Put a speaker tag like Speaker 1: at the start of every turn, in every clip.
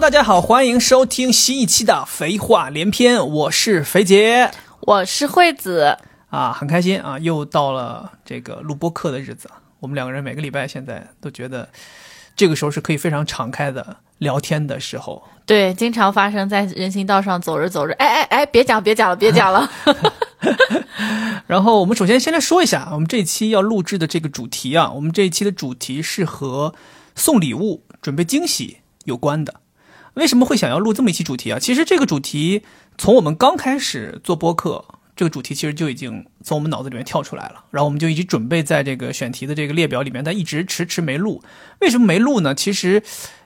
Speaker 1: 大家好，欢迎收听新一期的《肥话连篇》，我是肥杰
Speaker 2: 我是惠子，
Speaker 1: 啊，很开心啊，又到了这个录播课的日子。我们两个人每个礼拜现在都觉得，这个时候是可以非常敞开的聊天的时候。
Speaker 2: 对，经常发生在人行道上走着走着，哎哎哎，别讲别讲了，别讲了，
Speaker 1: 然后我们首先先来说一下，我们这一期要录制的这个主题啊，我们这一期的主题是和送礼物、准备惊喜有关的。为什么会想要录这么一期主题啊？其实这个主题从我们刚开始做播客，这个主题其实就已经从我们脑子里面跳出来了，然后我们就一直准备在这个选题的这个列表里面，但一直迟迟没录。为什么没录呢？其实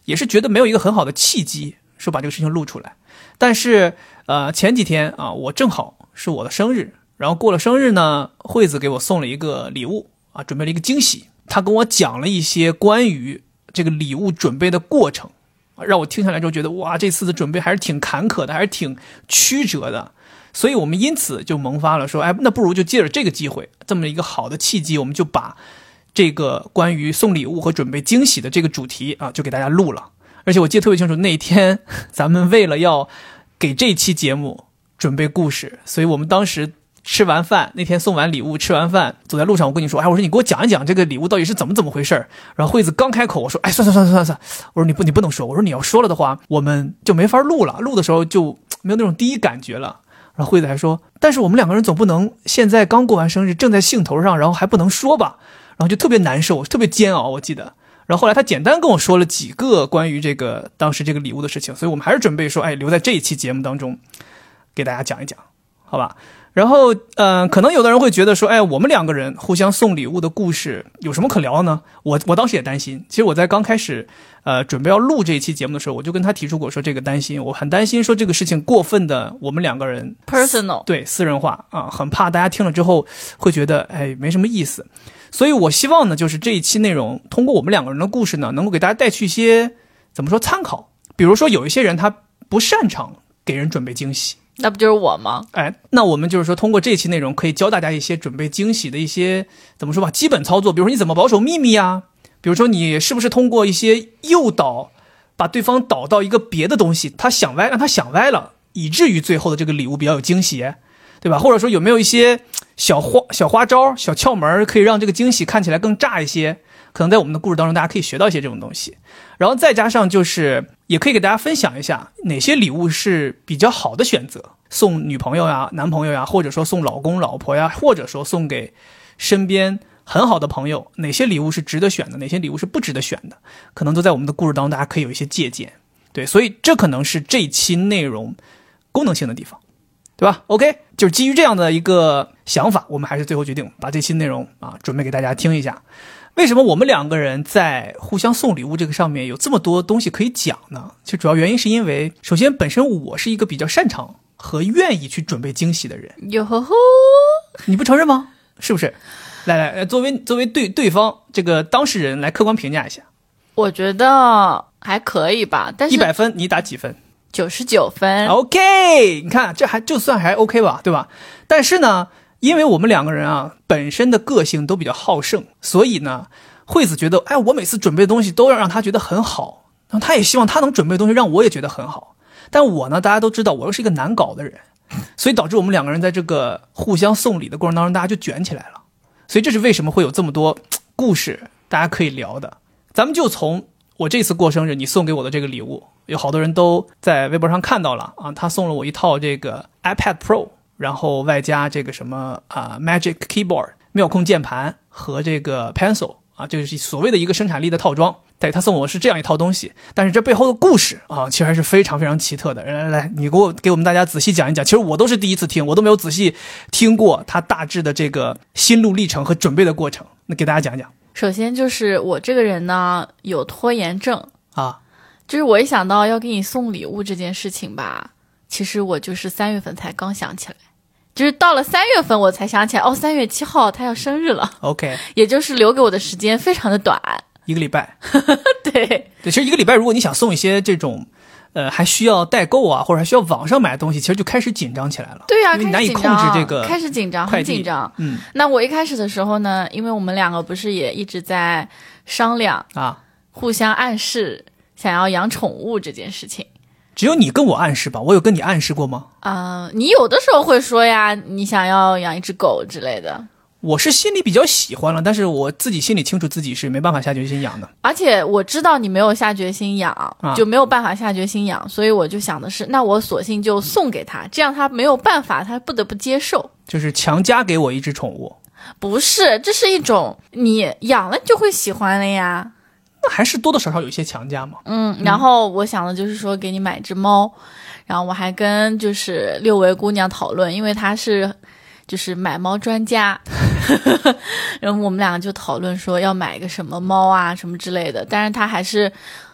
Speaker 1: 也是觉得没有一个很好的契机，说把这个事情录出来。但是呃，前几天啊，我正好是我的生日，然后过了生日呢，惠子给我送了一个礼物啊，准备了一个惊喜。她跟我讲了一些关于这个礼物准备的过程，啊让我听下来之后觉得哇，这次的准备还是挺坎坷的，还是挺曲折的。所以我们因此就萌发了说，哎，那不如就借着这个机会，这么一个好的契机，我们就把这个关于送礼物和准备惊喜的这个主题啊，就给大家录了。而且我记得特别清楚，那一天咱们为了要给这期节目准备故事，所以我们当时吃完饭，那天送完礼物，吃完饭走在路上，我跟你说，哎，我说你给我讲一讲这个礼物到底是怎么怎么回事儿。然后惠子刚开口，我说，哎，算算算算算算，我说你不你不能说，我说你要说了的话，我们就没法录了，录的时候就嘖没有那种第一感觉了。然后惠子还说，但是我们两个人总不能现在刚过完生日，正在兴头上，然后还不能说吧，然后就特别难受，特别煎熬，我记得。然后后来他简单跟我说了几个关于这个当时这个礼物的事情，所以我们还是准备说，哎，留在这一期节目当中给大家讲一讲，好吧？然后，嗯、可能有的人会觉得说，哎，我们两个人互相送礼物的故事有什么可聊呢？我我当时也担心，其实我在刚开始，呃，准备要录这一期节目的时候，我就跟他提出过说这个担心，我很担心说这个事情过分的我们两个人
Speaker 2: personal，
Speaker 1: 对私人化啊，很怕大家听了之后会觉得哎没什么意思，所以我希望呢，就是这一期内容通过我们两个人的故事呢，能够给大家带去一些怎么说参考，比如说有一些人他不擅长给人准备惊喜，
Speaker 2: 那不就是我吗？
Speaker 1: 哎，那我们就是说通过这期内容可以教大家一些准备惊喜的一些怎么说吧基本操作，比如说你怎么保守秘密呀、比如说你是不是通过一些诱导把对方导到一个别的东西，他想歪，让他想歪了，以至于最后的这个礼物比较有惊喜，对吧？或者说有没有一些小花小花招、小窍门儿，可以让这个惊喜看起来更炸一些？可能在我们的故事当中，大家可以学到一些这种东西。然后再加上就是，也可以给大家分享一下哪些礼物是比较好的选择，送女朋友呀、男朋友呀，或者说送老公、老婆呀，或者说送给身边很好的朋友，哪些礼物是值得选的，哪些礼物是不值得选的，可能都在我们的故事当中，大家可以有一些借鉴。对，所以这可能是这一期内容功能性的地方，对吧？OK，就是基于这样的一个想法，我们还是最后决定把这期内容啊准备给大家听一下。为什么我们两个人在互相送礼物这个上面有这么多东西可以讲呢？其实主要原因是因为，首先本身我是一个比较擅长和愿意去准备惊喜的人，
Speaker 2: 哟吼吼，
Speaker 1: 你不承认吗？是不是？来来，呃作为作为对对方这个当事人来客观评价一下，
Speaker 2: 我觉得还可以吧，但
Speaker 1: 一
Speaker 2: 是
Speaker 1: 百分你打几分？
Speaker 2: 九十九分，
Speaker 1: OK，你看这还就算还 OK 吧，对吧？但是呢，因为我们两个人啊本身的个性都比较好胜，所以呢，惠子觉得，哎，我每次准备的东西都要让她觉得很好，然后她也希望她能准备的东西让我也觉得很好。但我呢，大家都知道，我又是一个难搞的人，所以导致我们两个人在这个互相送礼的过程当中，大家就卷起来了。所以这是为什么会有这么多故事大家可以聊的。咱们就从我这次过生日你送给我的这个礼物，有好多人都在微博上看到了啊，他送了我一套这个 iPad Pro，然后外加这个什么啊、Magic Keyboard 妙控键盘和这个 Pencil 啊，这是所谓的一个生产力的套装。对他送我是这样一套东西，但是这背后的故事啊，其实还是非常非常奇特的。来来来，你给我给我们大家仔细讲一讲。其实我都是第一次听，我都没有仔细听过他大致的这个心路历程和准备的过程。那给大家讲讲
Speaker 2: 首先就是我这个人呢有拖延症，
Speaker 1: 啊，
Speaker 2: 就是我一想到要给你送礼物这件事情吧，其实我就是三月份才刚想起来，就是到了三月份我才想起来，哦，三月七号他要生日了，
Speaker 1: OK，
Speaker 2: 也就是留给我的时间非常的短，
Speaker 1: 一个礼拜。
Speaker 2: 对，
Speaker 1: 对，其实一个礼拜，如果你想送一些这种，呃，还需要代购啊，或者还需要网上买的东西，其实就开始紧张起来了。
Speaker 2: 对呀、
Speaker 1: 因为你
Speaker 2: 开始
Speaker 1: 难以
Speaker 2: 紧
Speaker 1: 控
Speaker 2: 张
Speaker 1: 制这个
Speaker 2: 开始紧张，
Speaker 1: 快
Speaker 2: 很
Speaker 1: 递
Speaker 2: 紧张。
Speaker 1: 嗯
Speaker 2: 那我一开始的时候呢，因为我们两个不是也一直在商量，
Speaker 1: 啊，
Speaker 2: 互相暗示想要养宠物这件事情，
Speaker 1: 只有你跟我暗示吧，我有跟你暗示过吗？
Speaker 2: 啊、你有的时候会说呀，你想要养一只狗之类的。
Speaker 1: 我是心里比较喜欢了，但是我自己心里清楚自己是没办法下决心养的。
Speaker 2: 而且我知道你没有下决心养，
Speaker 1: 啊
Speaker 2: 就没有办法下决心养，所以我就想的是，那我索性就送给他，这样他没有办法，他不得不接受。
Speaker 1: 就是强加给我一只宠物，
Speaker 2: 不是，这是一种你养了就会喜欢了呀。
Speaker 1: 那还是多多少少有一些强加嘛。
Speaker 2: 嗯，然后我想的就是说给你买只猫，然后我还跟就是六维姑娘讨论，因为她是就是买猫 专家，然后我们两个就讨论说要买个什么猫啊什么之类的，但是她还是。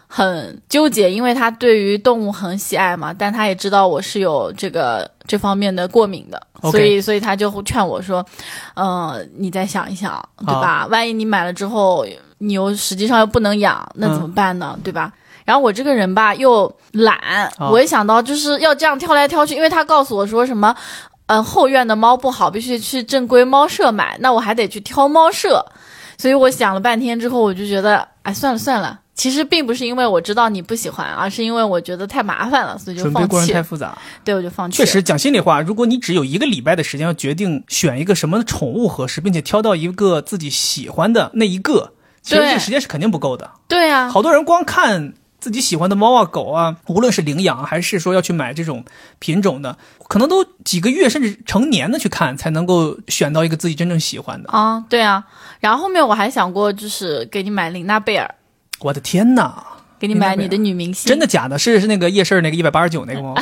Speaker 2: 很纠结，因为她对于动物很喜爱嘛，但她也知道我是有这个这方面的过敏的
Speaker 1: OK
Speaker 2: 所以所以她就劝我说，嗯、你再想一想，对吧？万一你买了之后，你又实际上又不能养，
Speaker 1: 嗯
Speaker 2: 那怎么办呢？对吧？然后我这个人吧又懒，
Speaker 1: 啊
Speaker 2: 我一想到就是要这样挑来挑去，因为他告诉我说什么，嗯，后院的猫不好，必须去正规猫舍买，那我还得去挑猫舍，所以我想了半天之后，我就觉得，哎，算了算了，其实并不是因为我知道你不喜欢，而是因为我觉得太麻烦了，所以就
Speaker 1: 准备
Speaker 2: 放
Speaker 1: 过程
Speaker 2: 弃
Speaker 1: 太
Speaker 2: 了，
Speaker 1: 复杂，
Speaker 2: 对，我就放弃
Speaker 1: 确
Speaker 2: 了。
Speaker 1: 实讲心里话，如果你只有一个礼拜的时间要决定选一个什么宠物合适，并且挑到一个自己喜欢的那一个，其实
Speaker 2: 对
Speaker 1: 这时间是肯定不够的。
Speaker 2: 对啊，
Speaker 1: 好多人光看自己喜欢的猫啊、狗啊，无论是领养还是说要去买这种品种的，可能都几个月甚至成年的去看，才能够选到一个自己真正喜欢的。
Speaker 2: 啊，对啊。然后后面我还想过，就是给你买玲娜贝尔，
Speaker 1: 我的天哪，
Speaker 2: 给你
Speaker 1: 琳娜
Speaker 2: 买
Speaker 1: 贝
Speaker 2: 你的女明星，
Speaker 1: 真的假的？是是那个夜市那个一百八十九那个吗？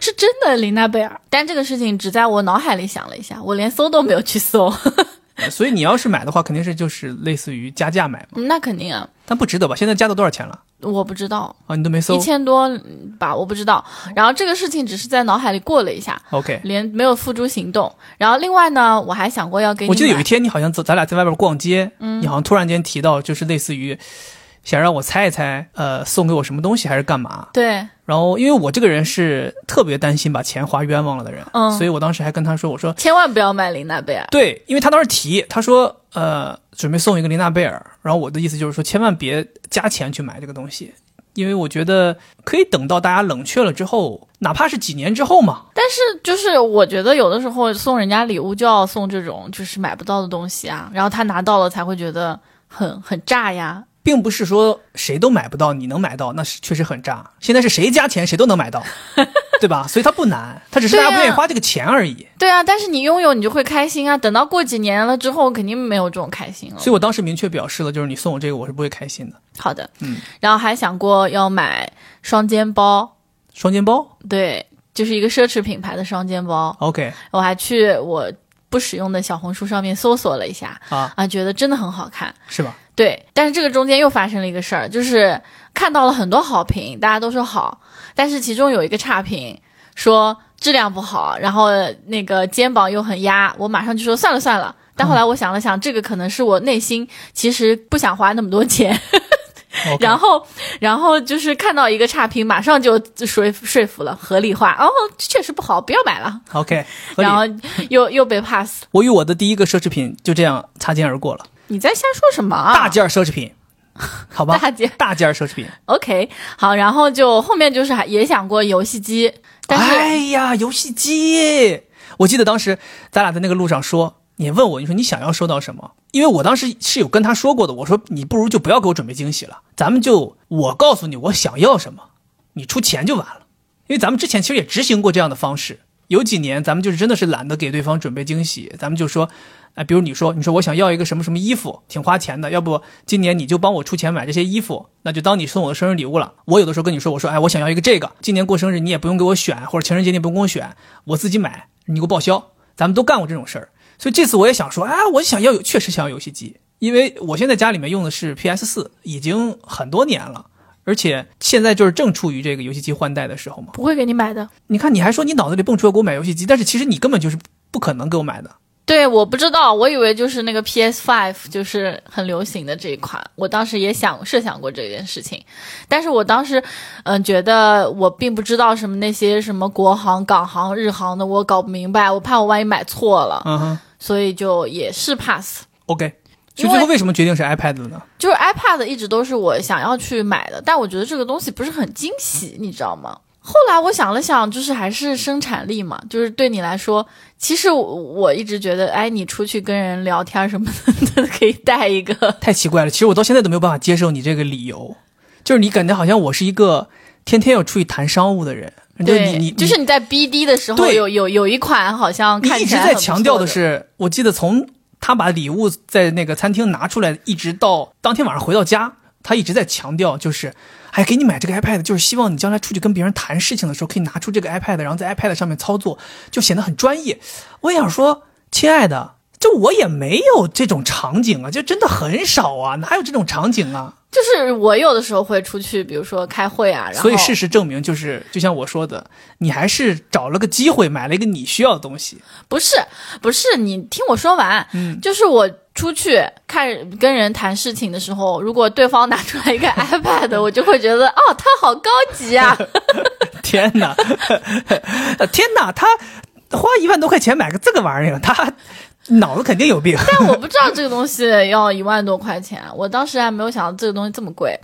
Speaker 2: 是真的琳娜贝尔，但这个事情只在我脑海里想了一下，我连搜都没有去搜。
Speaker 1: 所以你要是买的话，肯定是就是类似于加价买嘛，
Speaker 2: 那肯定啊，
Speaker 1: 但不值得吧？现在加到多少钱了？
Speaker 2: 我不知道
Speaker 1: 啊，你都没
Speaker 2: 一
Speaker 1: 搜
Speaker 2: 千多嗯吧，我不知道。然后这个事情只是在脑海里过了一下，
Speaker 1: ？OK，
Speaker 2: 连没有付诸行动。然后另外呢，我还想过要给你
Speaker 1: 我记得有一
Speaker 2: 买
Speaker 1: 天你好嗯像走，咱俩在外边逛街，你好像突然间提到，就是类似于想让我猜一猜，呃，送给我什么东西还是干嘛？
Speaker 2: 对
Speaker 1: 然后因为我这个人是特别担心把钱花冤枉了的人，
Speaker 2: 嗯
Speaker 1: 所以我当时还跟他说，我说
Speaker 2: 千万不要买琳娜贝尔，
Speaker 1: 对，因为他当时提，他说呃准备送一个琳娜贝尔，然后我的意思就是说千万别加钱去买这个东西，因为我觉得可以等到大家冷却了之后，哪怕是几年之后嘛，
Speaker 2: 但是就是我觉得有的时候送人家礼物就要送这种就是买不到的东西啊，然后他拿到了才会觉得很很炸呀。
Speaker 1: 并不是说谁都买不到，你能买到那是确实很炸。现在是谁加钱谁都能买到，对吧？所以它不难，它只是大家
Speaker 2: 对啊
Speaker 1: 不愿意花这个钱而已。
Speaker 2: 对啊，但是你拥有你就会开心啊，等到过几年了之后肯定没有这种开心了。
Speaker 1: 所以我当时明确表示了，就是你送我这个我是不会开心的。
Speaker 2: 好的，
Speaker 1: 嗯，
Speaker 2: 然后还想过要买双肩包，
Speaker 1: 双肩包
Speaker 2: 对，就是一个奢侈品牌的双肩包，
Speaker 1: ，OK
Speaker 2: 我还去我不使用的小红书上面搜索了一下，
Speaker 1: 啊，
Speaker 2: 啊，觉得真的很好看。
Speaker 1: 是吧？
Speaker 2: 对，但是这个中间又发生了一个事儿，就是看到了很多好评，大家都说好，但是其中有一个差评说质量不好，然后那个肩膀又很压，我马上就说算了算了。但后来我想了想，这个可能是我内心其实不想花那么多钱，
Speaker 1: o k
Speaker 2: 然后，然后就是看到一个差评，马上就说说服了，合理化。哦，确实不好，不要买了。
Speaker 1: OK，合理
Speaker 2: 然后又又被 pass。
Speaker 1: 我与我的第一个奢侈品就这样擦肩而过了，
Speaker 2: 你在瞎说什么啊？
Speaker 1: 大件儿奢侈品，好吧，
Speaker 2: 大件
Speaker 1: 大件儿奢侈品。
Speaker 2: OK，好，然后就后面就是还也想过游戏机，但是、
Speaker 1: 哎呀，游戏机，我记得当时咱俩在那个路上说，你问我，你说你想要收到什么？因为我当时是有跟他说过的，我说你不如就不要给我准备惊喜了，咱们就我告诉你我想要什么，你出钱就完了。因为咱们之前其实也执行过这样的方式，有几年咱们就是真的是懒得给对方准备惊喜，咱们就说，哎、比如你说你说我想要一个什么什么衣服，挺花钱的，要不今年你就帮我出钱买这些衣服，那就当你送我的生日礼物了。我有的时候跟你说，我说哎，我想要一个这个，今年过生日你也不用给我选，或者情人节你也不用给我选，我自己买，你给我报销。咱们都干过这种事儿，所以这次我也想说，哎，我想要有，确实想要游戏机，因为我现在家里面用的是 PS 四，已经很多年了。而且现在就是正处于这个游戏机换代的时候嘛，
Speaker 2: 不会给你买的。
Speaker 1: 你看，你还说你脑子里蹦出来给我买游戏机，但是其实你根本就是不可能给我买的。
Speaker 2: 对，我不知道，我以为就是那个 PS Five 就是很流行的这一款，我当时也想设想过这件事情，但是我当时，嗯、觉得我并不知道什么那些什么国行、港行、日航的，我搞不明白，我怕我万一买错了，
Speaker 1: 嗯哼
Speaker 2: 所以就也是 pass。
Speaker 1: ，OK，所以最后为什么决定是 iPad 的呢？
Speaker 2: 就是 iPad 一直都是我想要去买的，但我觉得这个东西不是很惊喜，你知道吗？后来我想了想，就是还是生产力嘛，就是对你来说，其实我我一直觉得，哎，你出去跟人聊天什么的， 可以带一个。
Speaker 1: 太奇怪了，其实我到现在都没有办法接受你这个理由，就是你感觉好像我是一个天天要出去谈商务的人，就
Speaker 2: 对，
Speaker 1: 你你
Speaker 2: 就是你在 BD 的时候
Speaker 1: 对
Speaker 2: 有有有一款好像
Speaker 1: 你
Speaker 2: 看
Speaker 1: 一
Speaker 2: 起
Speaker 1: 直
Speaker 2: 来
Speaker 1: 在
Speaker 2: 很不错
Speaker 1: 强调的是，我记得从他把礼物在那个餐厅拿出来，一直到当天晚上回到家，他一直在强调，就是，哎，给你买这个 iPad，就是希望你将来出去跟别人谈事情的时候，可以拿出这个 iPad，然后在 iPad 上面操作，就显得很专业。我也想说，亲爱的。就我也没有这种场景啊，就真的很少啊，哪有这种场景啊？
Speaker 2: 就是我有的时候会出去，比如说开会啊，然后
Speaker 1: 所以事实证明，就是就像我说的，你还是找了个机会买了一个你需要的东西。
Speaker 2: 不是不是，你听我说完，
Speaker 1: 嗯
Speaker 2: 就是我出去看跟人谈事情的时候，如果对方拿出来一个 iPad，我就会觉得哦，他好高 级啊，
Speaker 1: 天哪， 呃天哪，他花一万多块钱买个这个玩意儿，他脑子肯定有病。
Speaker 2: 但我不知道这个东西要一万多块钱，我当时还没有想到这个东西这么贵，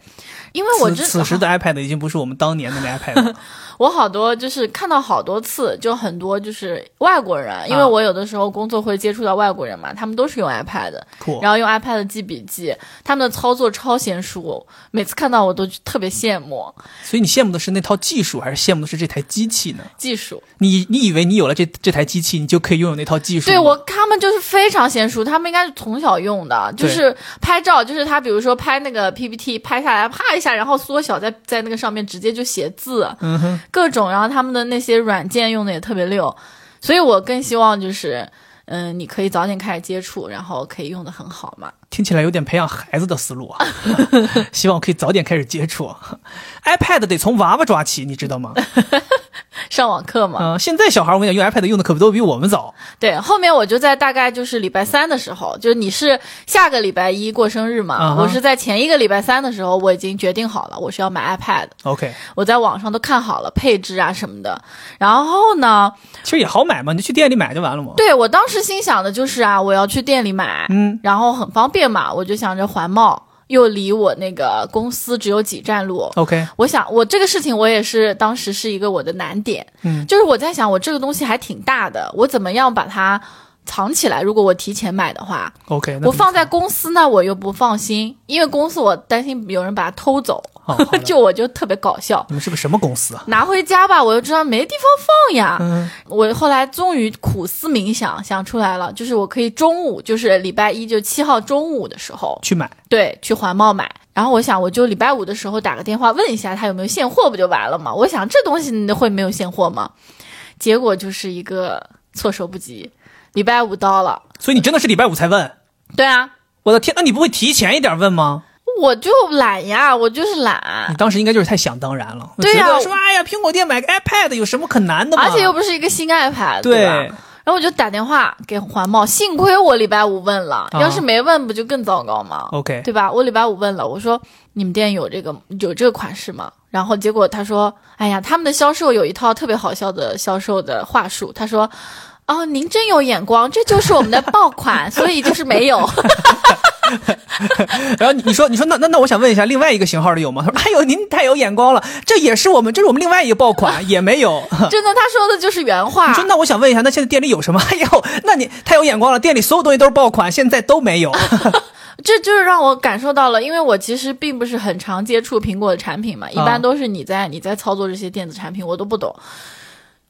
Speaker 2: 因为我
Speaker 1: 此
Speaker 2: 真
Speaker 1: 此时的 iPad 已经不是我们当年的 那个 iPad 了。
Speaker 2: 我好多就是看到好多次，就很多就是外国
Speaker 1: 啊
Speaker 2: 人，因为我有的时候工作会接触到外国人嘛，他们都是用 iPad，的
Speaker 1: 酷
Speaker 2: 然后用 iPad 记笔记，他们的操作超娴熟，每次看到我都特别羡慕
Speaker 1: 所以你羡慕的是那套技术，还是羡慕的是这台机器呢？
Speaker 2: 技术。
Speaker 1: 你你以为你有了这这台机器，你就可以拥有那套技术吗？
Speaker 2: 对我，他们就是非常娴熟，他们应该是从小用的，就
Speaker 1: 对
Speaker 2: 是拍照，就是他比如说拍那个 PPT，拍下来啪一下，然后缩小在在那个上面直接就写字，
Speaker 1: 嗯哼，
Speaker 2: 各种，然后他们的那些软件用的也特别溜，所以我更希望就是，嗯，你可以早点开始接触，然后可以用的很好嘛。
Speaker 1: 听起来有点培养孩子的思路啊。 希望我可以早点开始接触 iPad，得从娃娃抓起，你知道吗？
Speaker 2: 上网课嘛，
Speaker 1: 嗯、现在小孩我跟你讲，用 iPad 用的可都比我们早。
Speaker 2: 对，后面我就在大概就是礼拜三的时候，就是你是下个礼拜一过生日嘛
Speaker 1: 啊哈
Speaker 2: 我是在前一个礼拜三的时候，我已经决定好了，我是要买 iPad，
Speaker 1: OK，
Speaker 2: 我在网上都看好了配置啊什么的，然后呢，
Speaker 1: 其实也好买嘛，你就去店里买就完了嘛。
Speaker 2: 对我当时心想的就是啊，我要去店里买，
Speaker 1: 嗯，
Speaker 2: 然后很方便嘛，我就想着环贸又离我那个公司只有几站路。
Speaker 1: OK，
Speaker 2: 我想，我这个事情我也是当时是一个我的难点，
Speaker 1: 嗯，
Speaker 2: 就是我在想，我这个东西还挺大的，我怎么样把它藏起来？如果我提前买的话，
Speaker 1: OK，那
Speaker 2: 我放在公司呢，我又不放心，因为公司我担心有人把它偷走，
Speaker 1: 哦好的
Speaker 2: 就我就特别搞笑。
Speaker 1: 你们是个什么公司啊？
Speaker 2: 拿回家吧，我又知道没地方放呀。
Speaker 1: 嗯
Speaker 2: 我后来终于苦思冥想，想出来了，就是我可以中午，就是礼拜一就七号中午的时候，
Speaker 1: 去买
Speaker 2: 对，去环贸买。然后我想，我就礼拜五的时候打个电话问一下他有没有现货，不就完了吗？我想这东西你会没有现货吗？结果就是一个措手不及，礼拜五到了，
Speaker 1: 所以你真的是礼拜五才问？
Speaker 2: 对啊，
Speaker 1: 我的天，那你不会提前一点问吗？
Speaker 2: 我就懒呀，我就是
Speaker 1: 你
Speaker 2: 懒，
Speaker 1: 当时应该就是太想当然了，
Speaker 2: 对呀
Speaker 1: 觉得说哎呀，苹果店买个 iPad 有什么可难的吗？
Speaker 2: 而且又不是一个新 iPad，
Speaker 1: 对
Speaker 2: 吧？然后我就打电话给环贸，幸亏我礼拜五问了，
Speaker 1: 啊哦
Speaker 2: 要是没问不就更糟糕吗？
Speaker 1: OK，
Speaker 2: 对吧？我礼拜五问了，我说你们店有这个有这个款式吗？然后结果他说，哎呀，他们的销售有一套特别好笑的销售的话术，他说。哦，您真有眼光，这就是我们的爆 款，所以就是没有。
Speaker 1: 然后你你说你说那那那我想问一下，另外一个型号的有吗？他说哎呦，您太有眼光了，这也是我们这是我们另外一个爆款，也没 有。
Speaker 2: 真的，他说的就是原话。
Speaker 1: 你说那我想问一下，那现在店里有什么？哎 呦，那你太有眼光了，店里所有东西都是爆款，现在都 没有。
Speaker 2: 这就是让我感受到了，因为我其实并不是很常接触苹果的产品嘛，一般都是你在、你在操作这些电子产品，我都不懂。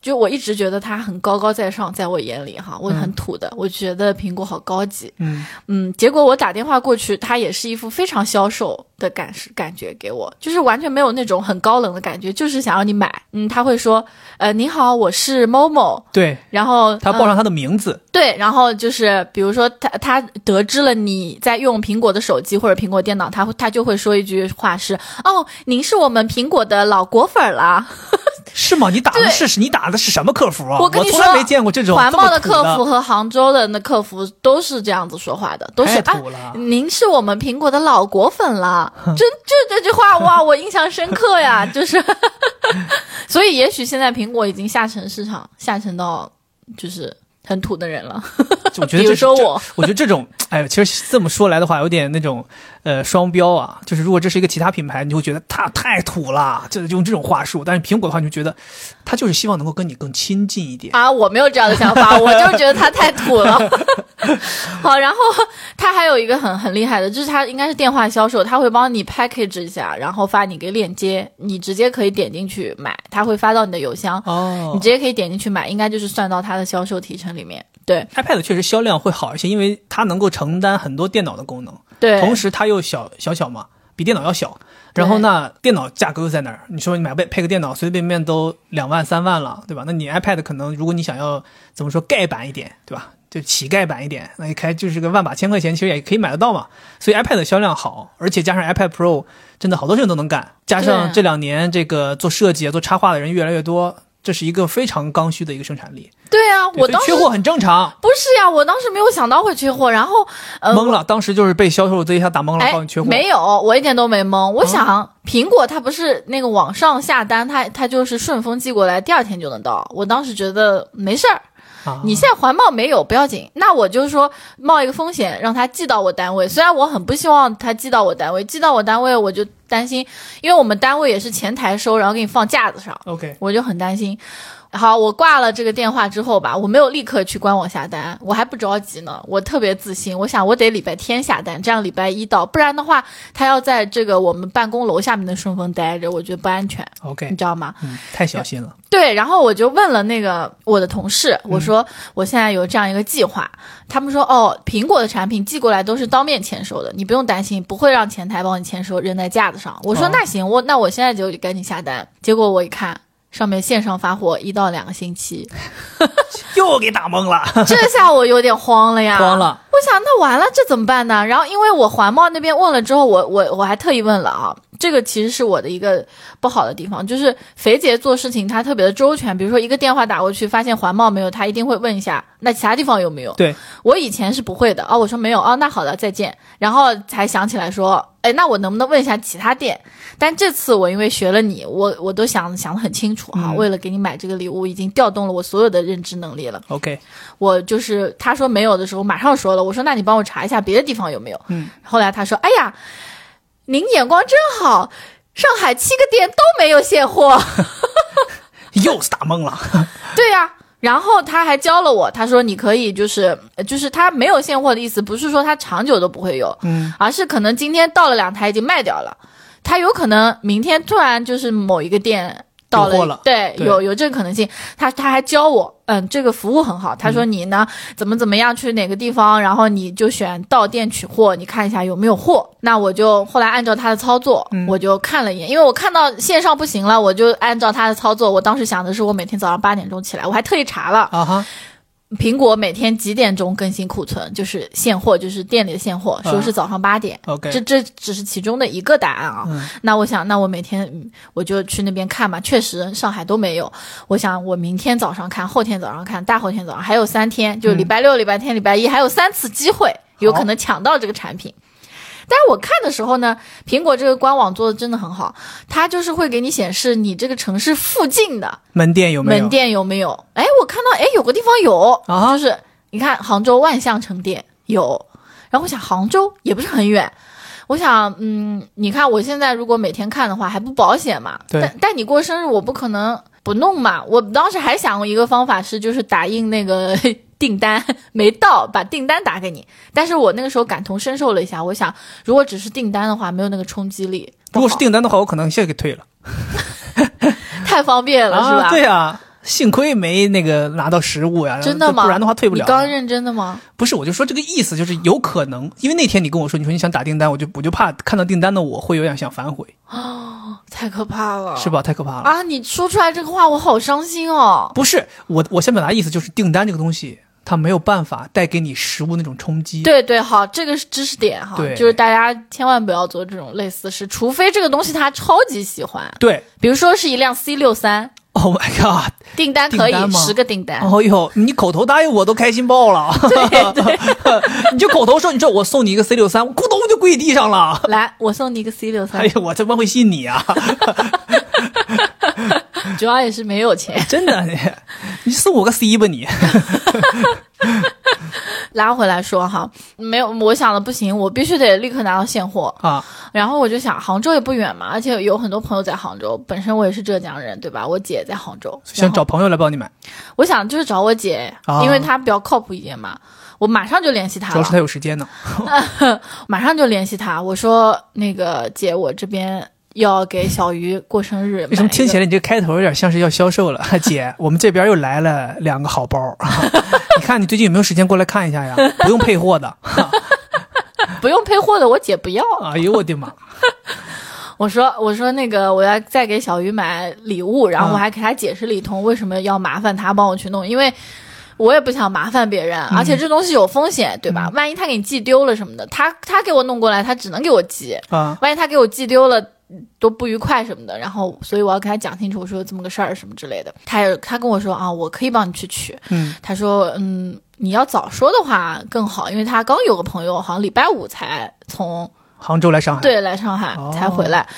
Speaker 2: 就我一直觉得它很高高在上，在我眼里哈，我很土的，我觉得苹果好高级。
Speaker 1: 嗯
Speaker 2: 嗯，结果我打电话过去，他也是一副非常销售的感是感觉给我，就是完全没有那种很高冷的感觉，就是想让你买。嗯，他会说，呃，你好，我是某某，
Speaker 1: 对
Speaker 2: 然后
Speaker 1: 他
Speaker 2: 嗯
Speaker 1: 报上他的名字，
Speaker 2: 对，然后就是比如说他他得知了你在用苹果的手机或者苹果电脑，他会他就会说一句话是哦，您是我们苹果的老果粉儿啦。
Speaker 1: 是吗？你打的
Speaker 2: 对
Speaker 1: 是你打的是什么客服啊？
Speaker 2: 我
Speaker 1: 我
Speaker 2: 跟你
Speaker 1: 从来
Speaker 2: 说
Speaker 1: 没见过这种
Speaker 2: 环
Speaker 1: 这么
Speaker 2: 贸的
Speaker 1: 土
Speaker 2: 客服和杭州的那客服都是这样子说话的，都是
Speaker 1: 太
Speaker 2: 啊
Speaker 1: 土了，
Speaker 2: 您是我们苹果的老果粉 啦。这这这句话哇，我印象深刻呀， 就是，所以也许现在苹果已经下沉市场，下沉到就是很土的人了。
Speaker 1: 我觉得
Speaker 2: 比
Speaker 1: 这
Speaker 2: 如说
Speaker 1: 这
Speaker 2: 我
Speaker 1: 我觉得这种，哎，其实这么说来的话，有点那种呃双标啊。就是如果这是一个其他品牌，你就会觉得它太土了，就是用这种话术；但是苹果的话，你就觉得它就是希望能够跟你更亲近一点。
Speaker 2: 啊，我没有这样的想 法，我就是觉得它太土了。 好，然后它还有一个很很厉害的，就是它应该是电话销售，它会帮你 package 一下，然后发你个链接，你直接可以点进去买，它会发到你的邮箱，你
Speaker 1: 哦
Speaker 2: 直接可以点进去买，应该就是算到它的销售提成里面。对
Speaker 1: ，iPad 确实销量会好一些，因为它能够承担很多电脑的功能，
Speaker 2: 对，啊
Speaker 1: 同时它又小小小嘛，比电脑要小。然后呢，电脑价格又在那儿？你说你买配配个电脑，随随便便都两万三万了，对吧？那你 iPad 可能如果你想要怎么说盖版一点，对吧？就乞丐版一点，那一开就是个万把千块钱，其实也可以买得到嘛。所以 iPad 的销量好，而且加上 iPad Pro，真的好多事情都能干。加上
Speaker 2: 对
Speaker 1: 这两年这个做设计、啊、做插画的人越来越多，这是一个非常刚需的一个生产力。
Speaker 2: 对啊，
Speaker 1: 对
Speaker 2: 我
Speaker 1: 所以
Speaker 2: 当时
Speaker 1: 缺货很正常，
Speaker 2: 不是呀、我当时没有想到会缺货，然后呃，
Speaker 1: 懵了，当时就是被销售这一下打懵了，
Speaker 2: 哎
Speaker 1: 告诉你缺货。啊
Speaker 2: 没有，我一点都没懵。我想、苹果它不是那个网上下单，它它就是顺丰寄过来，第二天就能到。我当时觉得没事儿，
Speaker 1: 啊
Speaker 2: 你现在环保没有不要紧，那我就说冒一个风险让它寄到我单位。虽然我很不希望它寄到我单位，寄到我单位我就担心，因为我们单位也是前台收，然后给你放架子上，
Speaker 1: OK，
Speaker 2: 我就很担心。好，我挂了这个电话之后吧，我没有立刻去官网下单，我还不着急呢，我特别自信，我想我得礼拜天下单，这样礼拜一到，不然的话，他要在这个我们办公楼下面的顺丰待着，我觉得不安全，你
Speaker 1: OK，
Speaker 2: 知道吗？
Speaker 1: 嗯，太小心了。
Speaker 2: 对，然后我就问了那个我的同事，
Speaker 1: 嗯
Speaker 2: 我说我现在有这样一个计划，他们说哦，苹果的产品寄过来都是当面签收的，你不用担心，不会让前台帮你签收，扔在架子上。我说、
Speaker 1: 哦
Speaker 2: 那行，我那我现在就赶紧下单。结果我一看。上面线上发货一到两个星期，
Speaker 1: 又给打懵 了，
Speaker 2: 这下我有点慌了 呀！
Speaker 1: 慌了。
Speaker 2: 我想那完了，这怎么办呢？然后因为我环贸那边问了之后，我我我还特意问了啊，这个其实是我的一个不好的地方，就是肥姐做事情她特别的周全，比如说一个电话打过去，发现环贸没有，她一定会问一下，那其他地方有没有？
Speaker 1: 对，
Speaker 2: 我以前是不会的哦，我说没有哦，那好的，再见，然后才想起来说，哎，那我能不能问一下其他店？但这次我因为学了你，我我都想想得很清楚啊，
Speaker 1: 嗯
Speaker 2: 为了给你买这个礼物，已经调动了我所有的认知能力了。
Speaker 1: OK，
Speaker 2: 我就是他说没有的时候，马上说了，我说那你帮我查一下别的地方有没有。
Speaker 1: 嗯，
Speaker 2: 后来他说，哎呀，您眼光真好，上海七个店都没有现货。
Speaker 1: 又是打懵了。
Speaker 2: 对呀、然后他还教了我，他说你可以就是呃就是他没有现货的意思，不是说他长久都不会有，
Speaker 1: 嗯，
Speaker 2: 而是可能今天到了两台已经卖掉了，他有可能明天突然就是某一个店到
Speaker 1: 有货
Speaker 2: 了，
Speaker 1: 了
Speaker 2: 对，
Speaker 1: 对
Speaker 2: 有有这个可能性。他他还教我，嗯，这个服务很好。他
Speaker 1: 嗯
Speaker 2: 说你呢、怎么怎么样去哪个地方，然后你就选到店取货，你看一下有没有货。那我就后来按照他的操作，我就看了一眼，因为我看到线上不行了，我就按照他的操作。我当时想的是，我每天早上八点钟起来，我还特意查了，
Speaker 1: 啊哈，
Speaker 2: 苹果每天几点钟更新库存，就是现货，就是店里的现货，
Speaker 1: 嗯
Speaker 2: 说是早上八点。
Speaker 1: OK
Speaker 2: 这这只是其中的一个答案啊。
Speaker 1: 嗯
Speaker 2: 那我想，那我每天嗯我就去那边看嘛，确实上海都没有。我想我明天早上看，后天早上看，大后天早上还有三天，就礼
Speaker 1: 嗯
Speaker 2: 拜六、礼拜天、礼拜一还有三次机会，有可能抢到这个产品。但是我看的时候呢，苹果这个官网做的真的很好，它就是会给你显示你这个城市附近的
Speaker 1: 门店有没有？
Speaker 2: 门店有没有？哎，我看到哎，有个地方有，
Speaker 1: 啊
Speaker 2: 就是你看杭州万象城店有，然后我想杭州也不是很远，我想嗯，你看我现在如果每天看的话，还不保险嘛？
Speaker 1: 对
Speaker 2: 但但你过生日，我不可能不弄嘛。我当时还想过一个方法是，就是打印那个 订单没到，把订单打给你。但是我那个时候感同身受了一下，我想如果只是订单的话，没有那个冲击力。
Speaker 1: 如果是
Speaker 2: 不
Speaker 1: 订单的话，我可能现在给退了。
Speaker 2: 好太方便了，是吧？
Speaker 1: 啊，对啊，幸亏没那个拿到实物呀，
Speaker 2: 真的吗？
Speaker 1: 不然的话退不了
Speaker 2: 你。刚认真的吗？
Speaker 1: 不是，我就说这个意思，就是有可能，因为那天你跟我说，你说你想打订单，我就我就怕看到订单的我会有点想反悔，
Speaker 2: 太可怕了，
Speaker 1: 是吧？太可怕了。
Speaker 2: 啊，你说出来这个话，我好伤心哦。
Speaker 1: 不是，我我想表达的意思就是订单这个东西，它没有办法带给你实物那种冲击。
Speaker 2: 对对，好，这个是知识点哈
Speaker 1: 对，
Speaker 2: 就是大家千万不要做这种类似的事，除非这个东西他超级喜欢，
Speaker 1: 对
Speaker 2: 比如说是一辆 C 六三，
Speaker 1: ，Oh my god！
Speaker 2: 订单可
Speaker 1: 订单
Speaker 2: 以
Speaker 1: 吗
Speaker 2: 十个订单，
Speaker 1: 哦呦，你口头答应我都开心爆了， 你就口头说，你说我送你一个 C 六三，我咕咚就跪地上了。
Speaker 2: 来，我送你一个 C 六
Speaker 1: 哎
Speaker 2: 三
Speaker 1: 呀，，我他妈会信你 啊！
Speaker 2: 主要也是没有钱。
Speaker 1: 真的，你你送我个 C 吧你。
Speaker 2: 拉回来说哈，没有，我想的不行，我必须得立刻拿到现货。
Speaker 1: 啊，
Speaker 2: 然后我就想，杭州也不远嘛，而且有很多朋友在杭州，本身我也是浙江人，对吧？我姐也在杭州，
Speaker 1: 想找朋友来帮你买，
Speaker 2: 我想就是找我姐，
Speaker 1: 啊
Speaker 2: 因为她比较靠谱一点嘛。我马上就联系她
Speaker 1: 主要
Speaker 2: 了
Speaker 1: 是，他有时间呢。
Speaker 2: 马上就联系她。我说那个姐，我这边要给小鱼过生日，
Speaker 1: 为什么听起
Speaker 2: 来
Speaker 1: 来你这个开头有点像是要销 售了？姐，我们这边又来了两个好包，你看你最近有没有时间过来看一 下呀？不用配货的。
Speaker 2: 不用配货的？我姐不要。
Speaker 1: 哎呦我的妈！
Speaker 2: 我说我说那个我要再给小鱼买礼
Speaker 1: 啊
Speaker 2: 物，然后我还给她解释了一通为什么要麻烦她帮我去弄，因为。我也不想麻烦别人，
Speaker 1: 嗯
Speaker 2: 而且这东西有风险，对吧？万一他给你寄丢了什么的，他他给我弄过来，他只能给我寄，
Speaker 1: 啊，
Speaker 2: 万一他给我寄丢了，多不愉快什么的。然后，所以我要跟他讲清楚，我说这么个事儿什么之类的。他也他跟我说啊，我可以帮你去取。
Speaker 1: 嗯，
Speaker 2: 他说，嗯，你要早说的话更好，因为他刚有个朋友，好像礼拜五才从
Speaker 1: 杭州来上海，
Speaker 2: 对来上海
Speaker 1: 哦
Speaker 2: 才回来。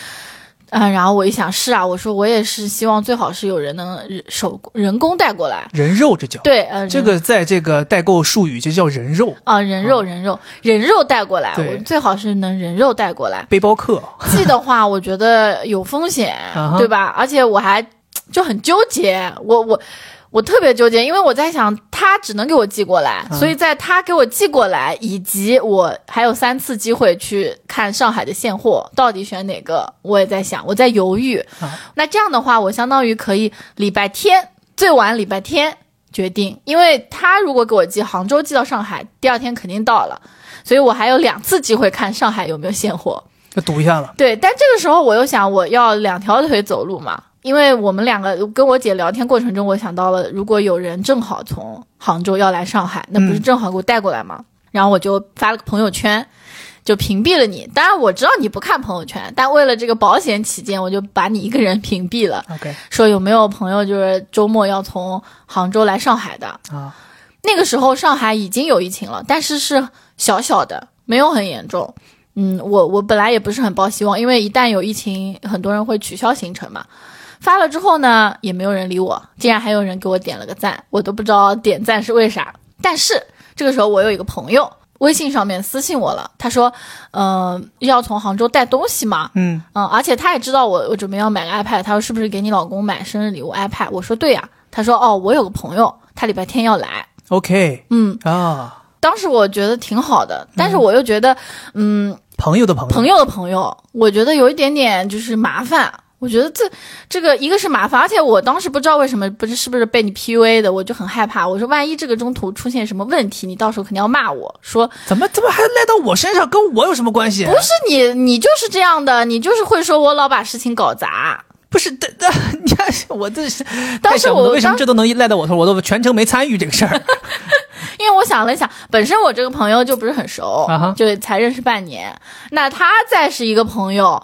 Speaker 2: 啊、然后我一想，是啊，我说我也是希望最好是有人能人手人工带过来。
Speaker 1: 人肉这叫。
Speaker 2: 对，呃，
Speaker 1: 这个在这个代购术语就叫人肉，
Speaker 2: 啊、人肉人肉人肉带过来，
Speaker 1: 对
Speaker 2: 我最好是能人肉带过来。
Speaker 1: 背包客。
Speaker 2: 寄的话，我觉得有风险
Speaker 1: 啊哈，
Speaker 2: 对吧？而且我还就很纠结，我我我特别纠结，因为我在想他只能给我寄过来，
Speaker 1: 嗯
Speaker 2: 所以在他给我寄过来，以及我还有三次机会去看上海的现货，到底选哪个？我也在想，我在犹豫。
Speaker 1: 啊
Speaker 2: 那这样的话，我相当于可以礼拜天最晚礼拜天决定，因为他如果给我寄杭州寄到上海，第二天肯定到了。所以我还有两次机会看上海有没有现货，
Speaker 1: 就赌一下了。
Speaker 2: 对，但这个时候我又想，我要两条腿走路嘛，因为我们两个跟我姐聊天过程中，我想到了，如果有人正好从杭州要来上海，那不是
Speaker 1: 嗯
Speaker 2: 正好给我带过来吗？然后我就发了个朋友圈，就屏蔽了你。当然我知道你不看朋友圈，但为了这个保险起见，我就把你一个人屏蔽了。
Speaker 1: OK
Speaker 2: 说有没有朋友就是周末要从杭州来上海的？
Speaker 1: 啊，
Speaker 2: 那个时候上海已经有疫情了，但是是小小的，没有很严重。嗯，我我本来也不是很抱希望，因为一旦有疫情，很多人会取消行程嘛。发了之后呢，也没有人理我，竟然还有人给我点了个赞，我都不知道点赞是为啥。但是这个时候，我有一个朋友微信上面私信我了，他说：“嗯、要从杭州带东西嘛，
Speaker 1: 嗯，
Speaker 2: 嗯，而且他也知道我我准备要买个 iPad，他说是不是给你老公买生日礼物 iPad？我说对呀、他说哦，我有个朋友，他礼拜天要来，
Speaker 1: OK
Speaker 2: 嗯，
Speaker 1: 啊，
Speaker 2: 当时我觉得挺好的，但是我又觉得，嗯，
Speaker 1: 朋友的朋友，
Speaker 2: 朋友的朋友，我觉得有一点点就是麻烦。我觉得这这个一个是麻烦，而且我当时不知道为什么不是是不是被你 PUA 的，我就很害怕。我说万一这个中途出现什么问题，你到时候肯定要骂我说
Speaker 1: 怎么怎么还赖到我身上？跟我有什么关系？不
Speaker 2: 不是你你就是这样的，你就是会说我老把事情搞砸。
Speaker 1: 不是， 但但你看我这是，
Speaker 2: 当
Speaker 1: 太
Speaker 2: 时
Speaker 1: 想不
Speaker 2: 我
Speaker 1: 通为什么
Speaker 2: 当
Speaker 1: 这都能赖到我头？我都全程没参与这个 事儿
Speaker 2: 因为我想了一想，本身我这个朋友就不是很熟，
Speaker 1: 啊哈
Speaker 2: 就才认识半年，那他再是一个朋友。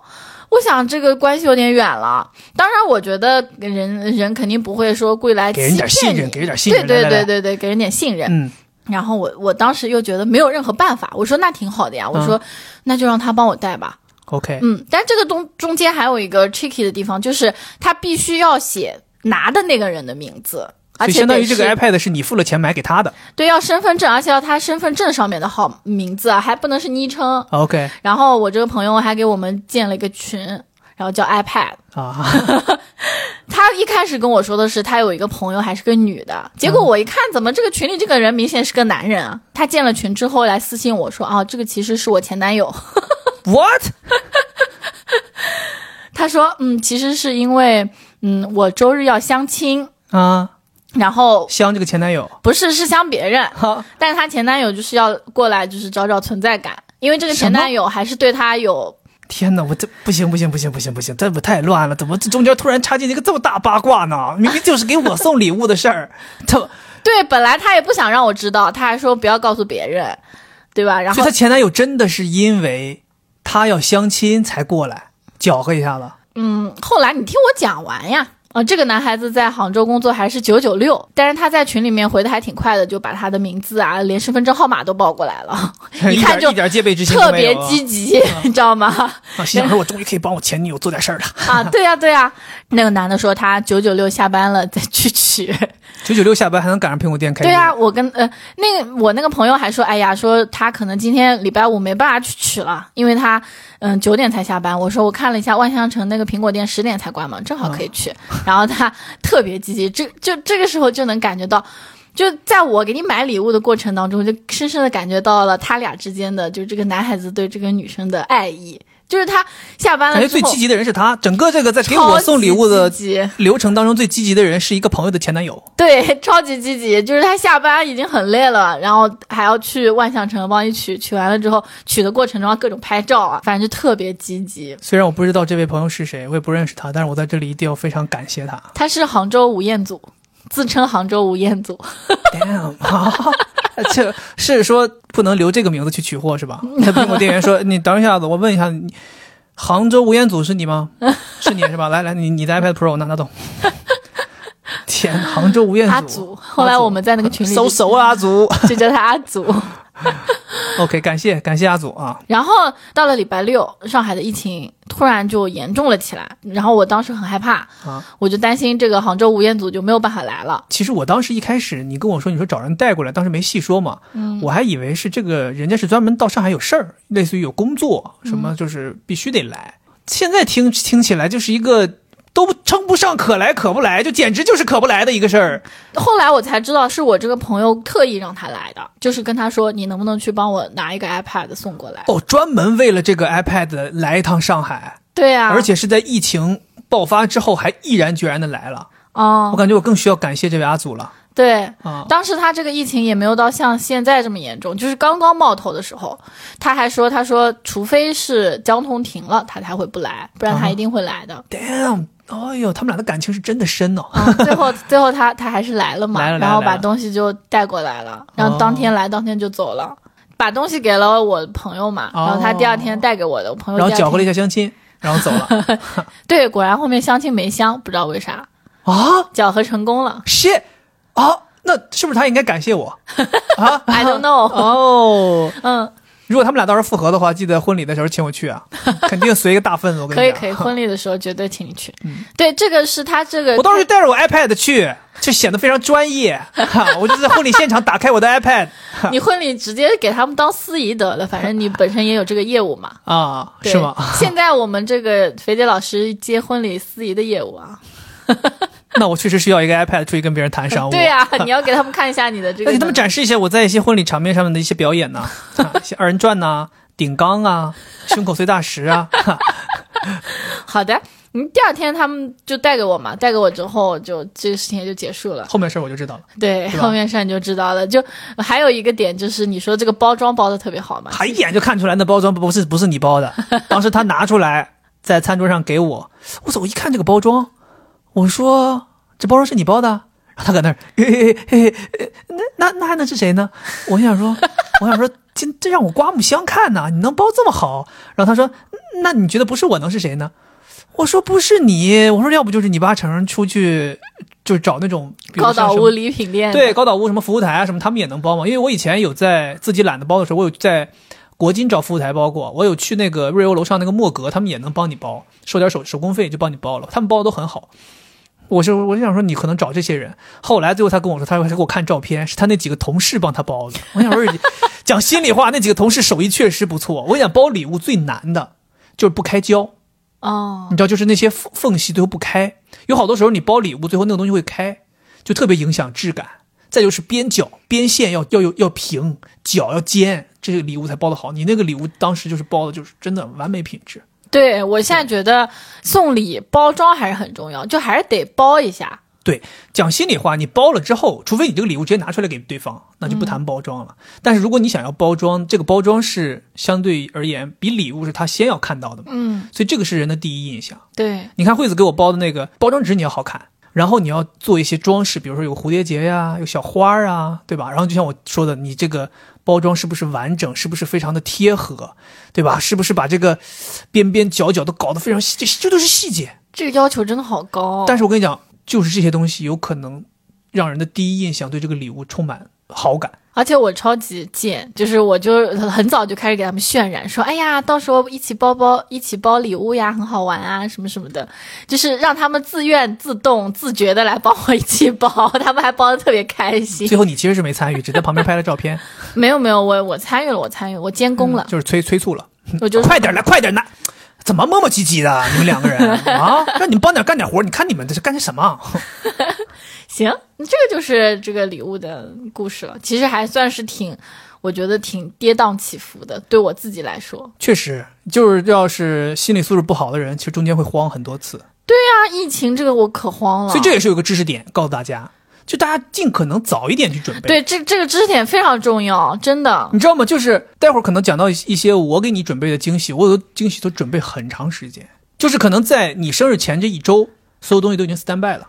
Speaker 2: 我想这个关系有点远了，当然，我觉得人人肯定不会说故意来
Speaker 1: 给人
Speaker 2: 欺
Speaker 1: 点
Speaker 2: 骗
Speaker 1: 信任
Speaker 2: 你
Speaker 1: 给人点信任
Speaker 2: 对
Speaker 1: 来
Speaker 2: 对
Speaker 1: 来
Speaker 2: 对
Speaker 1: 来
Speaker 2: 对对，给人点信任。
Speaker 1: 嗯，
Speaker 2: 然后我我当时又觉得没有任何办法，我说那挺好的
Speaker 1: 啊
Speaker 2: 呀，我说、那就让他帮我带吧，
Speaker 1: OK，
Speaker 2: 嗯，但这个中中间还有一个 tricky 的地方，就是他必须要写拿的那个人的名字，而
Speaker 1: 所以
Speaker 2: 且
Speaker 1: 相当于
Speaker 2: 得
Speaker 1: 这个
Speaker 2: 是
Speaker 1: iPad 是你付了钱买给他的。
Speaker 2: 对，要身份证，而且要他身份证上面的号名字啊，还不能是昵称。
Speaker 1: OK
Speaker 2: 然后我这个朋友还给我们建了一个群，然后叫 iPad。
Speaker 1: 啊，
Speaker 2: 他一开始跟我说的是他有一个朋友还是个女的，结果我一看，怎么这个群里这个人明显是个男人啊？他建了群之后来私信我说啊，这个其实是我前男友。
Speaker 1: What？
Speaker 2: 他说嗯，其实是因为嗯我周日要相亲，
Speaker 1: 啊，
Speaker 2: 然后
Speaker 1: 香这个前男友，
Speaker 2: 不是是相别人，
Speaker 1: 哈，
Speaker 2: 但是她前男友就是要过来，就是找找存在感，因为这个前男友还是对她有，
Speaker 1: 天哪，我这不行不行不行不行不行，这不太乱了，怎么这中间突然插进一个这么大八卦呢？明明就是给我送礼物的事儿， 这
Speaker 2: 对，本来她也不想让我知道，她还说不要告诉别人，对吧？然
Speaker 1: 所
Speaker 2: 后
Speaker 1: 以她前男友真的是因为她要相亲才过来搅 和一下子。
Speaker 2: 嗯，后来你听我讲完呀。啊、这个男孩子在杭州工作还是九九六，但是他在群里面回的还挺快的，就把他的名字啊，连身份证号码都报过来 了，一看
Speaker 1: 点
Speaker 2: 就
Speaker 1: 一点戒备之心
Speaker 2: 特
Speaker 1: 都没有
Speaker 2: 别 积极，你知道吗？
Speaker 1: 啊，心想说我终于可以帮我前女友做点事儿了。
Speaker 2: 啊，对呀、对呀、那个男的说他九九六下班了再去取，
Speaker 1: 九九六下班还能赶上苹果店开业。
Speaker 2: 对啊，我跟呃那个我那个朋友还说，哎呀，说他可能今天礼拜五没办法去取了，因为他嗯九点才下班。我说我看了一下万象城那个苹果店十点才关门，正好可以去。
Speaker 1: 嗯
Speaker 2: 然后他特别积极，这就这个时候就能感觉到。就在我给你买礼物的过程当中，就深深的感觉到了他俩之间的，就是这个男孩子对这个女生的爱意。就是他下班
Speaker 1: 感
Speaker 2: 了
Speaker 1: 觉
Speaker 2: 之
Speaker 1: 最
Speaker 2: 后
Speaker 1: 积，极的人是他，整个这个在给我送礼物
Speaker 2: 超
Speaker 1: 的
Speaker 2: 级积极
Speaker 1: 流程当中嗯最积极的人是一个朋友的前男友。
Speaker 2: 对，超级积极。就是他下班已经很累了，然后还要去万象城帮你取，取完了之后，取的过程中各种拍照啊，反正就特别积极。
Speaker 1: 虽然我不知道这位朋友是谁，我也不认识他，但是我在这里一定要非常感谢他。
Speaker 2: 他是杭州吴彦祖，自称杭州吴彦祖。
Speaker 1: Damn，好 这是说不能留这个名字去取货 是吧？那苹果店员说：“你等一下子，我问一下，你杭州吴彦祖是你吗？是你是吧？来来，你你的 iPad Pro 拿拿走。”天，杭州吴彦
Speaker 2: 阿
Speaker 1: 祖，
Speaker 2: 祖，后来我们在那个群里
Speaker 1: 搜
Speaker 2: 就
Speaker 1: 熟啊，阿祖。
Speaker 2: 就叫他阿祖。
Speaker 1: OK，感谢感谢阿祖啊。
Speaker 2: 然后到了礼拜六，上海的疫情突然就严重了起来，然后我当时很害怕，
Speaker 1: 啊
Speaker 2: 我就担心这个杭州吴彦祖就没有办法来了。
Speaker 1: 其实我当时一开始你跟我说你说找人带过来，当时没细说嘛，
Speaker 2: 嗯
Speaker 1: 我还以为是这个人家是专门到上海有事儿，类似于有工作什
Speaker 2: 嗯
Speaker 1: 么，就是必须得来。现在听听起来就是一个都称不上可来可不来，就简直就是可不来的一个事儿。
Speaker 2: 后来我才知道是我这个朋友特意让他来的，就是跟他说你能不能去帮我拿一个 iPad 送过来。
Speaker 1: 哦，专门为了这个 iPad 来一趟上海，
Speaker 2: 对啊，
Speaker 1: 而且是在疫情爆发之后还毅然决然的来了。我
Speaker 2: 哦，
Speaker 1: 感觉我更需要感谢这位阿祖了
Speaker 2: 对，
Speaker 1: 啊。
Speaker 2: 当时他这个疫情也没有到像现在这么严重，就是刚刚冒头的时候，他还说他说除非是交通停了，他才会不来，不然
Speaker 1: 啊
Speaker 2: 他一定会 来的。
Speaker 1: Damn，哎呦，他们俩的感情是真的深哦。
Speaker 2: 嗯，最后 最后他他还是来了嘛，
Speaker 1: 来了
Speaker 2: 然后
Speaker 1: 来了
Speaker 2: 把东西就带过来了，然后
Speaker 1: 哦
Speaker 2: 当天来、当天就走了，把东西给了我朋友嘛，然后他第二天带给我的，我朋友
Speaker 1: 哦然后
Speaker 2: 第二
Speaker 1: 搅和了一
Speaker 2: 天
Speaker 1: 下相亲，然后走 了
Speaker 2: 对，果然后面相亲没相，不知道为啥
Speaker 1: 啊。
Speaker 2: 搅和成 功了
Speaker 1: shit 啊，那是不是他应该感谢我？
Speaker 2: ，I don't know，
Speaker 1: 哦，
Speaker 2: 嗯，
Speaker 1: 如果他们俩到时候复合的话，记得婚礼的时候请我 去啊，肯定随一个大份子。我跟
Speaker 2: 可
Speaker 1: 你
Speaker 2: 以
Speaker 1: 讲，
Speaker 2: 可以，婚礼的时候绝对请你去，对，这个是他这个
Speaker 1: 我到时候带着我 iPad 去，就显得非常专 业。哈，我就在婚礼现场打开我的 iPad
Speaker 2: 你婚礼直接给他们当司仪得了，反 正你本身也有这个业务嘛，
Speaker 1: 啊，
Speaker 2: 对
Speaker 1: 是吗？？
Speaker 2: 现在我们这个肥姐老师接婚礼司仪的业务啊，
Speaker 1: 那我确实需要一个 iPad 出去跟别人谈商务。
Speaker 2: 对呀、 你要给他们看一下你的这
Speaker 1: 哦那
Speaker 2: 个，
Speaker 1: 给他们展示一下我在一些婚礼场面上面的一些表演 呐、啊一些二人转呐、顶缸啊，胸口碎大石啊，
Speaker 2: 好的。你第二天他们就带给我嘛，带给我之后就这个事情也就结束了。
Speaker 1: 后面事儿我就知道了。
Speaker 2: 对，
Speaker 1: 是吧
Speaker 2: 后面事儿你就知道了。就还有一个点就是，你说这个包装包的特别好嘛，
Speaker 1: 还一眼就看出来那包装不是不是你包的。当时他拿出来在餐桌上给我，我走一看这个包装，我说这包装是你包的？然后他搁那儿，嘿嘿嘿嘿嘿，那那那还能是谁呢？我想说，我想说，这这让我刮目相看呐、你能包这么好？然后他说，那你觉得不是我能是谁呢？我说不是你，我说要不就是你八成出去就找那种比如
Speaker 2: 高
Speaker 1: 像
Speaker 2: 岛
Speaker 1: 什么
Speaker 2: 屋礼品店
Speaker 1: 对，高岛屋什么服务台啊什么，他们也能包嘛。因为我以前有在自己懒得包的时候，我有在国金找服务台包过，我有去那个瑞欧楼上那个莫格，他们也能帮你包，收点手手工费就帮你包了，他们包的都很好。我是我就想说，你可能找这些人。后来最后他跟我说，他说他给我看照片，是他那几个同事帮他包的。我想说，讲心里话，那几个同事手艺确实不错。我想包礼物最难的就是不开胶。
Speaker 2: 哦，
Speaker 1: 你知道，就是那些缝缝隙最后不开，有好多时候你包礼物，最后那个东西会开，就特别影响质感。再就是边角边线要要有要平，角要尖，这个礼物才包的好。你那个礼物当时就是包的，就是真的完美品质。
Speaker 2: 对我现在觉得送礼包装还是很重要，就还是得包一下。
Speaker 1: 对，讲心里话，你包了之后，除非你这个礼物直接拿出来给对方，那就不谈包装了。但是如果你想要包装，这个包装是相对而言比礼物是他先要看到的嘛，
Speaker 2: 嗯，
Speaker 1: 所以这个是人的第一印象。
Speaker 2: 对，
Speaker 1: 你看惠子给我包的那个包装纸，你要好看，然后你要做一些装饰，比如说有蝴蝶结呀、有小花儿啊，对吧？然后就像我说的，你这个包装是不是完整，是不是非常的贴合，对吧？是不是把这个边边角角都搞得非常细？这这都是细节。
Speaker 2: 这个要求真的好高。哦
Speaker 1: 但是我跟你讲，就是这些东西有可能让人的第一印象对这个礼物充满好感。
Speaker 2: 而且我超级贱，就是我就很早就开始给他们渲染，说哎呀，到时候一起包包，一起包礼物呀，很好玩啊，什么什么的，就是让他们自愿、自动、自觉的来帮我一起包， 他们还包的特别开心。
Speaker 1: 最后你其实是没参与，只在旁边拍了照 片，
Speaker 2: 没有没有，我我参与了，我参与，我监工了，
Speaker 1: 就是催催促了，
Speaker 2: 我就
Speaker 1: 嗯快点来，快点来。怎么磨磨唧唧的？你们两个人啊，让你们帮点干点活，你看你们这是干些什么？
Speaker 2: 行，这个就是这个礼物的故事了。其实还算是挺，我觉得挺跌宕起伏的，对我自己来说。
Speaker 1: 确实，就是要是心理素质不好的人，其实中间会慌很多次。
Speaker 2: 对啊，疫情这个我可慌了。
Speaker 1: 所以这也是有个知识点告诉大家，就大家尽可能早一点去准备。
Speaker 2: 对，这这个知识点非常重要，真的。
Speaker 1: 你知道吗？就是待会儿可能讲到一些我给你准备的惊喜，我有的惊喜都准备很长时间，就是可能在你生日前这一周，所有东西都已经 stand by 了。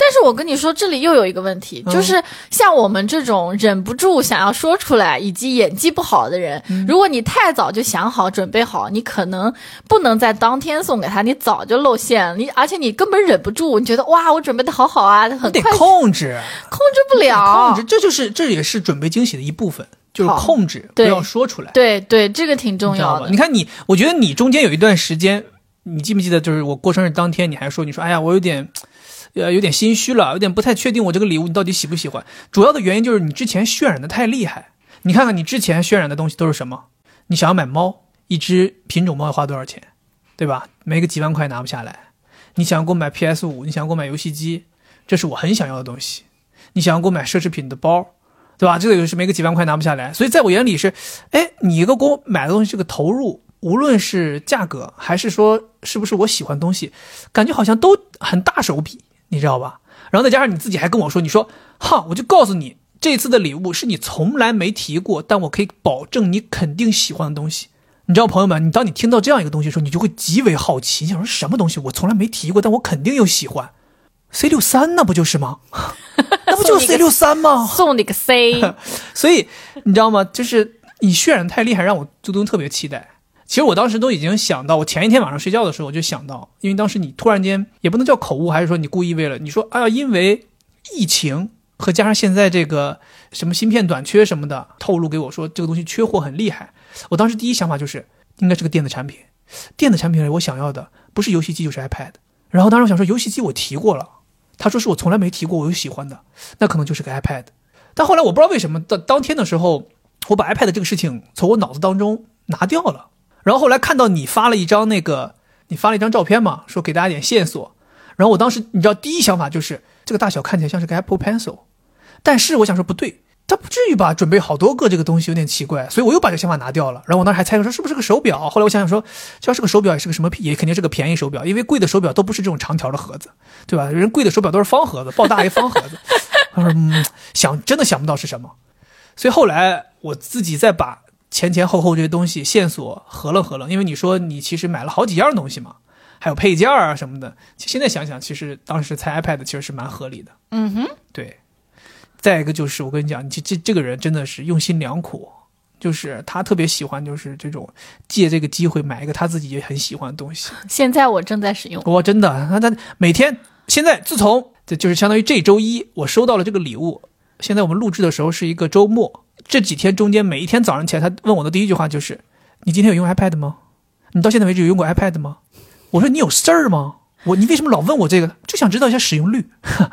Speaker 2: 但是我跟你说，这里又有一个问题，
Speaker 1: 嗯
Speaker 2: 就是像我们这种忍不住想要说出来，以及演技不好的人，
Speaker 1: 嗯
Speaker 2: 如果你太早就想好、准备好，你可能不能在当天送给他，你早就露馅了，你而且你根本忍不住，你觉得哇，我准备的好好啊，很
Speaker 1: 得
Speaker 2: 快控
Speaker 1: 控制，
Speaker 2: 制不了，
Speaker 1: 控制，这就是这也是准备惊喜的一部分，就是
Speaker 2: 好
Speaker 1: 控制，不
Speaker 2: 对
Speaker 1: 要说出来。
Speaker 2: 对对，这个挺重
Speaker 1: 你知道
Speaker 2: 要
Speaker 1: 吧
Speaker 2: 的
Speaker 1: 你。看你，我觉得你中间有一段时间，你记不记得？就是我过生日当天，你还说你说，哎呀，我有点，呃，有点心虚了，有点不太确定我这个礼物你到底喜不喜欢。主要的原因就是你之前渲染的太厉害。你看看你之前渲染的东西都是什么？你想要买猫，一只品种猫要花多少钱，对吧？没个几万块拿不下来。你想要给我买 PS 五，你想要给我买游戏机，这是我很想要的东西。你想要给我买奢侈品的包，对吧？这个也是没个几万块拿不下来，所以在我眼里是，哎，你一个给我买的东西，这个投入，无论是价格还是说是不是我喜欢的东西，感觉好像都很大手笔，你知道吧？然后再加上你自己还跟我说，你说哈，我就告诉你，这次的礼物是你从来没提过，但我可以保证你肯定喜欢的东西。你知道，朋友们，你当你听到这样一个东西的时候，你就会极为好奇，你想说什么东西我从来没提过，但我肯定又喜欢。C 六三那不就是吗？那不就是 C 六三吗？
Speaker 2: 送你 个 C，
Speaker 1: 所以你知道吗？就是你渲染太厉害，让我最终特别期待。其实我当时都已经想到，我前一天晚上睡觉的时候我就想到，因为当时你突然间也不能叫口误，还是说你故意为了你说，哎呀，因为疫情和加上现在这个什么芯片短缺什么的，透露给我说这个东西缺货很厉害。我当时第一想法就是，应该是个电子产品，电子产品里我想要的不是游戏机就是 iPad。然后当时我想说，游戏机我提过了，他说是我从来没提过，我有喜欢的，那可能就是个 iPad。但后来我不知道为什么，当当天的时候，我把 iPad 这个事情从我脑子当中拿掉了。然后后来看到你发了一张那个，你发了一张照片嘛，说给大家点线索。然后我当时你知道第一想法就是这个大小看起来像是个 Apple Pencil，但是我想说不对，它不至于吧？准备好多个这个东西有点奇怪，所以我又把这个想法拿掉了。然后我当时还猜测说是不是个手表，后来我想想说，这要是个手表也是个什么屁，也肯定是个便宜手表，因为贵的手表都不是这种长条的盒子，对吧？人贵的手表都是方盒子，抱大一方盒子。我说嗯，想真的想不到是什么，所以后来我自己再把前前后后这些东西线索合了合了，因为你说你其实买了好几样东西嘛，还有配件儿啊什么的。其实现在想想，其实当时猜 iPad 其实是蛮合理的。
Speaker 2: 嗯哼，
Speaker 1: 对，再一个就是我跟你讲，你这这这个人真的是用心良苦，就是他特别喜欢就是这种借这个机会买一个他自己也很喜欢的东西。
Speaker 2: 现在我正在使用。
Speaker 1: 我真的，他他每天现在自从这就是相当于这周一我收到了这个礼物，现在我们录制的时候是一个周末，这几天中间每一天早上起来，他问我的第一句话就是：“你今天有用 iPad 吗？你到现在为止有用过 iPad 吗？”我说：“你有事儿吗？我你为什么老问我这个？就想知道一下使用率。”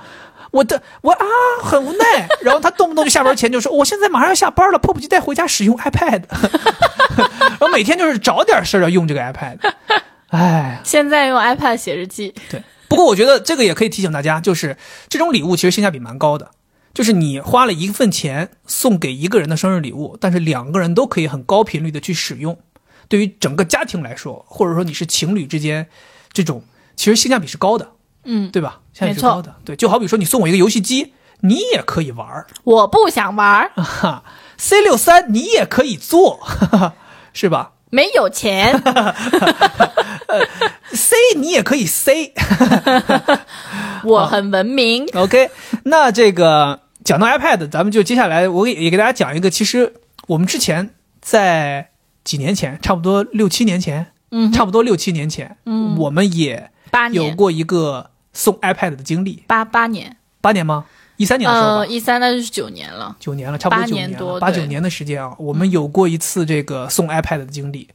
Speaker 1: 我的我啊，很无奈。然后他动不动就下班前就说：“我现在马上要下班了，迫不及待回家使用 iPad。” 然后每天就是找点事儿要用这个 iPad。哎，
Speaker 2: 现在用 iPad 写日记，
Speaker 1: 对，不过我觉得这个也可以提醒大家，就是这种礼物其实性价比蛮高的，就是你花了一份钱送给一个人的生日礼物，但是两个人都可以很高频率的去使用。对于整个家庭来说，或者说你是情侣之间，这种其实性价比是高的，
Speaker 2: 嗯，
Speaker 1: 对吧？性价比
Speaker 2: 没
Speaker 1: 是
Speaker 2: 错
Speaker 1: 高的。对，就好比说你送我一个游戏机，你也可以玩儿
Speaker 2: 我不想玩儿，
Speaker 1: 啊哈，C 六三你也可以做， 哈哈，是吧
Speaker 2: 没 有钱。
Speaker 1: ？C 你也可以 C，
Speaker 2: 我很文明，
Speaker 1: OK，那这个讲到 iPad，咱们就接下来我给也给大家讲一个，其实我们之前在几年前，差不多六七年前，
Speaker 2: 嗯
Speaker 1: 差不多六七年前，嗯，我们也
Speaker 2: 八
Speaker 1: 有
Speaker 2: 年
Speaker 1: 过一个送 iPad 的经历，
Speaker 2: 八八年，
Speaker 1: 八年吗？一三年的时候
Speaker 2: 呃，
Speaker 1: 吧，
Speaker 2: 一三那就是九年了，
Speaker 1: 九、年了，差不多
Speaker 2: 八
Speaker 1: 九
Speaker 2: 年多
Speaker 1: 八
Speaker 2: 对嗯
Speaker 1: 九年的时间啊，我们有过一次这个送 iPad 的经历。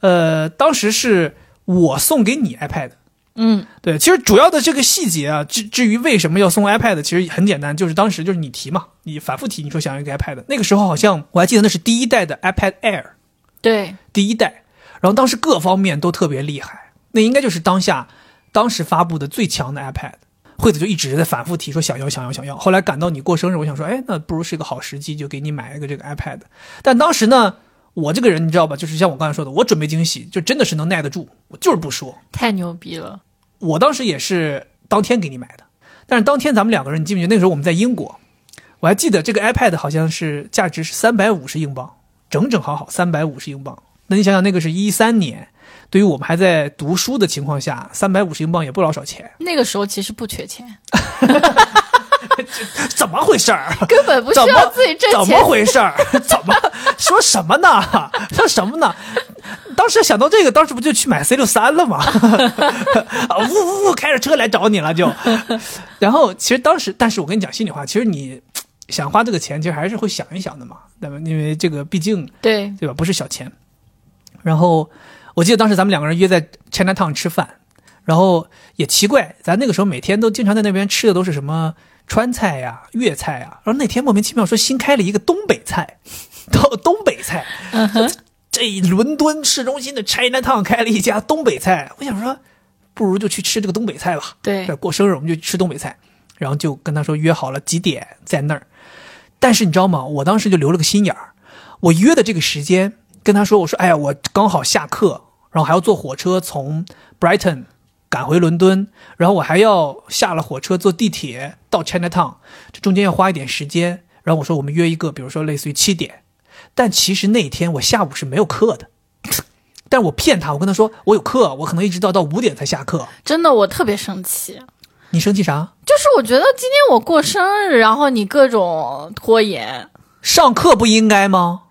Speaker 1: 呃，当时是我送给你 iPad，
Speaker 2: 嗯，
Speaker 1: 对，其实主要的这个细节啊，至至于为什么要送 iPad，其实很简单，就是当时就是你提嘛，你反复提，你说想要一个 iPad，那个时候好像我还记得那是第一代的 iPad Air，
Speaker 2: 对，
Speaker 1: 第一代，然后当时各方面都特别厉害，那应该就是当下当时发布的最强的 iPad。惠子就一直在反复提说想要想要想要，后来赶到你过生日，我想说，哎，那不如是一个好时机，就给你买一个这个 iPad。但当时呢，我这个人你知道吧，就是像我刚才说的，我准备惊喜，就真的是能耐得住，我就是不说，
Speaker 2: 太牛逼了，
Speaker 1: 我当时也是当天给你买的，但是当天咱们两个人，你记不记得那个时候我们在英国？我还记得这个 iPad 好像是价值是三百五十英镑，整整好好三百五十英镑。那你想想，那个是一三年，对于我们还在读书的情况下，三百五十英镑也不老少钱，
Speaker 2: 那个时候其实不 缺钱，
Speaker 1: 怎么回事儿？
Speaker 2: 根本不需
Speaker 1: 怎么
Speaker 2: 要自己挣
Speaker 1: 怎
Speaker 2: 钱
Speaker 1: 么，回事儿？ 怎么说什么呢？说什么呢？当时想到这个，当时不就去买 C 六三了吗？啊呜呜呜，开着车来找你了就。然后其实当时，但是我跟你讲心里话，其实你想花这个钱，其实还是会想一想的嘛，对吧？因为这个毕竟
Speaker 2: 对，
Speaker 1: 对吧？不是小钱。然后我记得当时咱们两个人约在 China Town 吃饭，然后也奇怪，咱那个时候每天都经常在那边吃的都是什么川菜呀、粤菜呀，然后那天莫名其妙说新开了一个东北菜，到东北菜，
Speaker 2: 嗯哼，
Speaker 1: 这伦敦市中心的 China Town 开了一家东北菜，我想说，不如就去吃这个东北菜吧。
Speaker 2: 对
Speaker 1: 对，，过生日我们就吃东北菜，然后就跟他说约好了几点在那儿。但是你知道吗？我当时就留了个心眼儿，我约的这个时间跟他说，我说哎呀，我刚好下课，然后还要坐火车从 Brighton 赶回伦敦，然后我还要下了火车坐地铁到 Chinatown，这中间要花一点时间。然后我说我们约一个，比如说类似于七点，但其实那天我下午是没有课的。但我骗他，我跟他说我有课，我可能一直到到五点才下课。
Speaker 2: 真的我特别生气，
Speaker 1: 你生气啥？
Speaker 2: 就是我觉得今天我过生日，然后你各种拖延，
Speaker 1: 上课不应该吗？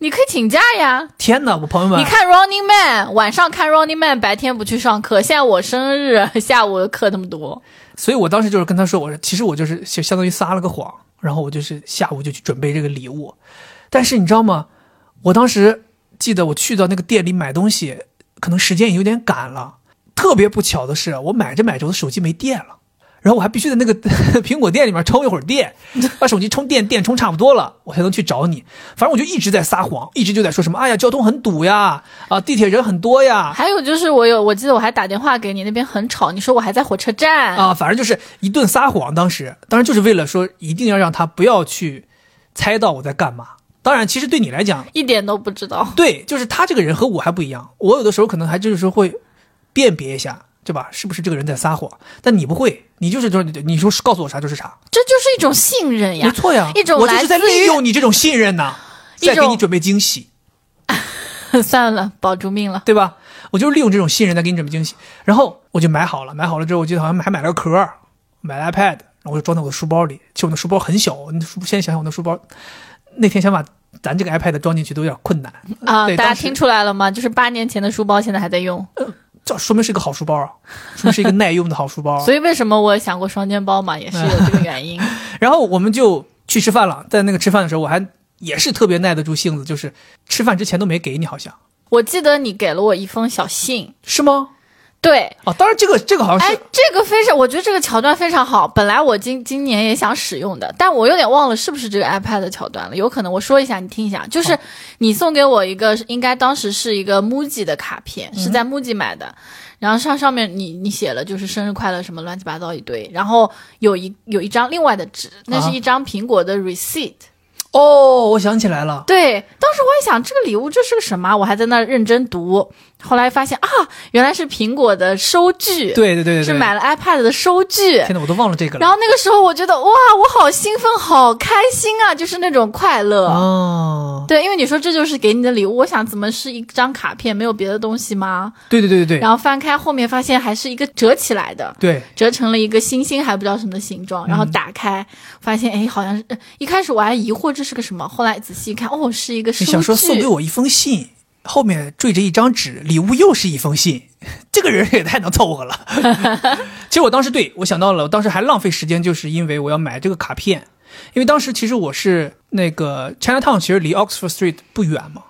Speaker 2: 你可以请假呀。
Speaker 1: 天哪，我朋友们
Speaker 2: 你，看 Running Man，晚上看 Running Man，白天不去上课。现在我生日， 下午课那么多，
Speaker 1: 所以我当时就是跟他说，我说其实我就是就相当于撒了个谎，然后我就是下午就去准备这个礼物，但是你知道吗？我当时记得我去到那个店里买东西，可能时间也有点赶了。特别不巧的是，我买着买着我的手机没电了，然后我还必须在那个 苹果店里面充一会儿电，把手机充电，电充差不多了，我才能去找你。反正我就一直在撒谎，一直就在说什么，哎呀，交通很堵呀，啊，地铁人很多呀，啊
Speaker 2: 还有就是，我有，我记得我还打电话给你，那边很吵，你说我还在火车站。
Speaker 1: 啊，反正就是一顿撒谎。当时，当然就是为了说一定要让他不要去猜到我在干嘛。当然，其实对你来讲，
Speaker 2: 一点都不知道，
Speaker 1: 对，就是他这个人和我还不一样。我有的时候可能还就是说会辨别一下，对吧？是不是这个人在撒谎？但你不会，你就是就是你说告诉我啥就是啥，
Speaker 2: 这就是一种信任
Speaker 1: 没
Speaker 2: 呀，
Speaker 1: 错呀。
Speaker 2: 一种
Speaker 1: 我就是
Speaker 2: 来
Speaker 1: 在
Speaker 2: 自
Speaker 1: 利
Speaker 2: 于
Speaker 1: 用你这种信任呐、
Speaker 2: 一
Speaker 1: 在给你
Speaker 2: 种
Speaker 1: 准备惊喜。
Speaker 2: 算了，保住命了。
Speaker 1: 对吧？我就是利用这种信任在给你准备惊喜。然后我就买好了，买好了之后，我记得好像还买了个壳儿，买了 iPad，然后我就装在我的书包里。其实我的书包很小，我那书现在想想我的书包，那天想把咱这个 iPad 装进去都有点困难，
Speaker 2: 啊、
Speaker 1: 对
Speaker 2: 大家
Speaker 1: 当时
Speaker 2: 听出来了吗？就是八年前的书包，现在还在用。
Speaker 1: 这说明是一个好书包 啊，说明是一个耐用的好书包啊。
Speaker 2: 所以为什么我想过双肩包嘛，也是有这个原 因。
Speaker 1: 然后我们就去吃饭了，在那个吃饭的时候，我还也是特别耐得住性子，就是吃饭之前都没给你，好像
Speaker 2: 我记得你给了我一封小信，
Speaker 1: 是吗？
Speaker 2: 对，
Speaker 1: 哦，当然这个这个好像
Speaker 2: 哎
Speaker 1: 是，
Speaker 2: 这个非常，我觉得这个桥段非常好。本来我今今年也想使用的，但我有点忘了是不是这个 iPad 的桥段了。有可能我说一下，你听一下。就是你送给我一个，应该当时是一个 MUJI 的卡片，是
Speaker 1: 嗯
Speaker 2: 在 MUJI 买的。然后上上面你你写了就是生日快乐什么乱七八糟一堆，然后有一有一张另外的纸，那
Speaker 1: 啊
Speaker 2: 是一张苹果的 receipt。
Speaker 1: 哦，我想起来了，
Speaker 2: 对，当时我还想这个礼物这是个什么啊，我还在那儿认真读，后来发现啊，原来是苹果的收据，
Speaker 1: 对对对对对，
Speaker 2: 是买了 iPad 的收据。
Speaker 1: 天哪，我都忘了这个了
Speaker 2: 然。后那个时候我觉得哇，我好兴奋，好开心啊，就是那种快乐。
Speaker 1: 哦，
Speaker 2: 对，因为你说这就是给你的礼物，我想怎么是一张卡片，没有别的东西吗？
Speaker 1: 对对对对对
Speaker 2: 然后翻开后面发现还是一个折起来的，
Speaker 1: 对，
Speaker 2: 折成了一个星星，还不知道什么形
Speaker 1: 嗯
Speaker 2: 状。然后打开，发现哎，好像是一开始我还疑惑这是个什么，后来仔细一看，哦，是一个
Speaker 1: 你
Speaker 2: 收据。
Speaker 1: 想说送给我一封信，后面缀着一张纸，礼物又是一封信， 这个人也太能凑合 了。其实我当时对我想到了，我当时还浪费时间，就是因为我要买这个卡片，因为当时其实我是那个 Chinatown，其实离 Oxford Street 不远嘛，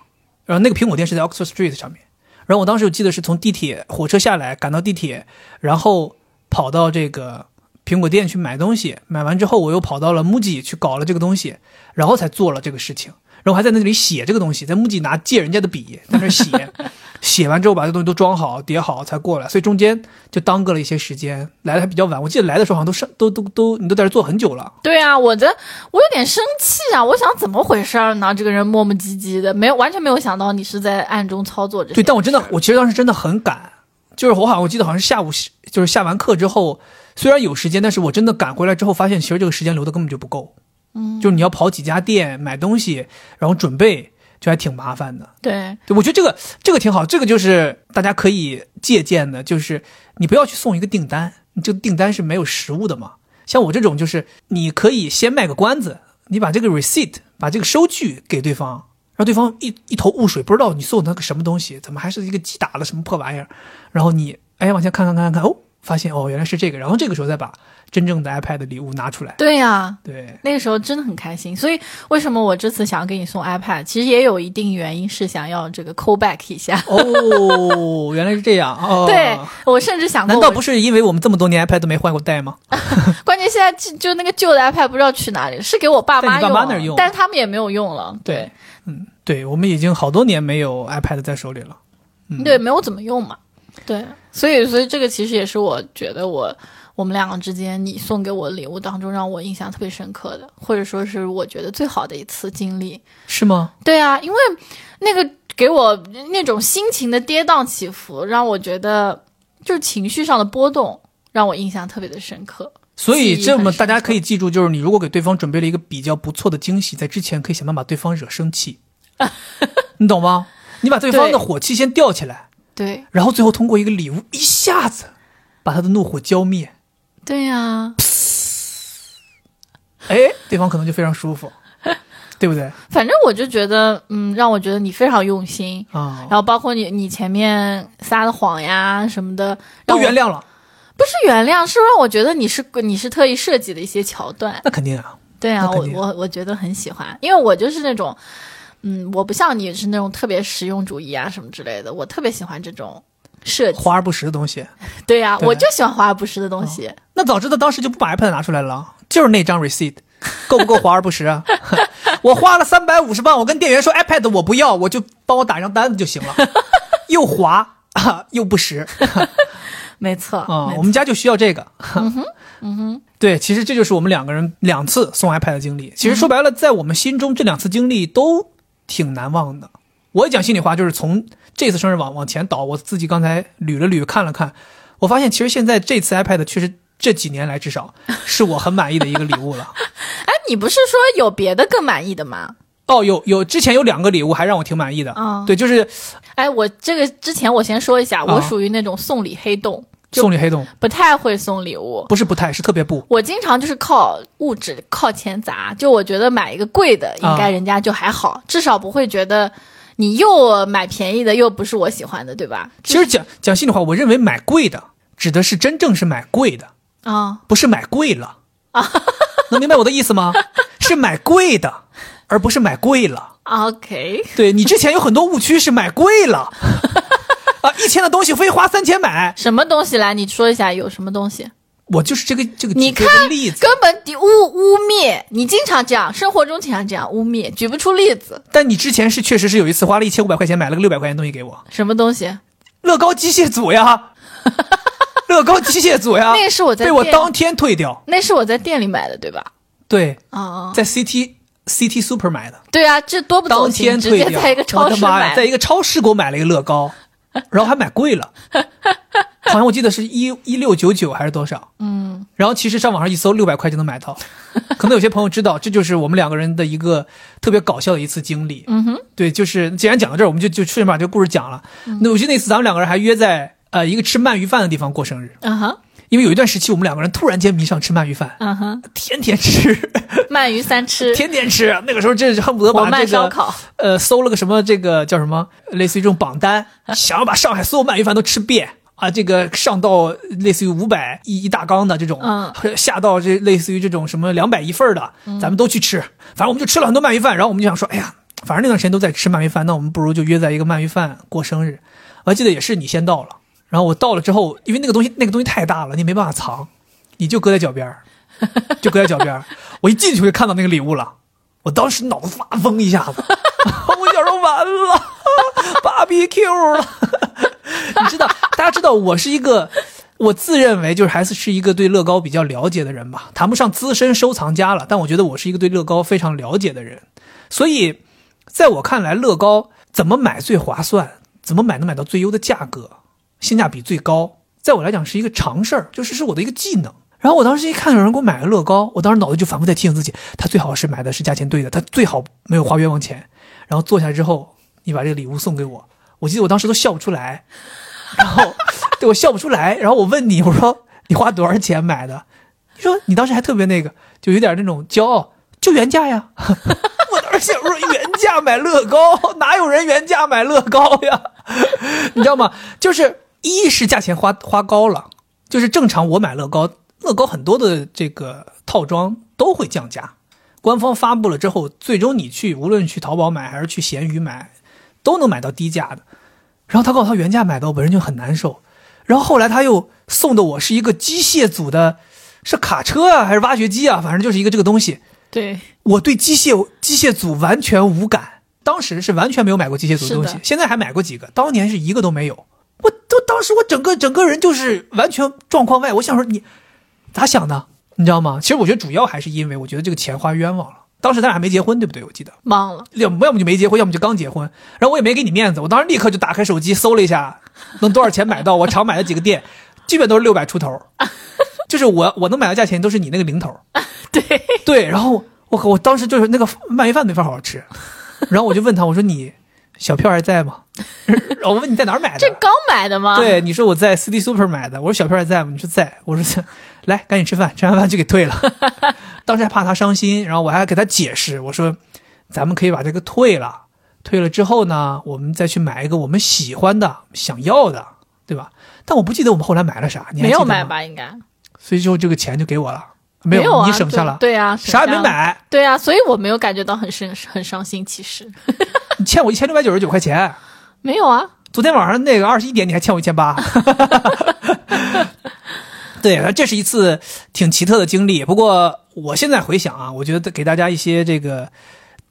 Speaker 1: 然后那个苹果店是在 Oxford Street 上面，然后我当时我记得是从地铁火车下来，赶到地铁，然后跑到这个苹果店去买东西，买完之后我又跑到了 MUJI 去搞了这个东西，然后才做了这个事情。然后还在那里写这个东西，在木吉拿借人家的笔在那儿写，写完之后把这东西都装好叠好才过来，所以中间就耽搁了一些时间，来的还比较晚。我记得来的时候好像都上都都都你都在这坐很久了，
Speaker 2: 对啊，我的我有点生气啊！我想怎么回事儿呢？这个人磨磨唧唧的，没有完全没有想到你是在暗中操作这些。
Speaker 1: 对，但我真的我其实当时真的很赶，就是我好像我记得好像是下午就是下完课之后，虽然有时间，但是我真的赶回来之后发现，其实这个时间留的根本就不够，嗯，就是你要跑几家店买东西，然后准备，就还挺麻烦的。
Speaker 2: 对
Speaker 1: 对，我觉得这个这个挺好，这个就是大家可以借鉴的，就是你不要去送一个订单，你这个订单是没有实物的嘛。像我这种就是，你可以先卖个关子，你把这个 receipt，把这个收据给对方，让对方一一头雾水，不知道你送他个什么东西，怎么还是一个击打的什么破玩意儿，然后你哎往前看看看看看，哦，发现哦原来是这个，然后这个时候再把真正的 iPad 礼物拿出来，
Speaker 2: 对呀、
Speaker 1: 对，
Speaker 2: 那个时候真的很开心。所以为什么我这次想要给你送 iPad，其实也有一定原因是想要这个 call back 一下。
Speaker 1: 哦，原来是这样，哦，
Speaker 2: 对我甚至想过
Speaker 1: 难
Speaker 2: 我，
Speaker 1: 道不是因为我们这么多年 iPad 都没换过代吗？
Speaker 2: 关键现在就就那个旧的 iPad 不知道去哪里了，是给我爸妈
Speaker 1: 在
Speaker 2: 用，
Speaker 1: 你爸妈那儿用
Speaker 2: 但是他们也没有用了。
Speaker 1: 对，嗯，对，我们已经好多年没有 iPad 在手里了。嗯
Speaker 2: 对，没有怎么用嘛。对，所以所以这个其实也是我觉得我我们两个之间你送给我的礼物当中让我印象特别深刻的，或者说是我觉得最好的一次经历。
Speaker 1: 是吗？
Speaker 2: 对啊，因为那个给我那种心情的跌宕起伏，让我觉得就是情绪上的波动，让我印象特别的深刻。
Speaker 1: 所以
Speaker 2: 记忆
Speaker 1: 这么
Speaker 2: 很深
Speaker 1: 大家可以记住，就是你如果给对方准备了一个比较不错的惊喜，在之前可以想办法把对方惹生 气，你懂吗？你把对方的
Speaker 2: 对
Speaker 1: 火气先吊起来，
Speaker 2: 对
Speaker 1: 然后最后通过一个礼物一下子把他的怒火浇 灭，
Speaker 2: 对啊呀、
Speaker 1: 哎，对方可能就非常舒服，对 不对？
Speaker 2: 反正我就觉得，嗯，让我觉得你非常用心，
Speaker 1: 啊、
Speaker 2: 然后包括你你前面撒的谎呀什么的，
Speaker 1: 都
Speaker 2: 让我
Speaker 1: 原谅了，
Speaker 2: 不是原谅，是让我觉得你是你是特意设计的一些桥段。
Speaker 1: 那肯定啊，
Speaker 2: 对啊，
Speaker 1: 那肯
Speaker 2: 我
Speaker 1: 定
Speaker 2: 我我觉得很喜欢，因为我就是那种，嗯，我不像你是那种特别实用主义啊什么之类的，我特别喜欢这种设计。
Speaker 1: 华而不实的东西。
Speaker 2: 对呀、
Speaker 1: 对哦
Speaker 2: 我就喜欢华而不实的东西。
Speaker 1: 那早知道当时就不把 iPad 拿出来了，就是那张 receipt，够不够华而不实啊？ 我花了三百五十磅，我跟店员说 iPad 我不要，我就帮我打张单子就行了， 又滑。啊，又不实
Speaker 2: 没错，
Speaker 1: 啊、
Speaker 2: 没
Speaker 1: 我
Speaker 2: 错
Speaker 1: 们家就需要这个。嗯哼，嗯哼，对，其实这就是我们两个人两次送 iPad 的经历。其实说白了，在我们心中，这两次经历都挺难忘的。我也讲心里话，就是从这次生日往往前倒，我自己刚才捋了捋，看了看，我发现其实现在这次 iPad 确实这几年来至少 是我很满意的一个礼物了。
Speaker 2: 哎，你不是说有别的更满意的吗？
Speaker 1: 哦，有有之前有两个礼物还让我挺满意的，
Speaker 2: 嗯
Speaker 1: 对，就是
Speaker 2: 哎，我这个之前我先说一下，
Speaker 1: 啊
Speaker 2: 我属于那种送礼黑洞，就
Speaker 1: 送礼黑洞，
Speaker 2: 不太会送礼物。
Speaker 1: 不是不太，是特别不。
Speaker 2: 我经常就是靠物质、靠钱砸，就我觉得买一个贵的，
Speaker 1: 啊
Speaker 2: 应该人家就还好，至少不会觉得你又买便宜的，又不是我喜欢的，对吧？
Speaker 1: 其实讲讲心里话，我认为买贵的指的是真正是买贵的，
Speaker 2: 啊、
Speaker 1: 不是买贵了能明白我的意思 吗？是买贵的，而不是买贵了。
Speaker 2: o k
Speaker 1: 对你之前有很多误区是买贵 了啊，一千的东西非花三千买，
Speaker 2: 什么东西来？你说一下有什么东西？
Speaker 1: 我就是这个这个
Speaker 2: 你
Speaker 1: 举这个例子。
Speaker 2: 根本你污污蔑，你经常这样，生活中经常这样污蔑，举不出例子。
Speaker 1: 但你之前是确实是有一次花了一千五百块钱买了个六百块钱的东西给我，
Speaker 2: 什么东西？
Speaker 1: 乐高机械组 呀，乐高机械组呀，
Speaker 2: 那个是我在
Speaker 1: 被我
Speaker 2: 店
Speaker 1: 当天退掉。
Speaker 2: 那是我在店里买的，对吧？
Speaker 1: 对，
Speaker 2: 啊、
Speaker 1: 在 CT CT Super 买的。
Speaker 2: 对啊，这多不走
Speaker 1: 当
Speaker 2: 心，
Speaker 1: 天
Speaker 2: 直
Speaker 1: 退
Speaker 2: 接
Speaker 1: 掉，
Speaker 2: 在一个超
Speaker 1: 我的
Speaker 2: 市
Speaker 1: 妈呀
Speaker 2: 买
Speaker 1: 在一个超市给我买了一个乐 高，然后还买贵了，好像我记得是一一六九九还是多少，嗯，然后其实上网上一搜六百块就能买到，可能有些朋友知道，这就是我们两个人的一个特别搞笑的一次经历，嗯哼，对，就是既然讲到这儿，我们就就顺便
Speaker 2: 嗯
Speaker 1: 把这个故事讲了。那我记得那次咱们两个人还约在呃一个吃鳗鱼饭的地方过生日，
Speaker 2: 嗯哼，
Speaker 1: 因为有一段时期我们两个人突然间迷上吃鳗鱼饭，
Speaker 2: 嗯哼，
Speaker 1: 天天吃，
Speaker 2: 鳗鱼三吃，
Speaker 1: 天天吃。那个时候真是恨不得
Speaker 2: 我
Speaker 1: 把
Speaker 2: 卖
Speaker 1: 这
Speaker 2: 烧
Speaker 1: 个
Speaker 2: 烤，
Speaker 1: 呃搜了个什么这个叫什么，类似于这种榜单，想要把上海所有鳗鱼饭都吃遍。啊，这个上到类似于五百一一大缸的这种，
Speaker 2: 嗯
Speaker 1: 下到这类似于这种什么两百一份儿的，咱们都去吃。反正我们就吃了很多鳗鱼饭，然后我们就想说，哎呀，反正那段时间都在吃鳗鱼饭，那我们不如就约在一个鳗鱼饭过生日。我还记得也是你先到了，然后我到了之后，因为那个东西那个东西太大了，你没办法藏，你就搁在脚边儿，就搁在脚边儿。我一进去我就看到那个礼物了，我当时脑子发疯一下子，我想说完了 ，BBQ 了。 你知道，大家知道我是一个，我自认为就是还是是一个对乐高比较了解的人吧，谈不上资深收藏家了，但我觉得我是一个对乐高非常了解的人，所以在我看来，乐高怎么买最划算，怎么买能买到最优的价格，性价比最高，在我来讲是一个常事儿，就是是我的一个技能。然后我当时一看有人给我买了乐高，我当时脑子就反复在提醒自己，他最好是买的是价钱对的，他最好没有花冤枉钱。然后坐下来之后，你把这个礼物送给我，我记得我当时都笑不出来，然后对我笑不出来，然后我问你，我说你花多少钱买的？你说你当时还特别那个，就有点那种骄傲，就原价呀。 我当时想说原价买乐高，哪有人原价买乐高呀？ 你知道吗？就是一是价钱花花高了，就是正常我买乐高，乐高很多的这个套装都会降价。官方发布了之后，最终你去无论去淘宝买还是去闲鱼买，都能买到低价的。然后他告诉他原价买的，我本身就很难受。然后后来他又送的我是一个机械组的，是卡车啊还是挖掘机啊，反正就是一个这个东西。
Speaker 2: 对，
Speaker 1: 我对机械机械组完全无感，当时是完全没有买过机械组的东
Speaker 2: 是
Speaker 1: 西
Speaker 2: 的，
Speaker 1: 现在还买过几个，当年是一个都没有。我都当时我整个整个人就是完全状况外，我想说你咋想的，你知道吗？其实我觉得主要还是因为我觉得这个钱花冤枉了。当时咱俩还没结婚，对不对？我记得，
Speaker 2: 忘了，
Speaker 1: 要么要么就没结婚，要么就刚结婚。然后我也没给你面子，我当时立刻就打开手机搜了一下，能多少钱买到？我常买的几个店，基本都是六百出头，就是我我能买到价钱都是你那个零头。
Speaker 2: 对，
Speaker 1: 对，然后我靠，我当时就是那个鳗鱼饭没法好好吃，然后我就问他，我说你小票还在吗？然后我问你在哪儿买的？
Speaker 2: 这刚买的吗？，
Speaker 1: 对，你说我在 City Super 买的，我说小票还在吗？你说在，我说在，来赶紧吃饭，吃完饭就给退 了。当时还怕他伤心，然后我还给他解释，我说咱们可以把这个退了，退了之后呢，我们再去买一个我们喜欢的、想要的，对吧？但我不记得我们后来买了啥，你还
Speaker 2: 没有
Speaker 1: 记得
Speaker 2: 买
Speaker 1: 吗？
Speaker 2: 吧？应该
Speaker 1: 所以就这个钱就给我了，没
Speaker 2: 有啊，
Speaker 1: 你省下了，
Speaker 2: 对对啊，省
Speaker 1: 啥也
Speaker 2: 下
Speaker 1: 没
Speaker 2: 了。
Speaker 1: 买。
Speaker 2: 对啊，所以我没有感觉到很伤很伤心。其实
Speaker 1: 你欠我一千六百九十九块钱。
Speaker 2: 没有啊，
Speaker 1: 昨天晚上那个二十一点你还欠我一千八。 对，这是一次挺奇特的经历。不过我现在回想啊，我觉得给大家一些这个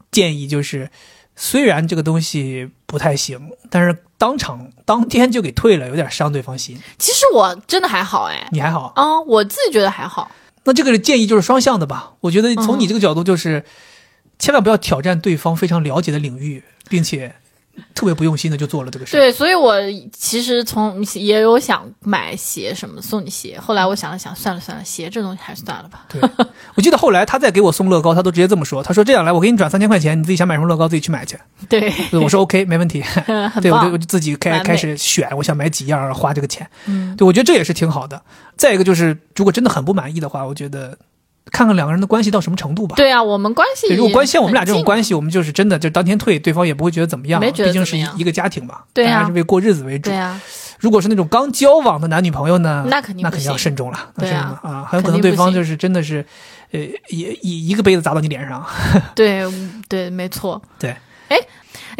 Speaker 1: 建议，就是虽然这个东西不太行，但是当场当天就给退了，有点伤对方心。
Speaker 2: 其实我真的还好哎，
Speaker 1: 你还好？
Speaker 2: 啊、我自己觉得还好。
Speaker 1: 那这个建议就是双向的吧？我觉得从你这个角度，就是、千万不要挑战对方非常了解的领域，并且特别不用心的就做了这个事儿。
Speaker 2: 对，所以我其实从也有想买鞋什么送你鞋，后来我想了想，算了算了，鞋这东西还是算了吧。
Speaker 1: 对，我记得后来他再给我送乐高，他都直接这么说，他说这样来，我给你转三千块钱，你自己想买什么乐高自己去买去。
Speaker 2: 对，
Speaker 1: 对我 说 OK，没问题。
Speaker 2: 很
Speaker 1: 对，我就我
Speaker 2: 棒
Speaker 1: 就。自己开
Speaker 2: 完美
Speaker 1: 开始选，我想买几样，花这个钱。
Speaker 2: 嗯，
Speaker 1: 对，我觉得这也是挺好的。再一个就是，如果真的很不满意的话，我觉得看看两个人的关系到什么程度吧。
Speaker 2: 对啊，我们关系
Speaker 1: 对，如果关系像我们俩这种
Speaker 2: 系，
Speaker 1: 关系，我们就是真的就当天退，对方也不会觉得怎么样，
Speaker 2: 没觉得
Speaker 1: 毕竟是
Speaker 2: 怎么
Speaker 1: 一
Speaker 2: 样
Speaker 1: 一个家庭嘛，
Speaker 2: 对啊
Speaker 1: 大家是为过日子为主
Speaker 2: 对。啊，
Speaker 1: 如果是那种刚交往的男女朋友呢，
Speaker 2: 那肯定
Speaker 1: 那
Speaker 2: 不
Speaker 1: 肯定要
Speaker 2: 行
Speaker 1: 慎重了，那
Speaker 2: 对
Speaker 1: 慎重
Speaker 2: 啊
Speaker 1: 了啊，很有可
Speaker 2: 肯
Speaker 1: 能
Speaker 2: 定
Speaker 1: 对
Speaker 2: 不
Speaker 1: 方
Speaker 2: 行
Speaker 1: 就是真的是，呃，也一一个杯子砸到你脸上，
Speaker 2: 对嗯对，没错。
Speaker 1: 对，
Speaker 2: 哎，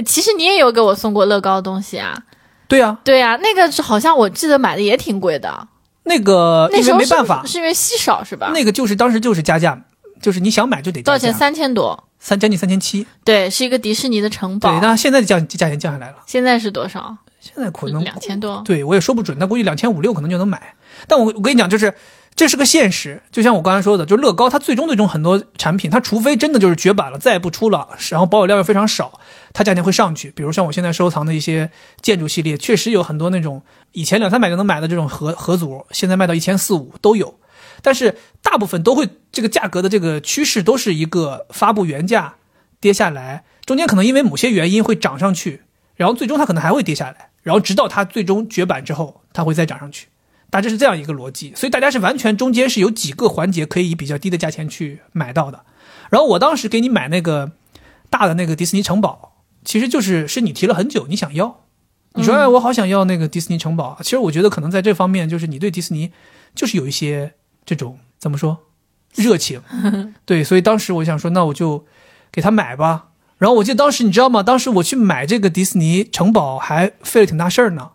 Speaker 2: 其实你也有给我送过乐高的东西啊。
Speaker 1: 对啊，
Speaker 2: 对啊，那个是好像我记得买的也挺贵的，
Speaker 1: 那个
Speaker 2: 那
Speaker 1: 呃因
Speaker 2: 时
Speaker 1: 为
Speaker 2: 候
Speaker 1: 没
Speaker 2: 是
Speaker 1: 办法，
Speaker 2: 是因为稀少是吧？
Speaker 1: 那个就是当时就是加价，就是你想买就得
Speaker 2: 多
Speaker 1: 加
Speaker 2: 少钱？
Speaker 1: 价，
Speaker 2: 三千多。
Speaker 1: 三将近三千七，
Speaker 2: 对，是一个迪士尼的城堡
Speaker 1: 对，。那现在的价价钱降下来了，
Speaker 2: 现在是多少？
Speaker 1: 现在可能
Speaker 2: 两千多。
Speaker 1: 对我也说不准，但估计两千五六可能就能买。但我我跟你讲，就是这是个现实，就像我刚才说的，就乐高它最终最终很多产品，它除非真的就是绝版了，再也不出了，然后保有量又非常少，它价钱会上去。比如像我现在收藏的一些建筑系列，确实有很多那种以前两三百就能买的这种合合组，现在卖到一千四五都有。但是大部分都会这个价格的这个趋势都是一个发布原价跌下来，中间可能因为某些原因会涨上去，然后最终它可能还会跌下来，然后直到它最终绝版之后，它会再涨上去。大致是这样一个逻辑，所以大家是完全中间是有几个环节可以以比较低的价钱去买到的。然后我当时给你买那个大的那个迪士尼城堡，其实就是是你提了很久，你想要，你说哎，我好想要那个迪士尼城堡啊。其实我觉得可能在这方面，就是你对迪士尼就是有一些这种怎么说热情，对，所以当时我想说，那我就给他买吧。然后我记得当时你知道吗？当时我去买这个迪士尼城堡还费了挺大事儿呢，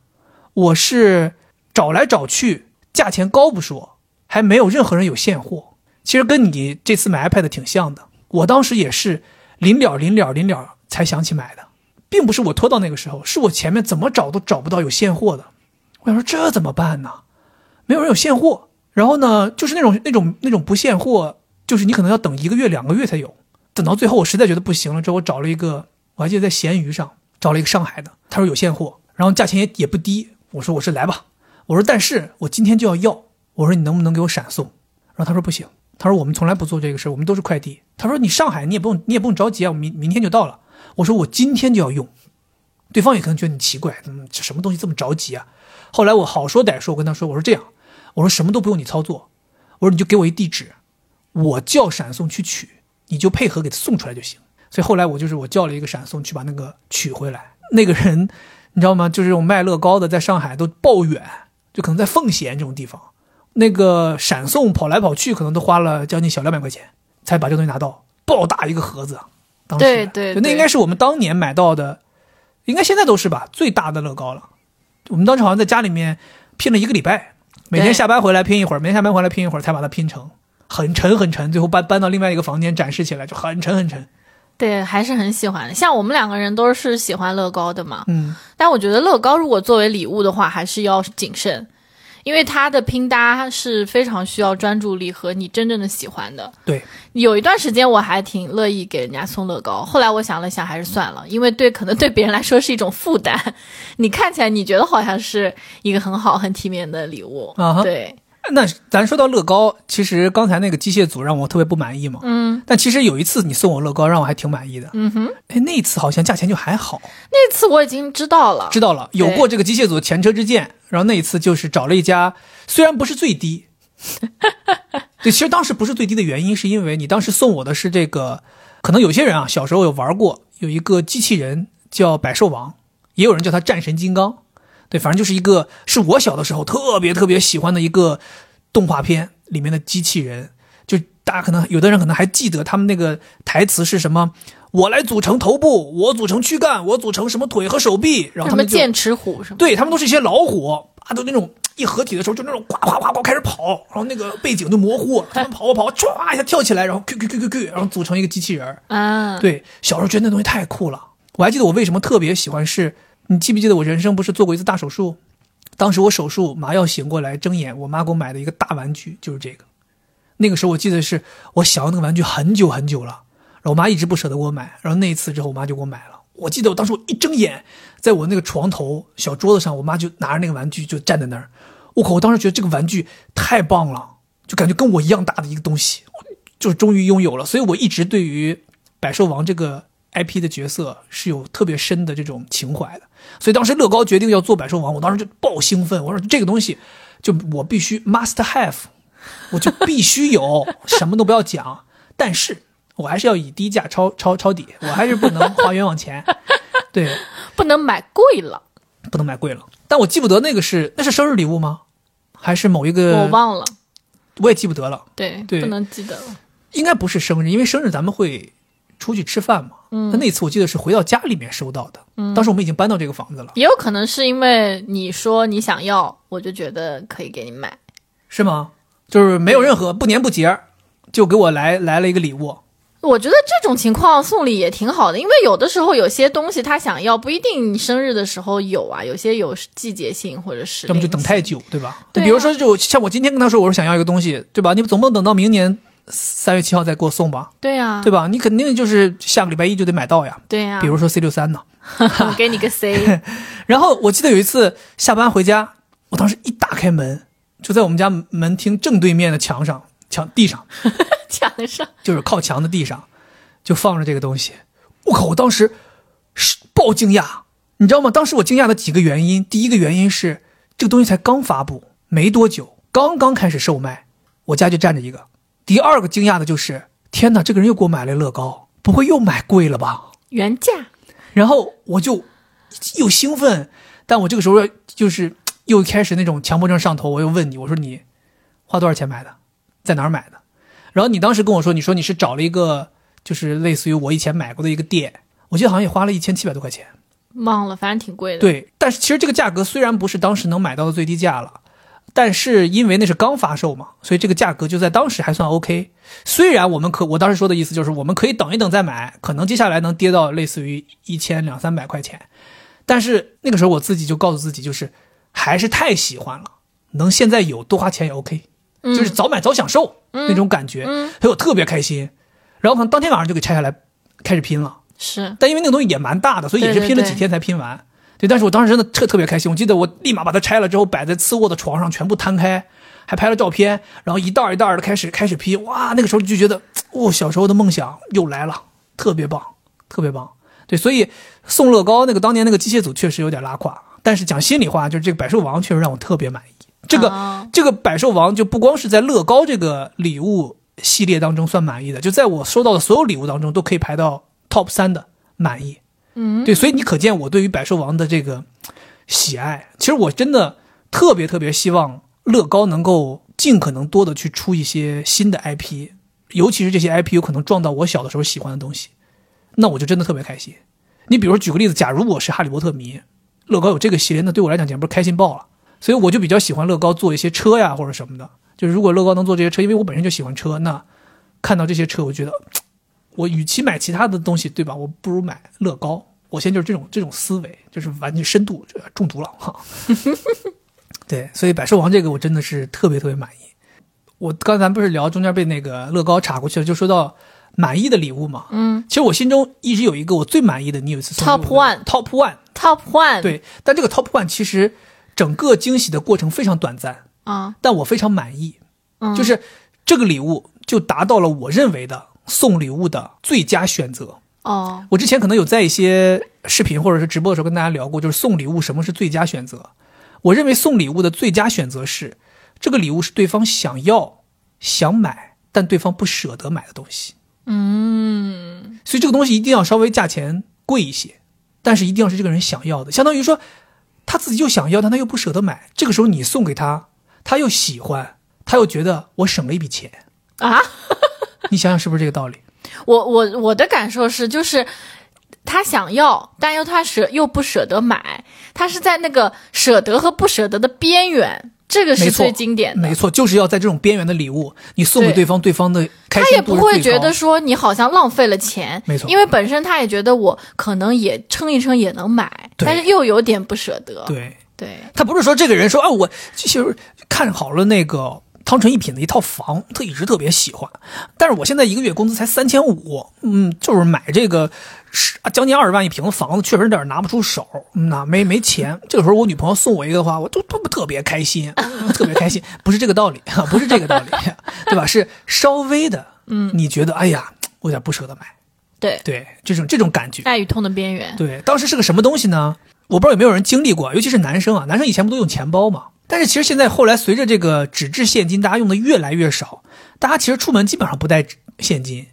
Speaker 1: 我是找来找去，价钱高不说，还没有任何人有现货。其实跟你这次买 iPad 挺像的，我当时也是临了临了临了才想起买的，并不是我拖到那个时候，是我前面怎么找都找不到有现货的。我想说这怎么办呢？没有人有现货，然后呢，就是那种那种那种不现货，就是你可能要等一个月两个月才有。等到最后，我实在觉得不行了之后，我找了一个，我还记得在闲鱼上找了一个上海的，他说有现货，然后价钱也也不低。我说我说来吧，我说但是我今天就要要，我说你能不能给我闪送？然后他说不行，他说我们从来不做这个事儿，我们都是快递。他说你上海你也不用你也不用着急啊，我明明天就到了。我说我今天就要用，对方也可能觉得你奇怪，怎么这什么东西这么着急啊？后来我好说歹说，我跟他说我说这样，我说什么都不用你操作，我说你就给我一地址，我叫闪送去取。你就配合给他送出来就行。所以后来我就是我叫了一个闪送去把那个取回来。那个人你知道吗？就是这种卖乐高的，在上海都抱远，就可能在奉贤这种地方，那个闪送跑来跑去，可能都花了将近小两百块钱才把这东西拿到，爆大一个盒子。当时
Speaker 2: 对对对
Speaker 1: 那应该是我们当年买到的，应该现在都是吧，最大的乐高了。我们当时好像在家里面拼了一个礼拜，每天
Speaker 2: 对
Speaker 1: 下班回来拼一会儿，每天下班回来拼一会儿，才把它拼成，很沉很沉，最后搬搬到另外一个房间展示起来，就很沉很沉。
Speaker 2: 对，还是很喜欢的。像我们两个人都是喜欢乐高的嘛，
Speaker 1: 嗯，
Speaker 2: 但我觉得乐高如果作为礼物的话，还是要谨慎，因为它的拼搭是非常需要专注力和你真正的喜欢的。
Speaker 1: 对，
Speaker 2: 有一段时间我还挺乐意给人家送乐高，后来我想了想，还是算了，因为对可能对别人来说是一种负担。你看起来你觉得好像是一个很好很体面的礼物，
Speaker 1: 啊哈
Speaker 2: 对，
Speaker 1: 那咱说到乐高，其实刚才那个机械组让我特别不满意嘛。
Speaker 2: 嗯，
Speaker 1: 但其实有一次你送我乐高，让我还挺满意的。
Speaker 2: 嗯哼，
Speaker 1: 哎，那一次好像价钱就还好。
Speaker 2: 那次我已经知道了，
Speaker 1: 知道了，有
Speaker 2: 对
Speaker 1: 过这个机械组的前车之鉴。然后那一次就是找了一家，虽然不是最 低，对，其实当时不是最低的原因，是因为你当时送我的是这个，可能有些人啊小时候有玩过，有一个机器人叫百兽王，也有人叫它战神金刚，对，反正就是一个是我小的时候特别特别喜欢的一个动画片里面的机器人，就大家可能有的人可能还记得他们那个台词是什么。我来组成头部，我组成躯干，我组成什么腿和手臂，然后
Speaker 2: 什
Speaker 1: 他
Speaker 2: 么
Speaker 1: 们就
Speaker 2: 剑齿虎什么，
Speaker 1: 对他们都是一些老虎啊，都那种一合体的时候就那种呱呱呱呱开始跑，然后那个背景就模糊，他们跑啊跑，唰一下跳起来，然后 Q Q Q Q Q，然后组成一个机器人儿。
Speaker 2: 啊，
Speaker 1: 对，小时候觉得那东西太酷了。我还记得我为什么特别喜欢是，你记不记得我人生不是做过一次大手术？当时我手术麻药醒过来睁眼，我妈给我买的一个大玩具就是这个。那个时候我记得是我想要那个玩具很久很久了，然后我妈一直不舍得给我买，然后那一次之后我妈就给我买了。我记得我当时我一睁眼，在我那个床头小桌子上，我妈就拿着那个玩具就站在那儿。我靠！我当时觉得这个玩具太棒了，就感觉跟我一样大的一个东西，就是终于拥有了。所以我一直对于百兽王这个 IP 的角色是有特别深的这种情怀的。所以当时乐高决定要做百兽王，我当时就爆兴奋，我说这个东西就我必须 must have，我就必须有，什么都不要讲，但是我还是要以低价抄抄抄底，我还是不能花冤枉钱，对，
Speaker 2: 不能买贵了，
Speaker 1: 不能买贵了。但我记不得那个是那是生日礼物吗？还是某一个
Speaker 2: 我忘了，
Speaker 1: 我也记不得了，
Speaker 2: 对，
Speaker 1: 对
Speaker 2: 不能记得了。
Speaker 1: 应该不是生日，因为生日咱们会出去吃饭嘛。嗯，那那次我记得是回到家里面收到的。嗯，当时我们已经搬到这个房子了，
Speaker 2: 也有可能是因为你说你想要，我就觉得可以给你买。
Speaker 1: 是吗？就是没有任何不年不节儿，就给我来来了一个礼物。
Speaker 2: 我觉得这种情况送礼也挺好的，因为有的时候有些东西他想要不一定你生日的时候有啊，有些有季节性或者是
Speaker 1: 要么就等太久，对吧？
Speaker 2: 对啊
Speaker 1: 比如说，就像我今天跟他说，我说想要一个东西，对吧？你总不能等到明年三月七号再给我送吧，
Speaker 2: 对啊，
Speaker 1: 对吧？你肯定就是下个礼拜一就得买到呀。
Speaker 2: 对啊，
Speaker 1: 比如说 C 六三呢，
Speaker 2: 我给你 个 C，
Speaker 1: 然后我记得有一次下班回家，我当时一打开门，就在我们家门厅正对面的墙上、墙地上，
Speaker 2: 墙上
Speaker 1: 就是靠墙的地上，就放着这个东西。我靠！我当时是爆惊讶，你知道吗？当时我惊讶的几个原因，第一个原因是这个东西才刚发布，没多久，刚刚开始售卖，我家就站着一个。第二个惊讶的就是，天哪，这个人又给我买了乐高，不会又买贵了吧？
Speaker 2: 原价，
Speaker 1: 然后我就又兴奋，但我这个时候就是又开始那种强迫症上头，我又问你，我说你花多少钱买的，在哪儿买的？然后你当时跟我说，你说你是找了一个就是类似于我以前买过的一个店，我记得好像也花了一千七百多块钱。
Speaker 2: 忘了，反正挺贵的。
Speaker 1: 对，但是其实这个价格虽然不是当时能买到的最低价了，但是因为那是刚发售嘛，所以这个价格就在当时还算 OK。虽然我们可我当时说的意思就是我们可以等一等再买，可能接下来能跌到类似于一千两三百块钱，但是那个时候我自己就告诉自己，就是还是太喜欢了，能现在有多花钱也 OK，、就是
Speaker 2: 嗯
Speaker 1: 早买早享受、那种感觉，所以我特别开心。然后可能当天晚上就给拆下来，开始拼了。
Speaker 2: 是，
Speaker 1: 但因为那个东西也蛮大的，所以也是拼了几天才拼完。对但是我当时真的特特别开心，我记得我立马把它拆了之后摆在次卧的床上，全部摊开，还拍了照片，然后一袋儿一袋的开始开始拼。哇，那个时候就觉得，哦，小时候的梦想又来了，特别棒，特别棒。对，所以送乐高那个当年那个机械组确实有点拉胯，但是讲心里话，就是这个百兽王确实让我特别满意。这个、
Speaker 2: 哦
Speaker 1: 这个百兽王就不光是在乐高这个礼物系列当中算满意的，就在我收到的所有礼物当中都可以排到 top 三的满意。
Speaker 2: 嗯，
Speaker 1: 对，所以你可见我对于百兽王的这个喜爱。其实我真的特别特别希望乐高能够尽可能多的去出一些新的 IP，尤其是这些 IP 有可能撞到我小的时候喜欢的东西，那我就真的特别开心。你比如说举个例子，假如我是哈利波特迷，乐高有这个系列，那对我来讲简直不是开心爆了。所以我就比较喜欢乐高做一些车呀或者什么的。就是如果乐高能做这些车，因为我本身就喜欢车，那看到这些车，我觉得我与其买其他的东西，对吧？我不如买乐高。我现在就是这种这种思维，就是完全深度呃中毒了哈。 对，所以百兽王这个我真的是特别特别满意。我刚才不是聊中间被那个乐高岔过去了，就说到满意的礼物嘛。
Speaker 2: 嗯
Speaker 1: 其实我心中一直有一个我最满意的，你有一次送
Speaker 2: Top
Speaker 1: 给我的
Speaker 2: one
Speaker 1: top one，
Speaker 2: ，Top One，，
Speaker 1: 对，但这个 top one 其实整个惊喜的过程非常短暂，
Speaker 2: 啊，
Speaker 1: 但我非常满意，
Speaker 2: 嗯
Speaker 1: 就是这个礼物就达到了我认为的送礼物的最佳选择。
Speaker 2: 哦，
Speaker 1: 我之前可能有在一些视频或者是直播的时候跟大家聊过，就是送礼物什么是最佳选择。我认为送礼物的最佳选择是这个礼物是对方想要、想买，但对方不舍得买的东西。
Speaker 2: 嗯，
Speaker 1: 所以这个东西一定要稍微价钱贵一些，但是一定要是这个人想要的，相当于说他自己又想要，但他又不舍得买。这个时候你送给他，他又喜欢，他又觉得我省了一笔钱。
Speaker 2: 啊，
Speaker 1: 你想想是不是这个道理？
Speaker 2: 我我我的感受是，就是他想要，但又他舍又不舍得买，他是在那个舍得和不舍得的边缘，这个
Speaker 1: 没
Speaker 2: 是
Speaker 1: 错
Speaker 2: 最经典的
Speaker 1: 没。错，就是要在这种边缘的礼物，你送给
Speaker 2: 对
Speaker 1: 对方，对方的开
Speaker 2: 他
Speaker 1: 心
Speaker 2: 也
Speaker 1: 度
Speaker 2: 不
Speaker 1: 是
Speaker 2: 会
Speaker 1: 最
Speaker 2: 觉
Speaker 1: 高
Speaker 2: 得说你好像浪费了钱，
Speaker 1: 没错
Speaker 2: 因为本身他也觉得我可能也撑一撑也能买，
Speaker 1: 对
Speaker 2: 但是又有点不舍得。
Speaker 1: 对。
Speaker 2: 对
Speaker 1: 他不是说这个人说啊，我就是看好了那个汤臣一品的一套房，他一直特别喜欢，但是我现在一个月工资才三千五，嗯，就是买这个十啊将近二十万一平的房子，确实有点拿不出手，嗯呐、没没 钱。这个时候我女朋友送我一个的话，我就特特别开心，特别开心， 不是这个道理，不是这个道理， 对吧？是稍微的，嗯，你觉得哎呀，我有点不舍得买，
Speaker 2: 对，
Speaker 1: 对，这种这种感觉。
Speaker 2: 爱与痛的边缘。
Speaker 1: 对，当时是个什么东西呢？我不知道有没有人经历过，尤其是男生啊，男生以前不都用钱包嘛？但是其实现在后来随着这个纸质现金，大家用的越来越少，大家其实出门基本上不带纸现金，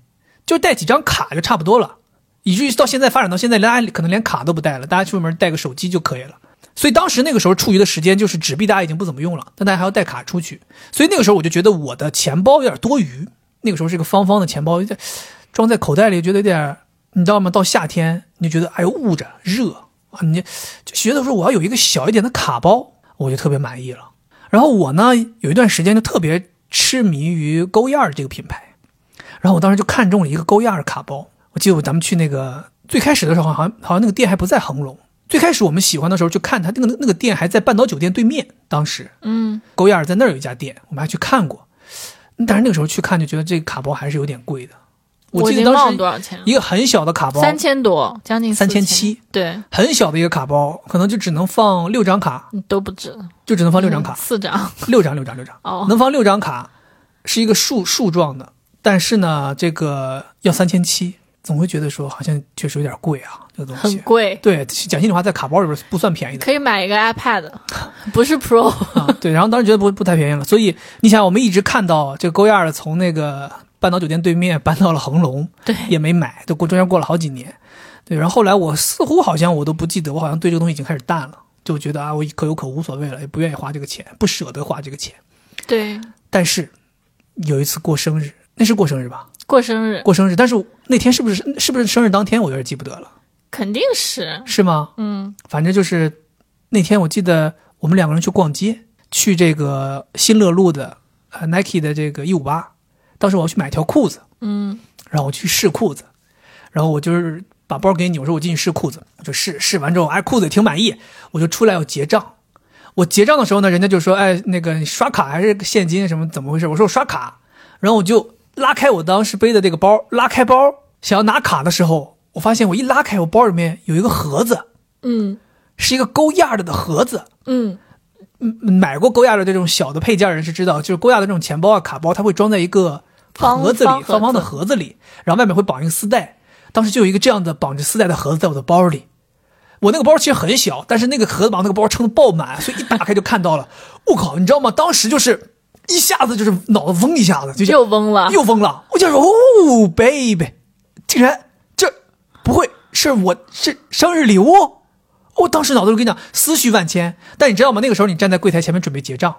Speaker 1: 就带几张卡就差不多了，以至于到现在发展到现在，大家可能连卡都不带了，大家出门带个手机就可以了。所以当时那个时候处于的时间就是纸币大家已经不怎么用了，但大家还要带卡出去，所以那个时候我就觉得我的钱包有点多余。那个时候是个方方的钱包，有点装在口袋里，觉得有点儿，你知道吗？到夏天你就觉得哎呦捂着热啊，你就觉得说我要有一个小一点的卡包，我就特别满意了。然后我呢有一段时间就特别痴迷于勾燕儿这个品牌，然后我当时就看中了一个勾燕儿卡包。我记得我咱们去那个最开始的时候，好像好像那个店还不在恒隆。最开始我们喜欢的时候，就看它那个那个店还在半岛酒店对面。当时
Speaker 2: 嗯，
Speaker 1: 狗眼儿在那儿有一家店，我们还去看过，但是那个时候去看就觉得这个卡包还是有点贵的。
Speaker 2: 我已
Speaker 1: 记得
Speaker 2: 经忘
Speaker 1: 当
Speaker 2: 了
Speaker 1: 时
Speaker 2: 多少钱了，
Speaker 1: 一个很小的卡包，
Speaker 2: 三千多，将近
Speaker 1: 三千
Speaker 2: 4000
Speaker 1: 七。
Speaker 2: 对，
Speaker 1: 很小的一个卡包，可能就只能放六张卡，
Speaker 2: 嗯都不止，
Speaker 1: 就只能放六张卡
Speaker 2: 嗯，四张。
Speaker 1: 六张六张六张，
Speaker 2: 哦
Speaker 1: 能放六张卡，是一个树树状的，但是呢，这个要三千七。总会觉得说好像确实有点贵啊，这个东
Speaker 2: 很
Speaker 1: 西。
Speaker 2: 贵，
Speaker 1: 对，讲心里话，在卡包里边不算便宜的
Speaker 2: 可以买一 个 iPad，不是 Pro，
Speaker 1: 啊。对，然后当时觉得不不太便宜了，所以你想，我们一直看到这个勾亚的从那个半岛酒店对面搬到了恒隆，
Speaker 2: 对，
Speaker 1: 也没买，都过中间过了好几年。对，然后后来我似乎好像我都不记得，我好像对这个东西已经开始淡了，就觉得啊，我可有可无所谓了，也不愿意花这个钱，不舍得花这个钱。
Speaker 2: 对，
Speaker 1: 但是有一次过生日，那是过生日吧？
Speaker 2: 过生日
Speaker 1: 过生日，但是那天是不是是不是生日当天，我有点记不得了，
Speaker 2: 肯定是，
Speaker 1: 是吗？
Speaker 2: 嗯，
Speaker 1: 反正就是那天我记得我们两个人去逛街，去这个新乐路的呃 Nike 的这个一五八，当时我要去买一条裤子，
Speaker 2: 嗯，
Speaker 1: 然后我去试裤子，然后我就是把包给你，我说我进去试裤子，我就试试完之后，哎，裤子也挺满意，我就出来要结账。我结账的时候呢，人家就说，哎，那个你刷卡还是现金什么怎么回事？我说我刷卡，然后我就拉开我当时背的这个包，拉开包想要拿卡的时候，我发现我一拉开，我包里面有一个盒子，
Speaker 2: 嗯
Speaker 1: 是一个勾压着的盒子。
Speaker 2: 嗯，
Speaker 1: 嗯买过勾压的这种小的配件人是知道，就是勾压的这种钱包啊、卡包，它会装在一个
Speaker 2: 方
Speaker 1: 盒子里，
Speaker 2: 方盒
Speaker 1: 方方的
Speaker 2: 子
Speaker 1: 盒子里，然后外面会绑一个丝带。当时就有一个这样的绑着丝带的盒子在我的包里，我那个包其实很小，但是那个盒子把那个包撑得爆满，所以一打开就看到了。我靠，你知道吗？当时就是一下子就是脑子嗡一下子，就
Speaker 2: 又懵了，
Speaker 1: 又疯了！我就说，哦，baby，竟然这不会是我是生日礼物？我当时脑子里跟你讲，思绪万千。但你知道吗？那个时候你站在柜台前面准备结账，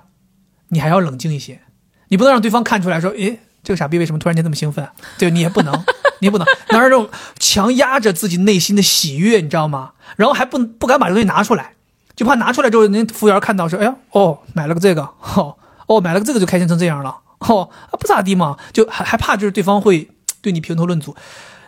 Speaker 1: 你还要冷静一些，你不能让对方看出来说，诶，这个傻逼为什么突然间这么兴奋？啊对你也不能，你也不能，拿着这种强压着自己内心的喜悦，你知道吗？然后还不不敢把这东西拿出来，就怕拿出来之后，人家服务员看到说，哎呀，哦，买了个这个，哦，哦，买了个这个就开心成这样了，哦，啊不咋地嘛，就还还怕就是对方会对你评头论足。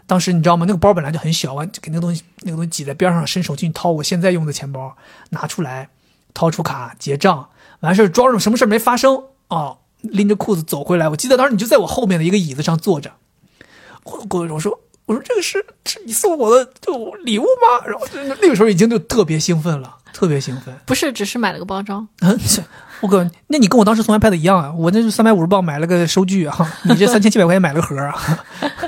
Speaker 1: 当时你知道吗？那个包本来就很小啊，就给那个东西那个东西挤在边上，伸手进去掏我现在用的钱包，拿出来，掏出卡结账，完事儿装着什么事儿没发生啊，拎着裤子走回来。我记得当时你就在我后面的一个椅子上坐着，我我我说我说这个是是你送我的就礼物吗？然后就那个时候已经就特别兴奋了，特别兴奋。
Speaker 2: 不是只是买了个包装，
Speaker 1: 嗯，这 我哥，那你跟我当时送 iPad 一样啊，我那是三百五十磅买了个收据啊， 你这三千七百块钱买了个盒啊，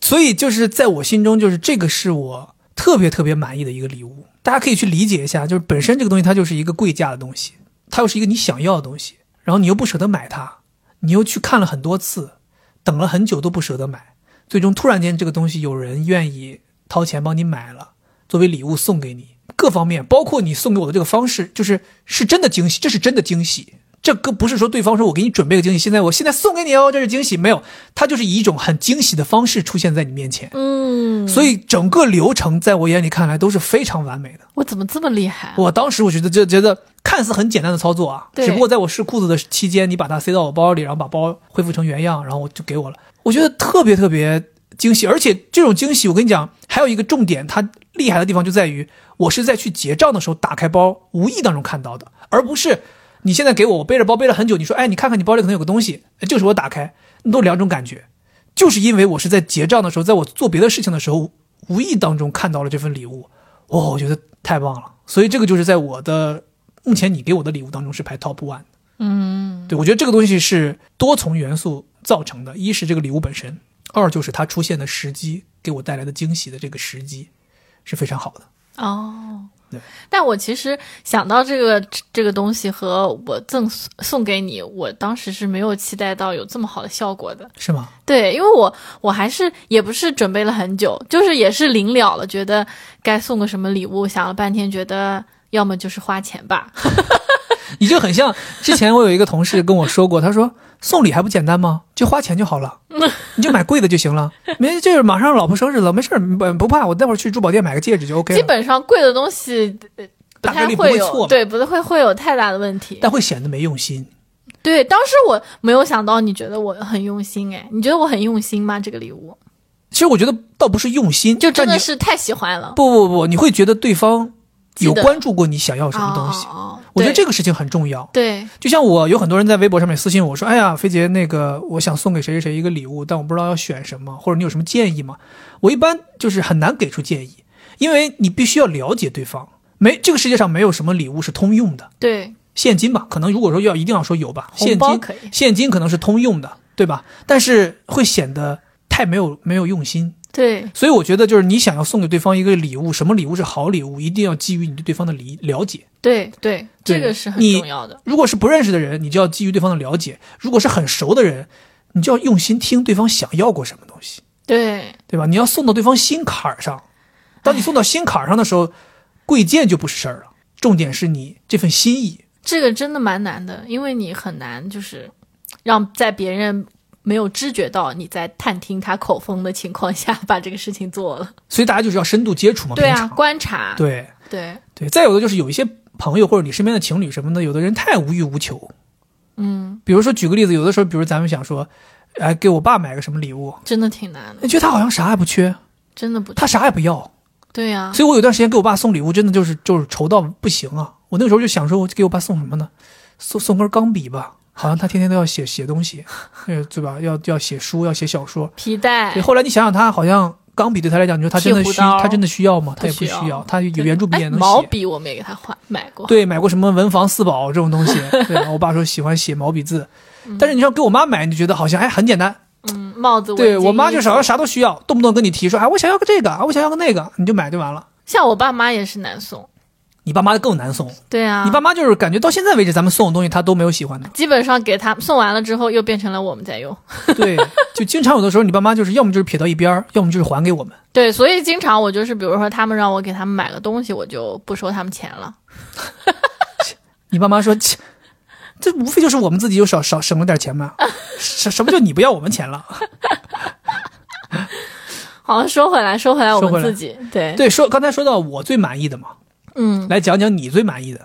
Speaker 1: 所以就是在我心中，就是这个是我特别特别满意的一个礼物。大家可以去理解一下，就是本身这个东西它就是一个贵价的东西，它又是一个你想要的东西，然后你又不舍得买它，你又去看了很多次，等了很久都不舍得买，最终突然间这个东西有人愿意掏钱帮你买了，作为礼物送给你，各方面包括你送给我的这个方式，就是是真的惊喜，这是真的惊喜。这个不是说对方说我给你准备个惊喜，现在我现在送给你哦，这是惊喜，没有，他就是以一种很惊喜的方式出现在你面前，
Speaker 2: 嗯，
Speaker 1: 所以整个流程在我眼里看来都是非常完美的。
Speaker 2: 我怎么这么厉害啊？
Speaker 1: 我当时我觉得就觉得看似很简单的操作啊，
Speaker 2: 对
Speaker 1: 只不过在我试裤子的期间，你把它塞到我包里，然后把包恢复成原样，然后我就给我了。我觉得特别特别惊喜，而且这种惊喜，我跟你讲，还有一个重点，它厉害的地方就在于，我是在去结账的时候打开包，无意当中看到的，而不是你现在给我，我背着包背了很久，你说，哎，你看看你包里可能有个东西，哎这个时候我打开，那都两种感觉，就是因为我是在结账的时候，在我做别的事情的时候，无意当中看到了这份礼物，哇、我觉得太棒了。所以这个就是在我的目前你给我的礼物当中是排 top one 嗯，对，我觉得这个东西是多重元素造成的，一是这个礼物本身，二就是它出现的时机给我带来的惊喜的这个时机是非常好的。
Speaker 2: 哦
Speaker 1: 对。
Speaker 2: 但我其实想到这个这个东西和我赠送送给你，我当时是没有期待到有这么好的效果的。
Speaker 1: 是吗？
Speaker 2: 对，因为我我还是也不是准备了很久，就是也是临了了，觉得该送个什么礼物，想了半天，觉得要么就是花钱吧。
Speaker 1: 你这很像之前我有一个同事跟我说过，他说送礼还不简单吗？就花钱就好 了，你就买贵的就行了。没，就是马上老婆生日了，没事儿不不怕，我待会儿去珠宝店买个戒指就 OK 了。
Speaker 2: 基本上贵的东西呃不
Speaker 1: 啊大概
Speaker 2: 太
Speaker 1: 率不
Speaker 2: 会
Speaker 1: 会
Speaker 2: 有，
Speaker 1: 错嘛
Speaker 2: 对，不会会有太大的问题。
Speaker 1: 但会显得没用心。
Speaker 2: 对，当时我没有想到，你觉得我很用心哎？你觉得我很用心吗？这个礼物
Speaker 1: 其实我觉得倒不是用心，
Speaker 2: 就真
Speaker 1: 但
Speaker 2: 的
Speaker 1: 你
Speaker 2: 是太喜欢了。
Speaker 1: 不不不，你会觉得对方有
Speaker 2: 记得
Speaker 1: 关注过你想要什么东西。
Speaker 2: 哦、
Speaker 1: 我觉得
Speaker 2: 对
Speaker 1: 这个事情很重要。
Speaker 2: 对，
Speaker 1: 就像我有很多人在微博上面私信我说：“哎呀，菲姐，那个我想送给谁谁谁一个礼物，但我不知道要选什么，或者你有什么建议吗？”我一般就是很难给出建议，因为你必须要了解对方。没，这个世界上没有什么礼物是通用的，
Speaker 2: 对，
Speaker 1: 现金吧，可能如果说要一定要说有吧，
Speaker 2: 红
Speaker 1: 现
Speaker 2: 包
Speaker 1: 金
Speaker 2: 可以
Speaker 1: 现金可能是通用的，对吧？但是会显得太没有没有用心。
Speaker 2: 对，
Speaker 1: 所以我觉得就是你想要送给对方一个礼物，什么礼物是好礼物，一定要基于你对对方的理了解。
Speaker 2: 对对，
Speaker 1: 对
Speaker 2: 这个是很
Speaker 1: 你
Speaker 2: 重要的。
Speaker 1: 如果是不认识的人，你就要基于对方的了解；如果是很熟的人，你就要用心听对方想要过什么东西，
Speaker 2: 对
Speaker 1: 对吧？你要送到对方心坎儿上。当你送到心坎儿上的时候，贵贱就不是事儿了。重点是你这份心意。
Speaker 2: 这个真的蛮难的，因为你很难就是让在别人没有知觉到你在探听他口风的情况下把这个事情做了。
Speaker 1: 所以大家就是要深度接触嘛，
Speaker 2: 对
Speaker 1: 平
Speaker 2: 啊，
Speaker 1: 常
Speaker 2: 观察，
Speaker 1: 对
Speaker 2: 对
Speaker 1: 对。再有的就是有一些朋友或者你身边的情侣什么的，有的人太无欲无求。
Speaker 2: 嗯，
Speaker 1: 比如说举个例子，有的时候，比如咱们想说，哎，给我爸买个什么礼物，
Speaker 2: 真的挺难的，
Speaker 1: 你觉得他好像啥也不缺，
Speaker 2: 真的不
Speaker 1: 他啥也不要。
Speaker 2: 对啊呀、
Speaker 1: 所以我有段时间给我爸送礼物，真的就是就是愁到不行啊！我那个时候就想说，我给我爸送什么呢？送送根钢笔吧，好像他天天都要写写东 西，呃，对吧？要要写书，要写小说。
Speaker 2: 皮带
Speaker 1: 对，后来你想想，他好像钢笔对他来讲，你说他真的
Speaker 2: 哎剃胡
Speaker 1: 需
Speaker 2: 刀
Speaker 1: 他真的需要吗？他也不
Speaker 2: 不需要
Speaker 1: 需要，他有圆珠笔也
Speaker 2: 哎
Speaker 1: 能
Speaker 2: 毛
Speaker 1: 写。
Speaker 2: 笔我们也给他换买过，
Speaker 1: 对，买过什么文房四宝这种 东西，对吧？我爸说喜欢写毛笔字，但是你要给我妈买，你就觉得好像哎很简单，
Speaker 2: 嗯，帽子
Speaker 1: 对
Speaker 2: 围巾
Speaker 1: 我妈就
Speaker 2: 衣服
Speaker 1: 是好像啥都需要，动不动跟你提说，哎，我想要个这个，啊，我想要个那个，你就买就完了。
Speaker 2: 像我爸妈也是难送，
Speaker 1: 你爸妈的更难送，
Speaker 2: 对啊，。
Speaker 1: 你爸妈就是感觉到现在为止，咱们送的东西他都没有喜欢的
Speaker 2: 基本上给他送完了之后又变成了我们在用，
Speaker 1: 对，就经常有的时候，你爸妈就是要么就是撇到一边儿，要么就是还给我们。
Speaker 2: 对，所以经常我就是比如说他们让我给他们买个东西，我就不收他们钱了。
Speaker 1: 你爸妈说，切，这无非就是我们自己又少少省了点钱嘛，什什么叫你不要我们钱了？
Speaker 2: 好，说回来，说回来，我
Speaker 1: 说回
Speaker 2: 们
Speaker 1: 来
Speaker 2: 自己对，
Speaker 1: 对，说刚才说到我最满意的嘛，
Speaker 2: 嗯，
Speaker 1: 来讲讲你最满意的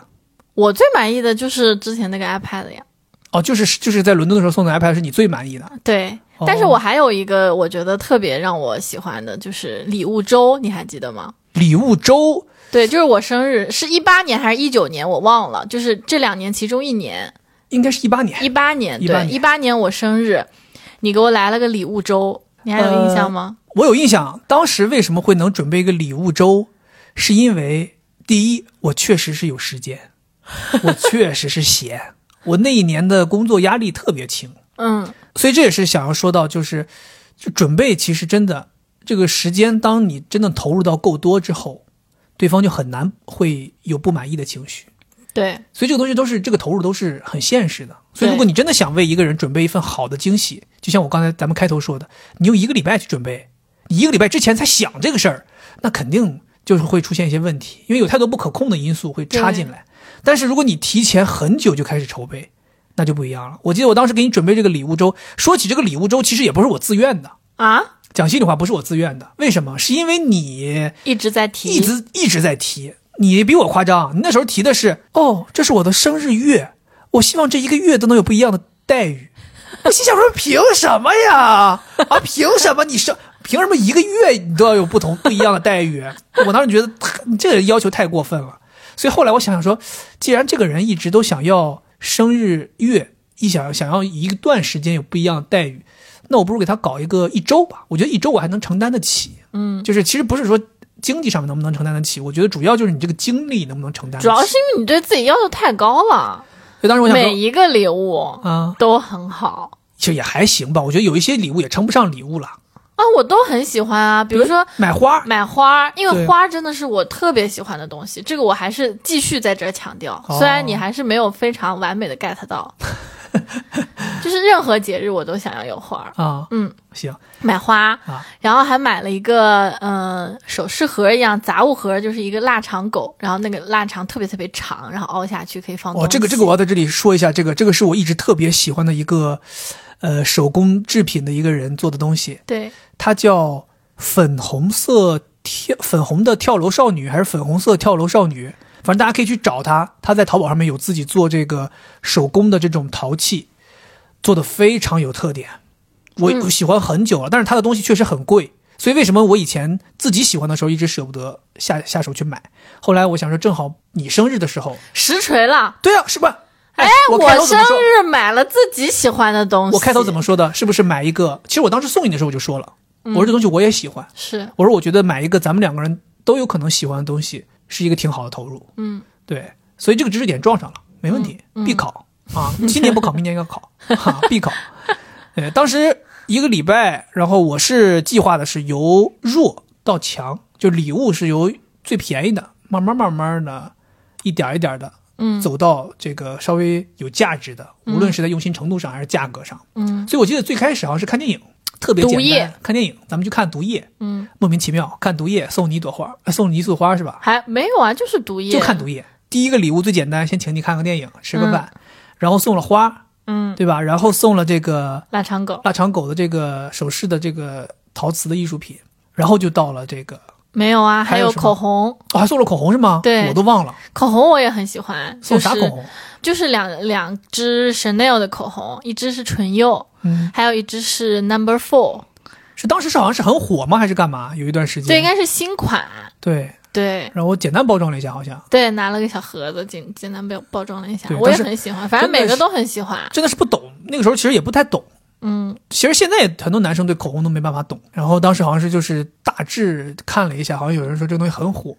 Speaker 2: 我最满意的就是之前那个 iPad 呀，哦
Speaker 1: 哦，就是就是在伦敦的时候送的 iPad 是你最满意的。
Speaker 2: 对
Speaker 1: 哦。
Speaker 2: 但是我还有一个我觉得特别让我喜欢的，就是礼物周，你还记得吗？
Speaker 1: 礼物周
Speaker 2: 对，就是我生日是一八年还是一九年，我忘了，就是这两年其中一年，
Speaker 1: 应该是一八年，
Speaker 2: 一八
Speaker 1: 18
Speaker 2: 年，对，一
Speaker 1: 年
Speaker 2: 八年我生日，你给我来了个礼物周，你还有印象吗？
Speaker 1: 我有印象，当时为什么会能准备一个礼物周，是因为第一，我确实是有时间， 我确实是闲，我那一年的工作压力特别轻，
Speaker 2: 嗯，
Speaker 1: 所以这也是想要说到，就是就准备其实真的这个时间，当你真的投入到够多之后，对方就很难会有不满意的情绪。
Speaker 2: 对，
Speaker 1: 所以这个东西都是这个投入都是很现实的。所以如果
Speaker 2: 对
Speaker 1: 你真的想为一个人准备一份好的惊喜，就像我刚才咱们开头说的，你用一个礼拜去准备，你一个礼拜之前才想这个事儿，那肯定就是会出现一些问题，因为有太多不可控的因素会插进来。但是如果你提前很久就开始筹备，那就不一样了。我记得我当时给你准备这个礼物周，说起这个礼物周，其实也不是我自愿的。
Speaker 2: 啊，
Speaker 1: 讲心里话，不是我自愿的，为什么？是因为你
Speaker 2: 一直在提，
Speaker 1: 一直一直在提。你比我夸张，你那时候提的是哦，这是我的生日月，我希望这一个月都能有不一样的待遇。 我心想说，凭什么呀？啊，凭什么你生？ 凭什么一个月你都要有不同不一样的待遇？我当时觉得你这个要求太过分了，所以后来我想想说，既然这个人一直都想要生日月，一想要想要一段时间有不一样的待遇，那我不如给他搞一个一周吧。我觉得一周我还能承担得起。
Speaker 2: 嗯，
Speaker 1: 就是其实不是说经济上面能不能承担得起，我觉得主要就是你这个精力能不能承担得起。
Speaker 2: 主要是因为你对自己要求太高了，
Speaker 1: 所以当时我想
Speaker 2: 每
Speaker 1: 说
Speaker 2: 一个礼物
Speaker 1: 啊，
Speaker 2: 都很好
Speaker 1: 其实也还行吧。我觉得有一些礼物也称不上礼物了，
Speaker 2: 啊，我都很喜欢啊，比如说。
Speaker 1: 买花
Speaker 2: 买花儿，因
Speaker 1: 对
Speaker 2: 为花儿真的是我特别喜欢的东西，这个我还是继续在这儿强调。
Speaker 1: 哦
Speaker 2: 虽然你还是没有非常完美的 get 到，就是任何节日我都想要有花儿，
Speaker 1: 啊，
Speaker 2: 嗯，
Speaker 1: 行
Speaker 2: 买花，
Speaker 1: 啊
Speaker 2: 然后还买了一个嗯、呃首饰盒一样杂物盒，就是一个腊肠狗，然后那个腊肠特别特别长，然后凹下去可以放东
Speaker 1: 哦，
Speaker 2: 西。
Speaker 1: 这个这个我要在这里说一下，这个这个是我一直特别喜欢的一个呃手工制品的一个人做的东西，
Speaker 2: 对
Speaker 1: 它叫粉红色跳粉红的跳楼少女还是粉红色跳楼少女，反正大家可以去找她，她在淘宝上面有自己做这个手工的这种陶器，做的非常有特点，我
Speaker 2: 嗯
Speaker 1: 我喜欢很久了，但是她的东西确实很贵。所以为什么我以前自己喜欢的时候一直舍不得下下手去买，后来我想说正好你生日的时候，
Speaker 2: 实锤了。
Speaker 1: 对啊，是不是？哎，我
Speaker 2: 我
Speaker 1: 开头怎
Speaker 2: 生
Speaker 1: 么说？
Speaker 2: 日买了自己喜欢的东西。
Speaker 1: 我开头怎么说的？是不是买一个？其实我当时送你的时候我就说了，我说这东西我也喜欢，
Speaker 2: 是？
Speaker 1: 我说我觉得买一个咱们两个人都有可能喜欢的东西是一个挺好的投入。
Speaker 2: 嗯，
Speaker 1: 对，所以这个知识点撞上了，没问题，必考啊！今年不考，明年要考，哈、必考。呃，当时一个礼拜，然后我是计划的是由弱到强，就礼物是由最便宜的，慢慢慢慢的，一点儿一点的，
Speaker 2: 嗯
Speaker 1: 走到这个稍微有价值的，无论是在用心程度上还是价格上。
Speaker 2: 嗯
Speaker 1: 所以我记得最开始好像是看电影，特别简
Speaker 2: 毒液
Speaker 1: 单，看电影，咱们去看《毒液》，
Speaker 2: 嗯，
Speaker 1: 莫名其妙，看《毒液》送你一朵花，呃送你一束花是吧？
Speaker 2: 还没有啊，就是毒液，
Speaker 1: 就看《毒液》，第一个礼物最简单，先请你看个电影，吃个饭，然后送了花，
Speaker 2: 嗯，
Speaker 1: 对吧？然后送了这个
Speaker 2: 腊肠狗
Speaker 1: 腊肠狗的这个首饰的这个陶瓷的艺术品，然后就到了这个，
Speaker 2: 没有啊，
Speaker 1: 还
Speaker 2: 还
Speaker 1: 有
Speaker 2: 有
Speaker 1: 什么
Speaker 2: 口红，
Speaker 1: 哦，还送了口红是吗？
Speaker 2: 对
Speaker 1: 我都忘了
Speaker 2: 口红我也很喜欢，
Speaker 1: 送
Speaker 2: 就
Speaker 1: 啥口
Speaker 2: 是
Speaker 1: 红。
Speaker 2: 就是两两支 Chanel 的口红，一支是唇釉，
Speaker 1: 嗯，
Speaker 2: 还有一支是 Number Four，
Speaker 1: 是当时是好像是很火吗？还是干嘛？有一段时间，
Speaker 2: 这应该是新款，
Speaker 1: 对，
Speaker 2: 对。
Speaker 1: 然后我简单包装了一下，好像
Speaker 2: 对，拿了个小盒子，简简单包包装了一下
Speaker 1: 对，
Speaker 2: 我也
Speaker 1: 但是
Speaker 2: 很喜欢，反
Speaker 1: 真
Speaker 2: 正
Speaker 1: 的
Speaker 2: 每个
Speaker 1: 是
Speaker 2: 都很喜欢。
Speaker 1: 真的是不懂，那个时候其实也不太懂。
Speaker 2: 嗯，
Speaker 1: 其实现在也很多男生对口红都没办法懂，然后当时好像是就是大致看了一下，好像有人说这个东西很火，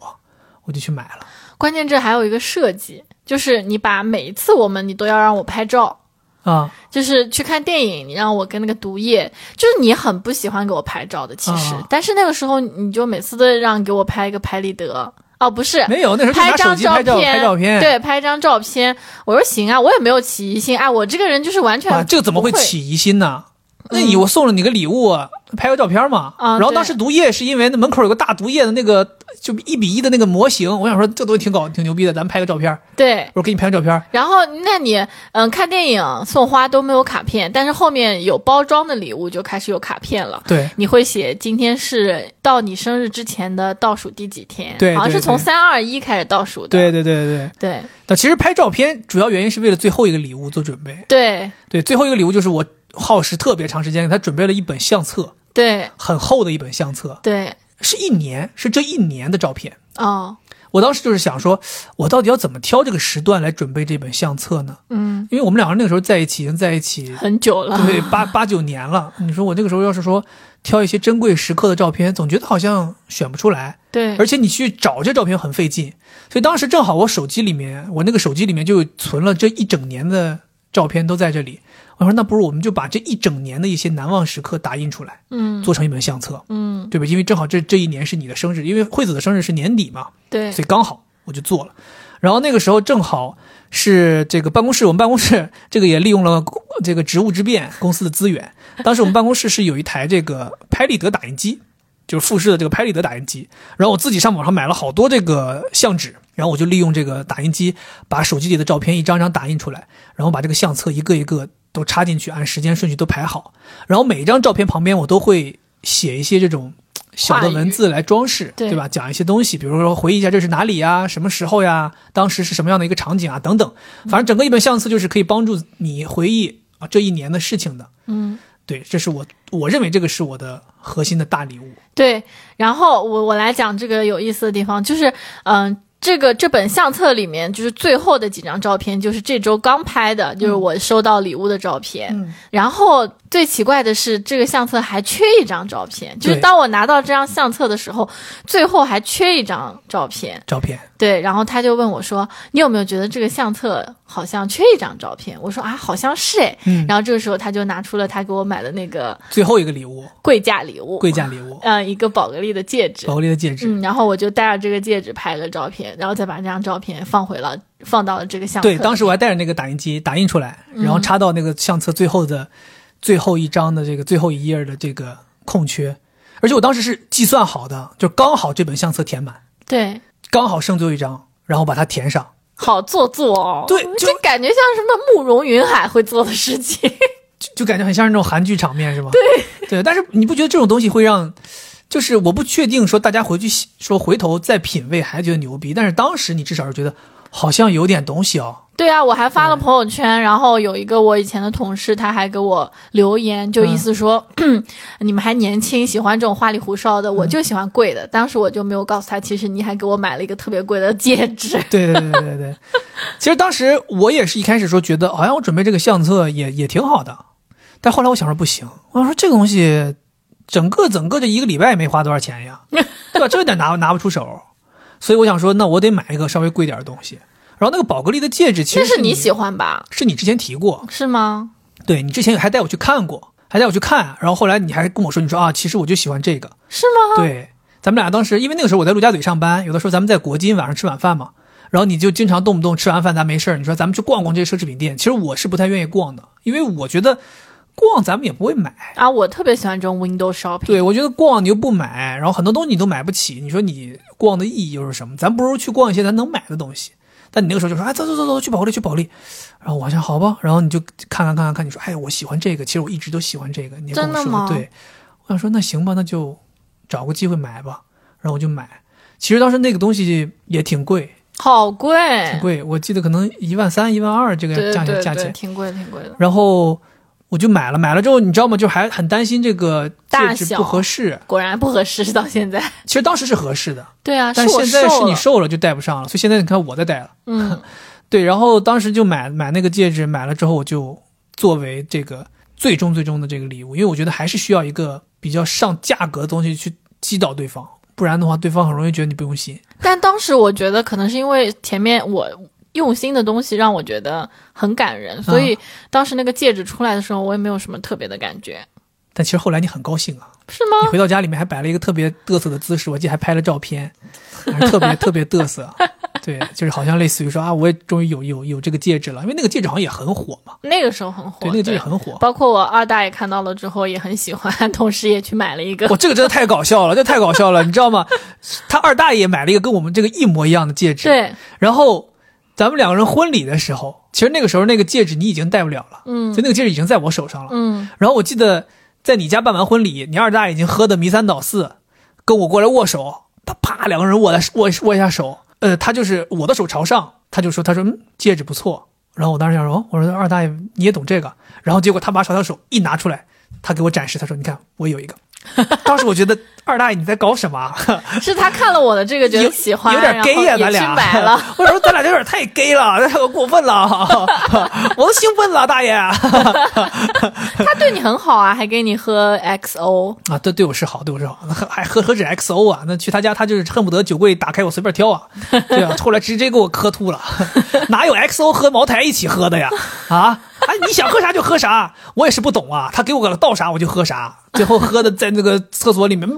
Speaker 1: 我就去买了。
Speaker 2: 关键这还有一个设计，就是你把每一次我们你都要让我拍照，
Speaker 1: 啊，
Speaker 2: 就是去看电影，你让我跟那个毒液，就是你很不喜欢给我拍照的，其实，
Speaker 1: 啊
Speaker 2: 但是那个时候你就每次都让给我拍一个拍立得，哦，不是。
Speaker 1: 没有，那时候就
Speaker 2: 拍
Speaker 1: 拿手
Speaker 2: 张
Speaker 1: 机拍照
Speaker 2: 片，
Speaker 1: 拍照片，
Speaker 2: 对，拍张照片。我说行啊，我也没有起疑心啊，我这个人就是完全
Speaker 1: 啊，这个怎么
Speaker 2: 不
Speaker 1: 会
Speaker 2: 会嗯
Speaker 1: 起疑心呢？那你我送了你个礼物，拍个照片嘛。
Speaker 2: 啊
Speaker 1: 然后
Speaker 2: 对
Speaker 1: 当时毒液是因为那门口有个大毒液的那个，就一比一的那个模型， 我想说这东西挺搞挺牛逼的，咱们拍个照片。
Speaker 2: 对。
Speaker 1: 我说给你拍个照片，
Speaker 2: 然后，那你嗯，看电影送花都没有卡片，但是后面有包装的礼物就开始有卡片了。
Speaker 1: 对
Speaker 2: 你会写今天是到你生日之前的倒数第几天？
Speaker 1: 对
Speaker 2: 好像
Speaker 1: 对
Speaker 2: 是从
Speaker 1: 对
Speaker 2: 三二一开始倒数的。
Speaker 1: 对对对对。
Speaker 2: 对
Speaker 1: 但其实拍照片主要原因是为了最后一个礼物做准备。
Speaker 2: 对
Speaker 1: 对，最后一个礼物就是我耗时特别长时间，给他准备了一本相册，
Speaker 2: 对
Speaker 1: 很厚的一本相册，
Speaker 2: 对，
Speaker 1: 是一年，是这一年的照片。
Speaker 2: 哦，
Speaker 1: 我当时就是想说，我到底要怎么挑这个时段来准备这本相册呢？
Speaker 2: 嗯，
Speaker 1: 因为我们两个人那个时候在一起，已经在一起
Speaker 2: 很久了。
Speaker 1: 对，八八九年了。你说我那个时候要是说挑一些珍贵时刻的照片，总觉得好像选不出来，
Speaker 2: 对
Speaker 1: 而且你去找这照片很费劲。所以当时正好我手机里面，我那个手机里面就存了这一整年的照片都在这里。我说那不如我们就把这一整年的一些难忘时刻打印出来，
Speaker 2: 嗯
Speaker 1: 做成一本相册，
Speaker 2: 嗯，
Speaker 1: 对吧？因为正好这这一年是你的生日，因为惠子的生日是年底嘛，
Speaker 2: 对
Speaker 1: 所以刚好我就做了。然后那个时候正好是这个办公室，我们办公室这个也利用了公这个职务之便公司的资源。当时我们办公室是有一台这个拍立得打印机，就是富士的这个拍立得打印机。然后我自己上网上买了好多这个相纸，然后我就利用这个打印机把手机里的照片一张张打印出来，然后把这个相册一个一个都插进去，按时间顺序都排好。然后每一张照片旁边我都会写一些这种小的
Speaker 2: 话语
Speaker 1: 文字来装饰，
Speaker 2: 对
Speaker 1: 吧？讲一些东西，比如说回忆一下这是哪里呀，什么时候呀，当时是什么样的一个场景啊，等等。反正整个一本相册就是可以帮助你回忆啊这一年的事情的。
Speaker 2: 嗯
Speaker 1: 对，这是我我认为这个是我的核心的大礼物。
Speaker 2: 对。然后我我来讲这个有意思的地方，就是嗯。这个这本相册里面，就是最后的几张照片，就是这周刚拍的，就是我收到礼物的照片。
Speaker 1: 嗯
Speaker 2: 然后最奇怪的是，这个相册还缺一张照片，就是
Speaker 1: 对
Speaker 2: 当我拿到这张相册的时候，最后还缺一张照片。
Speaker 1: 照片，
Speaker 2: 对，然后他就问我说：“你有没有觉得这个相册好像缺一张照片？”我说：“啊，好像是哎。
Speaker 1: 嗯，
Speaker 2: 然后这个时候他就拿出了他给我买的那个
Speaker 1: 最后一个礼物，
Speaker 2: 贵价礼物，
Speaker 1: 贵价礼物，
Speaker 2: 呃，一个宝格丽的戒指。
Speaker 1: 宝格丽的戒指。
Speaker 2: 嗯，然后我就带着这个戒指拍了照片，然后再把这张照片放回了放到了这个嗯相册里。
Speaker 1: 对，当时我还带着那个打印机打印出来，然后插到那个相册最后的、最后一张的这个最后一页的这个空缺，而且我当时是计算好的，就刚好这本相册填满，
Speaker 2: 对，
Speaker 1: 刚好剩最后一张，然后把它填上。
Speaker 2: 好做作哦，
Speaker 1: 对就
Speaker 2: 这感觉像什么慕容云海会做的事情。
Speaker 1: 就就感觉很像是那种韩剧场面，是吗？对对，但是你不觉得这种东西会让，就是我不确定说大家回去细说回头再品味还觉得牛逼，但是当时你至少是觉得好像有点东西哦。
Speaker 2: 对啊，我还发了朋友圈，然后有一个我以前的同事，他还给我留言，就意思说、
Speaker 1: 嗯
Speaker 2: 你们还年轻，喜欢这种花里胡哨的，我就喜欢贵的。当时我就没有告诉他，其实你还给我买了一个特别贵的戒指。
Speaker 1: 对对对对对对，其实当时我也是一开始说觉得好像我准备这个相册也也挺好的，但后来我想说不行，我想说这个东西整个整个这一个礼拜也没花多少钱呀，对吧？这有点拿拿不出手，所以我想说那我得买一个稍微贵点的东西。然后那个宝格丽的 戒指其
Speaker 2: 这
Speaker 1: 实
Speaker 2: 是
Speaker 1: 是
Speaker 2: 你喜欢吧？
Speaker 1: 是你之前提过，
Speaker 2: 是吗？
Speaker 1: 对你之前还带我去看过，还带我去看，然后后来你还跟我说，你说啊，其实我就喜欢这个，
Speaker 2: 是吗？
Speaker 1: 对，咱们俩当时因为那个时候我在陆家嘴上班，有的时候咱们在国金晚上吃晚饭嘛，然后你就经常动不动吃完饭咱没事儿，你说咱们去逛逛这些奢侈品店，其实我是不太愿意逛的，因为我觉得逛咱们也不会买。
Speaker 2: 啊，我特别喜欢这种 window shopping。
Speaker 1: 对，我觉得逛你又不买，然后很多东西你都买不起，你说你逛的意义又是什么？咱不如去逛一些咱能买的东西。但你那个时候就说，哎，走走走走，去保利去保利，然后我想好吧，然后你就看看看看看，你说，哎，我喜欢这个，其实我一直都喜欢这个，你跟我
Speaker 2: 真的
Speaker 1: 说
Speaker 2: 吗
Speaker 1: 对，我想说那行吧，那就找个机会买吧，然后我就买。其实当时那个东西也挺贵，
Speaker 2: 好贵，
Speaker 1: 挺贵，我记得可能一万三、一万二这
Speaker 2: 哎对
Speaker 1: 个价
Speaker 2: 对
Speaker 1: 钱
Speaker 2: 对
Speaker 1: 价
Speaker 2: 对，
Speaker 1: 钱。
Speaker 2: 挺贵挺贵的。
Speaker 1: 然后我就买了，买了之后你知道吗？就还很担心这个戒
Speaker 2: 大
Speaker 1: 指
Speaker 2: 小
Speaker 1: 不合适。
Speaker 2: 果然不合适，到现在。
Speaker 1: 其实当时是合适的，
Speaker 2: 对啊，
Speaker 1: 但
Speaker 2: 是我
Speaker 1: 现在是
Speaker 2: 瘦
Speaker 1: 你
Speaker 2: 了，
Speaker 1: 瘦了就戴不上了，所以现在你看我在戴了。
Speaker 2: 嗯，
Speaker 1: 对，然后当时就买买那个戒指，买了之后我就作为这个最终最终的这个礼物，因为我觉得还是需要一个比较上价格的东西去击倒对方，不然的话对方很容易觉得你不用心。
Speaker 2: 但当时我觉得可能是因为前面我用心的东西让我觉得很感人，所
Speaker 1: 嗯
Speaker 2: 以当时那个戒指出来的时候，我也没有什么特别的感觉，
Speaker 1: 但其实后来你很高兴啊，
Speaker 2: 是吗？
Speaker 1: 你回到家里面还摆了一个特别嘚瑟的姿势，我记得还拍了照片，还是特别特别嘚瑟。对，就是好像类似于说啊，我也终于有有有这个戒指了，因为那个戒指好像也很火嘛。
Speaker 2: 那个时候很火，
Speaker 1: 对，那个戒指很火。
Speaker 2: 包括我二大爷看到了之后也很喜欢， 同时也去买了一个
Speaker 1: 哇，这个真的太搞笑了，这太搞笑了，你知道吗？他二大爷买了一个跟我们这个一模一样的戒指，
Speaker 2: 对，
Speaker 1: 然后咱们两个人婚礼的时候，其实那个时候那个戒指你已经戴不了了，
Speaker 2: 嗯
Speaker 1: 所以那个戒指已经在我手上了。
Speaker 2: 嗯，
Speaker 1: 然后我记得在你家办完婚礼，你二大爷已经喝得迷三倒四，跟我过来握手，啪啪，两个人握了握握一下手，呃，他就是我的手朝上，他就说他说嗯戒指不错，然后我当时想说，哦我说二大爷你也懂这个，然后结果他把小小手一拿出来，他给我展示，他说你看我有一 个，当时我觉得二大爷你在搞什么啊？
Speaker 2: 是他看了我的这个觉
Speaker 1: 有
Speaker 2: 得喜欢，
Speaker 1: 有点 gay 呀、咱
Speaker 2: 然后也去
Speaker 1: 俩
Speaker 2: 买了。。
Speaker 1: 我说咱俩有点太 gay 了，太过分 了， 我都兴奋了，大爷。
Speaker 2: 他对你很好啊，还给你喝 XO，
Speaker 1: 啊，对对我是好，对我是好，那还还何何止 XO 啊？那去他家，他就是恨不得酒柜打开我随便挑 啊，对啊，后来直接给我磕吐了， 哪有 XO 和茅台一起喝的呀？啊，哎，你想喝啥就喝啥，我也是不懂啊，他给我个倒啥我就喝啥，最后喝的在那个厕所里面，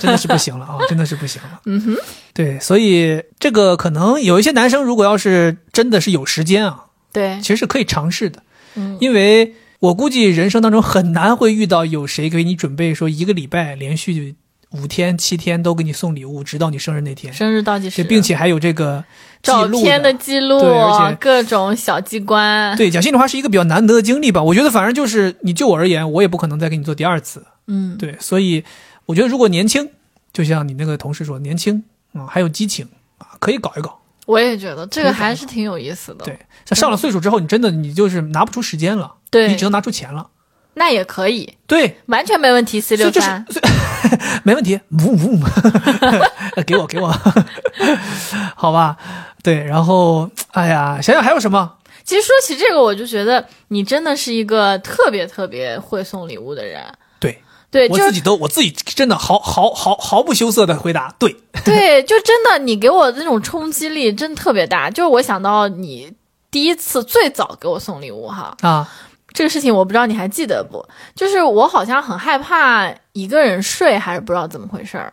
Speaker 1: 真的是不行了啊，真的是不行了。嗯哼，对，所以这个可能有一些男生如果要是真的是有时间啊，
Speaker 2: 对
Speaker 1: 其，实是可以尝试的，
Speaker 2: 嗯
Speaker 1: 因为我估计人生当中很难会遇到有谁给你准备说一个礼拜连续五天七天都给你送礼物，直到你生日那天，
Speaker 2: 生日倒计时，
Speaker 1: 对，并且还有这个记
Speaker 2: 照
Speaker 1: 录
Speaker 2: 片的记录
Speaker 1: 对而且，
Speaker 2: 各种小机关，
Speaker 1: 对，讲心里话是一个比较难得的经历吧。我觉得反正就是你就我而言，我也不可能再给你做第二次。
Speaker 2: 嗯，
Speaker 1: 对，所以我觉得如果年轻，就像你那个同事说，年轻啊、还有激情啊，可以搞一搞。
Speaker 2: 我也觉得这个还是挺有意思的。
Speaker 1: 对，像上了岁数之后，你真的你就是拿不出时间了，
Speaker 2: 对
Speaker 1: 你只能拿出钱了。
Speaker 2: 那也可以，
Speaker 1: 对，
Speaker 2: 完全没问题。C
Speaker 1: 所以
Speaker 2: 六
Speaker 1: 就是
Speaker 2: 三，
Speaker 1: 所以没问题，呜呜， 给我给我，好吧，对，然后哎呀，想想还有什么？
Speaker 2: 其实说起这个，我就觉得你真的是一个特别特别会送礼物的人。
Speaker 1: 对
Speaker 2: 对，
Speaker 1: 我
Speaker 2: 就
Speaker 1: 自
Speaker 2: 是
Speaker 1: 己都我自己真的毫毫毫毫不羞涩的回答，对，
Speaker 2: 对，就真的你给我的那种冲击力真特别大。就是我想到你第一次最早给我送礼物哈，
Speaker 1: 啊，
Speaker 2: 这个事情我不知道你还记得不？就是我好像很害怕一个人睡，还是不知道怎么回事儿。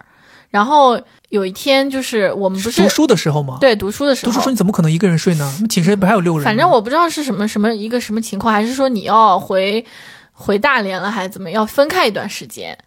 Speaker 2: 然后有一天，就是我们不是
Speaker 1: 读书的时候吗？
Speaker 2: 对读书的时
Speaker 1: 读
Speaker 2: 候，
Speaker 1: 书时候你怎么可能一个人睡呢？那寝室不还有六人吗？
Speaker 2: 反正我不知道是什么什么一个什么情况，还是说你要回回大连了，还是怎么，要分开一段时间。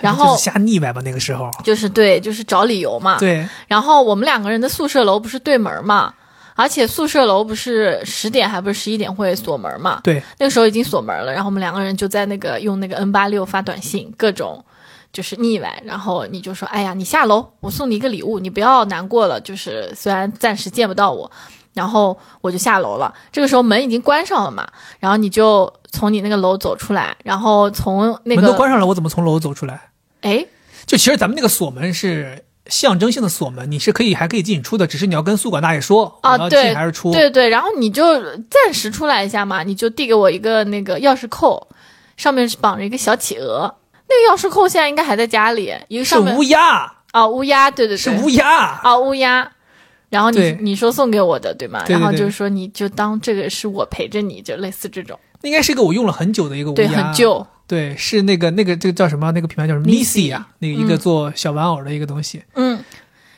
Speaker 2: 然
Speaker 1: 就
Speaker 2: 后啊
Speaker 1: 是瞎腻歪吧，那个时候，
Speaker 2: 就是对，就是找理由嘛。
Speaker 1: 对，
Speaker 2: 然后我们两个人的宿舍楼不是对门嘛，而且宿舍楼不是十点还不是十一点会锁门嘛？
Speaker 1: 对，
Speaker 2: 那个时候已经锁门了，然后我们两个人就在那个用那个 N 八六发短信，各种就是腻歪，然后你就说，哎呀，你下楼，我送你一个礼物，你不要难过了，就是虽然暂时见不到我，然后我就下楼了。这个时候门已经关上了嘛，然后你就从你那个楼走出来，然后从那
Speaker 1: 门都
Speaker 2: 个
Speaker 1: 关上了，我怎么从楼走出来？
Speaker 2: 哎，
Speaker 1: 就其实咱们那个锁门是象征性的锁门，你是可以还可以进出的，只是你要跟宿管大爷说，
Speaker 2: 啊
Speaker 1: 我要
Speaker 2: 对
Speaker 1: 进还是出？
Speaker 2: 对对，然后你就暂时出来一下嘛，你就递给我一个那个钥匙扣，上面是绑着一个小企鹅。那个钥匙扣现在应该还在家里，一个
Speaker 1: 是
Speaker 2: 上面
Speaker 1: 乌鸦，
Speaker 2: 啊乌鸦，对对对，
Speaker 1: 是乌鸦，
Speaker 2: 啊乌鸦。然后你
Speaker 1: 对
Speaker 2: 你说送给我的对吗？
Speaker 1: 对对
Speaker 2: 然后
Speaker 1: 对
Speaker 2: 就是说你就当这个是我陪着你，就类似这种。
Speaker 1: 那应该是一个我用了很久的一个乌鸦，
Speaker 2: 对，很旧，
Speaker 1: 对，是那个那个这个叫什么？那个品牌叫什么
Speaker 2: Missy
Speaker 1: ？Missy 啊，那个一个做小玩偶的一个东西。
Speaker 2: 嗯，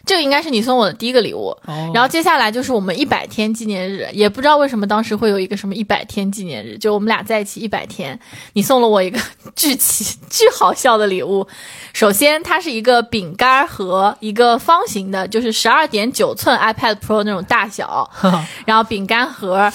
Speaker 2: 这个应该是你送我的第一个礼物。
Speaker 1: 哦，
Speaker 2: 然后接下来就是我们一百天纪念日，也不知道为什么当时会有一个什么一百天纪念日，就我们俩在一起一百天，你送了我一个巨奇巨好笑的礼物。首先，它是一个饼干盒，一个方形的，就是十二点九寸 iPad Pro 那种大小，
Speaker 1: 哈哈
Speaker 2: 然后饼干盒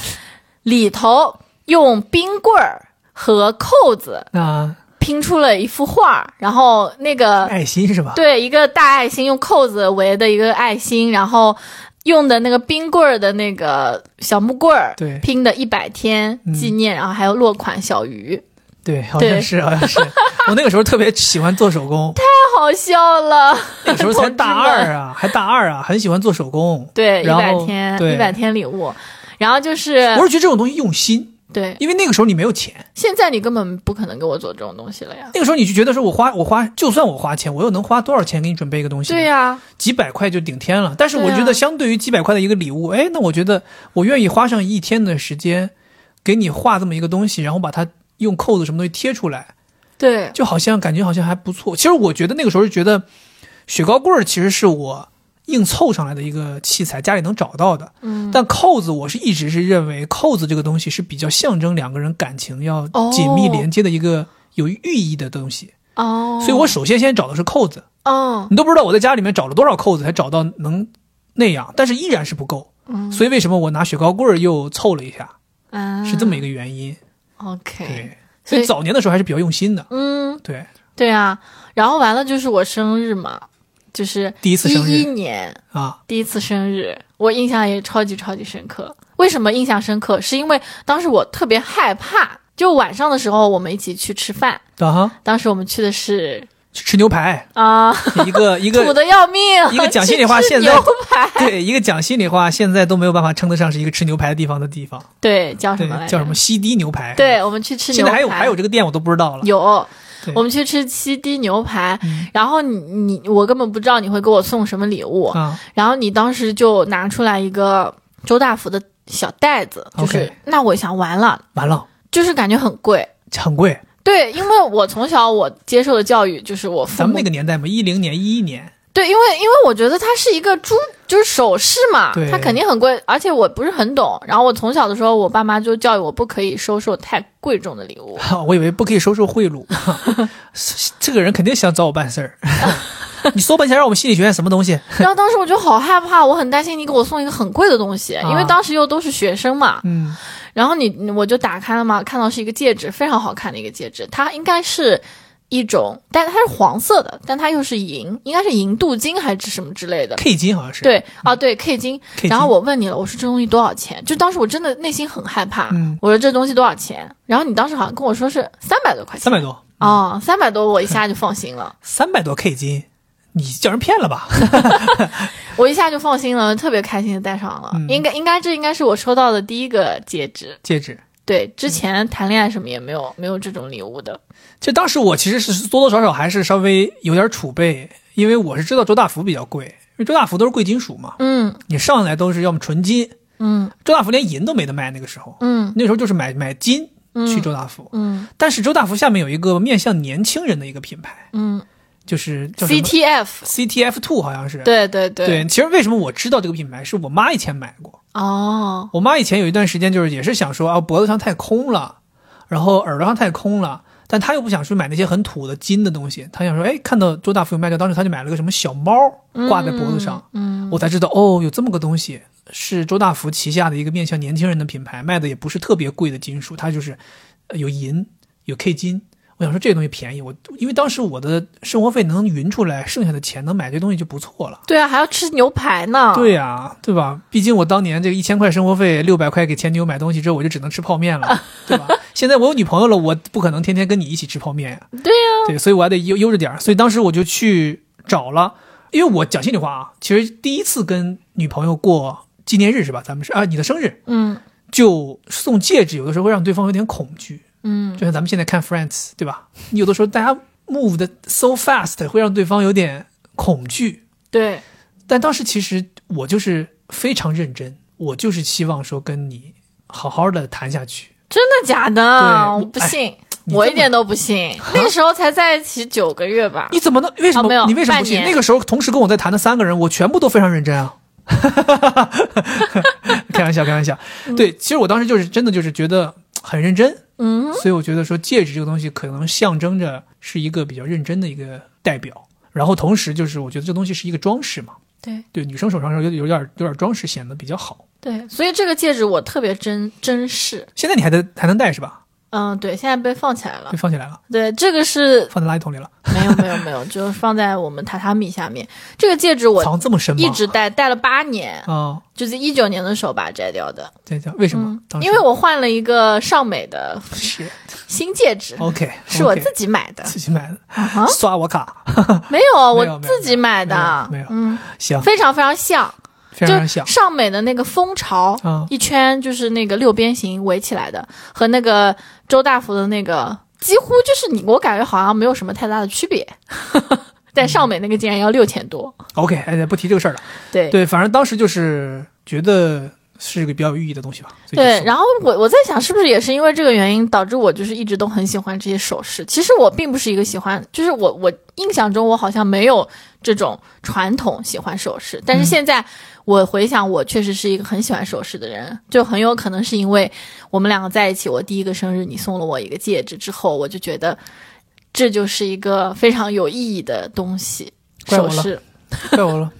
Speaker 2: 里头用冰棍儿和扣子
Speaker 1: 那
Speaker 2: 拼出了一幅画，然后那个
Speaker 1: 爱心是吧？
Speaker 2: 对，一个大爱心，用扣子围的一个爱心，然后用的那个冰棍儿的那个小木棍儿，
Speaker 1: 对嗯
Speaker 2: 拼的一百天纪念，然后还有落款小鱼，
Speaker 1: 对，好像是好像是。 我那个时候特别喜欢做手工，
Speaker 2: 太好笑了。
Speaker 1: 那个时候才大
Speaker 2: 同志们
Speaker 1: 二啊，还大二啊，很喜欢做手工。
Speaker 2: 对，一
Speaker 1: 然
Speaker 2: 百
Speaker 1: 后
Speaker 2: 天，
Speaker 1: 对
Speaker 2: 一百天礼物，然后就是
Speaker 1: 我是觉得这种东西用心，
Speaker 2: 对，
Speaker 1: 因为那个时候你没有钱，
Speaker 2: 现在你根本不可能给我做这种东西了呀。
Speaker 1: 那个时候你就觉得说我花我花，就算我花钱，我又能花多少钱给你准备一个东西？
Speaker 2: 对、呀、
Speaker 1: 几百块就顶天了。但是我
Speaker 2: 对啊
Speaker 1: 觉得相对于几百块的一个礼物，哎，那我觉得我愿意花上一天的时间，给你画这么一个东西，然后把它用扣子什么东西贴出来，
Speaker 2: 对，
Speaker 1: 就好像感觉好像还不错。其实我觉得那个时候就觉得雪糕棍儿其实是我硬凑上来的一个器材，家里能找到的。
Speaker 2: 嗯，
Speaker 1: 但扣子，我是一直是认为扣子这个东西是比较象征两个人感情要紧密
Speaker 2: 哦
Speaker 1: 连接的一个有寓意的东西，
Speaker 2: 哦，
Speaker 1: 所以我首先先找的是扣子。
Speaker 2: 哦，
Speaker 1: 你都不知道我在家里面找了多少扣子才找到能那样，但是依然是不够。
Speaker 2: 嗯
Speaker 1: 所以为什么我拿雪糕棍儿又凑了一下，
Speaker 2: 啊
Speaker 1: 是这么一个原因。
Speaker 2: OK，
Speaker 1: 对，
Speaker 2: 所
Speaker 1: 所
Speaker 2: 以
Speaker 1: 以早年的时候还是比较用心的。
Speaker 2: 嗯，
Speaker 1: 对，
Speaker 2: 对啊，然后完了就是我生日嘛，就是
Speaker 1: 第一次生日
Speaker 2: 一一年
Speaker 1: 啊，
Speaker 2: 第一次生日，我印象也超级超级深刻。为什么印象深刻？是因为当时我特别害怕，就晚上的时候我们一起去吃饭，
Speaker 1: 啊哈，
Speaker 2: 当时我们去的是
Speaker 1: 去吃牛排，
Speaker 2: 啊，
Speaker 1: 一个 一
Speaker 2: 土
Speaker 1: 个
Speaker 2: 的要命，
Speaker 1: 一个讲心里话
Speaker 2: 去吃
Speaker 1: 现在
Speaker 2: 牛排
Speaker 1: 对一个讲心里话，现在都没有办法称得上是一个吃牛排的地方的地方。
Speaker 2: 对叫啊 什
Speaker 1: 对
Speaker 2: 么来，着？
Speaker 1: 叫什么西堤牛排？，啊
Speaker 2: 对，我们去吃牛
Speaker 1: 现
Speaker 2: 排，
Speaker 1: 在还有还有这个店我都不知道了。
Speaker 2: 有
Speaker 1: 对，
Speaker 2: 我们去吃七滴牛排，
Speaker 1: 嗯
Speaker 2: 然后你你我根本不知道你会给我送什么礼物，
Speaker 1: 啊，
Speaker 2: 然后你当时就拿出来一个周大福的小袋子，就是
Speaker 1: OK
Speaker 2: 那我想完了，
Speaker 1: 完了，
Speaker 2: 就是感觉很贵。
Speaker 1: 很贵。
Speaker 2: 对，因为我从小我接受的教育就是我父
Speaker 1: 咱
Speaker 2: 母
Speaker 1: 们那个年代嘛，一零年、一一年，
Speaker 2: 对，因为因为我觉得它是一个珠，就是首饰嘛
Speaker 1: 对，
Speaker 2: 它肯定很贵，而且我不是很懂。然后我从小的时候，我爸妈就教育我不可以收受太贵重的礼物。
Speaker 1: 啊我以为不可以收受贿赂， 这个人肯定想找我办事儿。 你说半天让我们心理学院什么东西？
Speaker 2: 然后当时我就好害怕，我很担心你给我送一个很贵的东西，因为
Speaker 1: 啊
Speaker 2: 当时又都是学生嘛。
Speaker 1: 嗯，
Speaker 2: 然后你你我就打开了嘛，看到是一个戒指，非常好看的一个戒指，它应该是一种，但它是黄色的，但它又是银，应该是银镀金还是什么之类的。
Speaker 1: K 金好像是。
Speaker 2: 对，啊对，K 金。
Speaker 1: K 金，
Speaker 2: 然后我问你了，我说这东西多少钱？就当时我真的内心很害怕，
Speaker 1: 嗯
Speaker 2: 我说这东西多少钱？然后你当时好像跟我说是三百多块钱
Speaker 1: 三。百多，嗯
Speaker 2: 哦，三百多，我一下就放心了，
Speaker 1: 三百多 K 金，你叫人骗了吧？
Speaker 2: 我一下就放心了，特别开心的戴上了。
Speaker 1: 嗯
Speaker 2: 应该应该这应该是我收到的第一个戒指，
Speaker 1: 戒指。
Speaker 2: 对，之前谈恋爱什么也没有没有这种礼物的。
Speaker 1: 就当时我其实是多多少少还是稍微有点储备，因为我是知道周大福比较贵，因为周大福都是贵金属嘛，
Speaker 2: 嗯
Speaker 1: 你上来都是要么纯金，
Speaker 2: 嗯
Speaker 1: 周大福连银都没得卖那个时候，
Speaker 2: 嗯
Speaker 1: 那时候就是买买金去周大福。
Speaker 2: 嗯
Speaker 1: 但是周大福下面有一个面向年轻人的一个品牌，
Speaker 2: 嗯
Speaker 1: 就是叫什么？
Speaker 2: ，CTF，
Speaker 1: CTF Two 好像是。
Speaker 2: 对对对，
Speaker 1: 对，其实为什么我知道这个品牌，是我妈以前买过。
Speaker 2: 哦，
Speaker 1: 我妈以前有一段时间就是也是想说啊，脖子上太空了，然后耳朵上太空了，但她又不想去买那些很土的金的东西，她想说，哎，看到周大福有卖掉，当时她就买了个什么小猫挂在脖子上，
Speaker 2: 嗯，
Speaker 1: 我才知道哦，有这么个东西。是周大福旗下的一个面向年轻人的品牌，卖的也不是特别贵的金属，它就是呃有银有 K 金。我想说这个东西便宜，我因为当时我的生活费能匀出来，剩下的钱能买这东西就不错了。
Speaker 2: 对啊，还要吃牛排呢，
Speaker 1: 对呀、对吧？毕竟我当年这个一千块生活费，六百块给前女友买东西之后，我就只能吃泡面了，对 吧？现在我有女朋友了，我不可能天天跟你一起吃泡面呀、
Speaker 2: 对呀、
Speaker 1: 对，所以我还得悠悠着点儿。所以当时我就去找了，因为我讲心里话啊，其实第一次跟女朋友过纪念日是吧？咱们是啊，你的生日
Speaker 2: 嗯
Speaker 1: 就送戒指，有的时候会让对方有点恐惧，
Speaker 2: 嗯
Speaker 1: 就像咱们现在看 Friends 对吧？你有的时候大家 move 的 so fast，会让对方有点恐惧。
Speaker 2: 对，
Speaker 1: 但当时其实我就是非常认真，我就是希望说跟你好好的谈下去，
Speaker 2: 真的假的？
Speaker 1: 对
Speaker 2: 我
Speaker 1: 我
Speaker 2: 不
Speaker 1: 哎
Speaker 2: 信，
Speaker 1: 你
Speaker 2: 我
Speaker 1: 这啊
Speaker 2: 一点都不信。那个时候才在一起九个月吧？
Speaker 1: 你怎么能？为什
Speaker 2: 哦
Speaker 1: 么、
Speaker 2: 没有
Speaker 1: 你为什么不
Speaker 2: 半
Speaker 1: 信？
Speaker 2: 年
Speaker 1: 那个时候同时跟我在谈的三个人，我全部都非常认真啊。 开玩笑，开玩笑。对，其实我当时就是真的就是觉得很认真，
Speaker 2: 嗯，
Speaker 1: 所以我觉得说戒指这个东西可能象征着是一个比较认真的一个代表。然后同时就是我觉得这东西是一个装饰嘛，
Speaker 2: 对
Speaker 1: 对，女生手上有有点有点装饰显得比较好。
Speaker 2: 对，所以这个戒指我特别珍珍视。
Speaker 1: 现在你还在还能戴是吧？
Speaker 2: 嗯，对，现在被放起来了
Speaker 1: 被。放起来了，
Speaker 2: 对，这个是
Speaker 1: 放在垃圾桶里了，
Speaker 2: 没有没有没有，就是放在我们榻榻米下面。这个戒指我
Speaker 1: 藏这么深吗？
Speaker 2: 一直戴，戴了八年，
Speaker 1: 啊，
Speaker 2: 就是一九年的时候把它摘掉的。
Speaker 1: 这样为什么？
Speaker 2: 嗯
Speaker 1: 哎当，时
Speaker 2: 因为我换了一个尚美的
Speaker 1: 是
Speaker 2: 新戒指，
Speaker 1: OK，
Speaker 2: 是我
Speaker 1: 哦 OK，
Speaker 2: 自己买 的。
Speaker 1: 自己买的，
Speaker 2: 啊哈，
Speaker 1: 刷我卡，
Speaker 2: 没有，啊
Speaker 1: 没有
Speaker 2: 我
Speaker 1: 没有
Speaker 2: 自己买的。
Speaker 1: 没有没有
Speaker 2: 嗯，
Speaker 1: 行，
Speaker 2: 非常非常像，
Speaker 1: 非常想
Speaker 2: 就尚美的那个蜂巢，
Speaker 1: 啊，
Speaker 2: 一圈就是那个六边形围起来的，和那个周大福的那个几乎就是你，我感觉好像没有什么太大的区别。 但尚美那个竟然要六千多，
Speaker 1: OK，哎，不提这个事儿了。
Speaker 2: 对
Speaker 1: 对，反正当时就是觉得是个比较有意义的东西吧。所以就
Speaker 2: 对
Speaker 1: 送
Speaker 2: 然后我我在想，是不是也是因为这个原因，导致我就是一直都很喜欢这些首饰。其实我并不是一个喜欢，就是我我印象中我好像没有这种传统喜欢首饰，但是
Speaker 1: 嗯
Speaker 2: 现在我回想，我确实是一个很喜欢首饰的人，就很有可能是因为我们两个在一起，我第一个生日你送了我一个戒指之后，我就觉得这就是一个非常有意义的东西。
Speaker 1: 怪我
Speaker 2: 首
Speaker 1: 了
Speaker 2: 饰，
Speaker 1: 怪我了，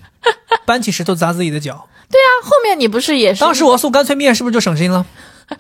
Speaker 1: 搬起石头砸自己的脚。
Speaker 2: 那后面你不是也是
Speaker 1: 当时我送干脆面是不是就省心了？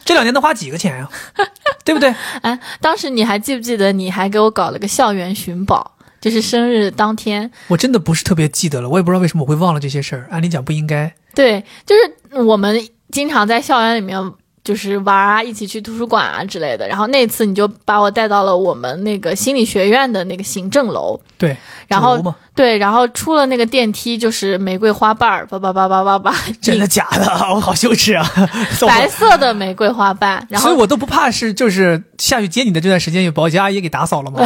Speaker 1: 这两年能花几个钱呀、 对不对？
Speaker 2: 哎，当时你还记不记得？你还给我搞了个校园寻宝，就是生日当天。
Speaker 1: 我真的不是特别记得了，我也不知道为什么我会忘了这些事儿。按理讲不应该，
Speaker 2: 对，就是我们经常在校园里面就是玩啊，一起去图书馆啊之类的。然后那次你就把我带到了我们那个心理学院的那个行政楼，
Speaker 1: 对，
Speaker 2: 然
Speaker 1: 酒
Speaker 2: 后
Speaker 1: 嘛，
Speaker 2: 对，然后出了那个电梯就是玫瑰花瓣儿，叭叭叭叭叭叭，
Speaker 1: 真的假的？ 我好羞耻啊！送我
Speaker 2: 白色的玫瑰花瓣。然
Speaker 1: 所以
Speaker 2: 后
Speaker 1: 我都不怕是就是下去接你的这段时间有保洁阿姨给打扫了吗？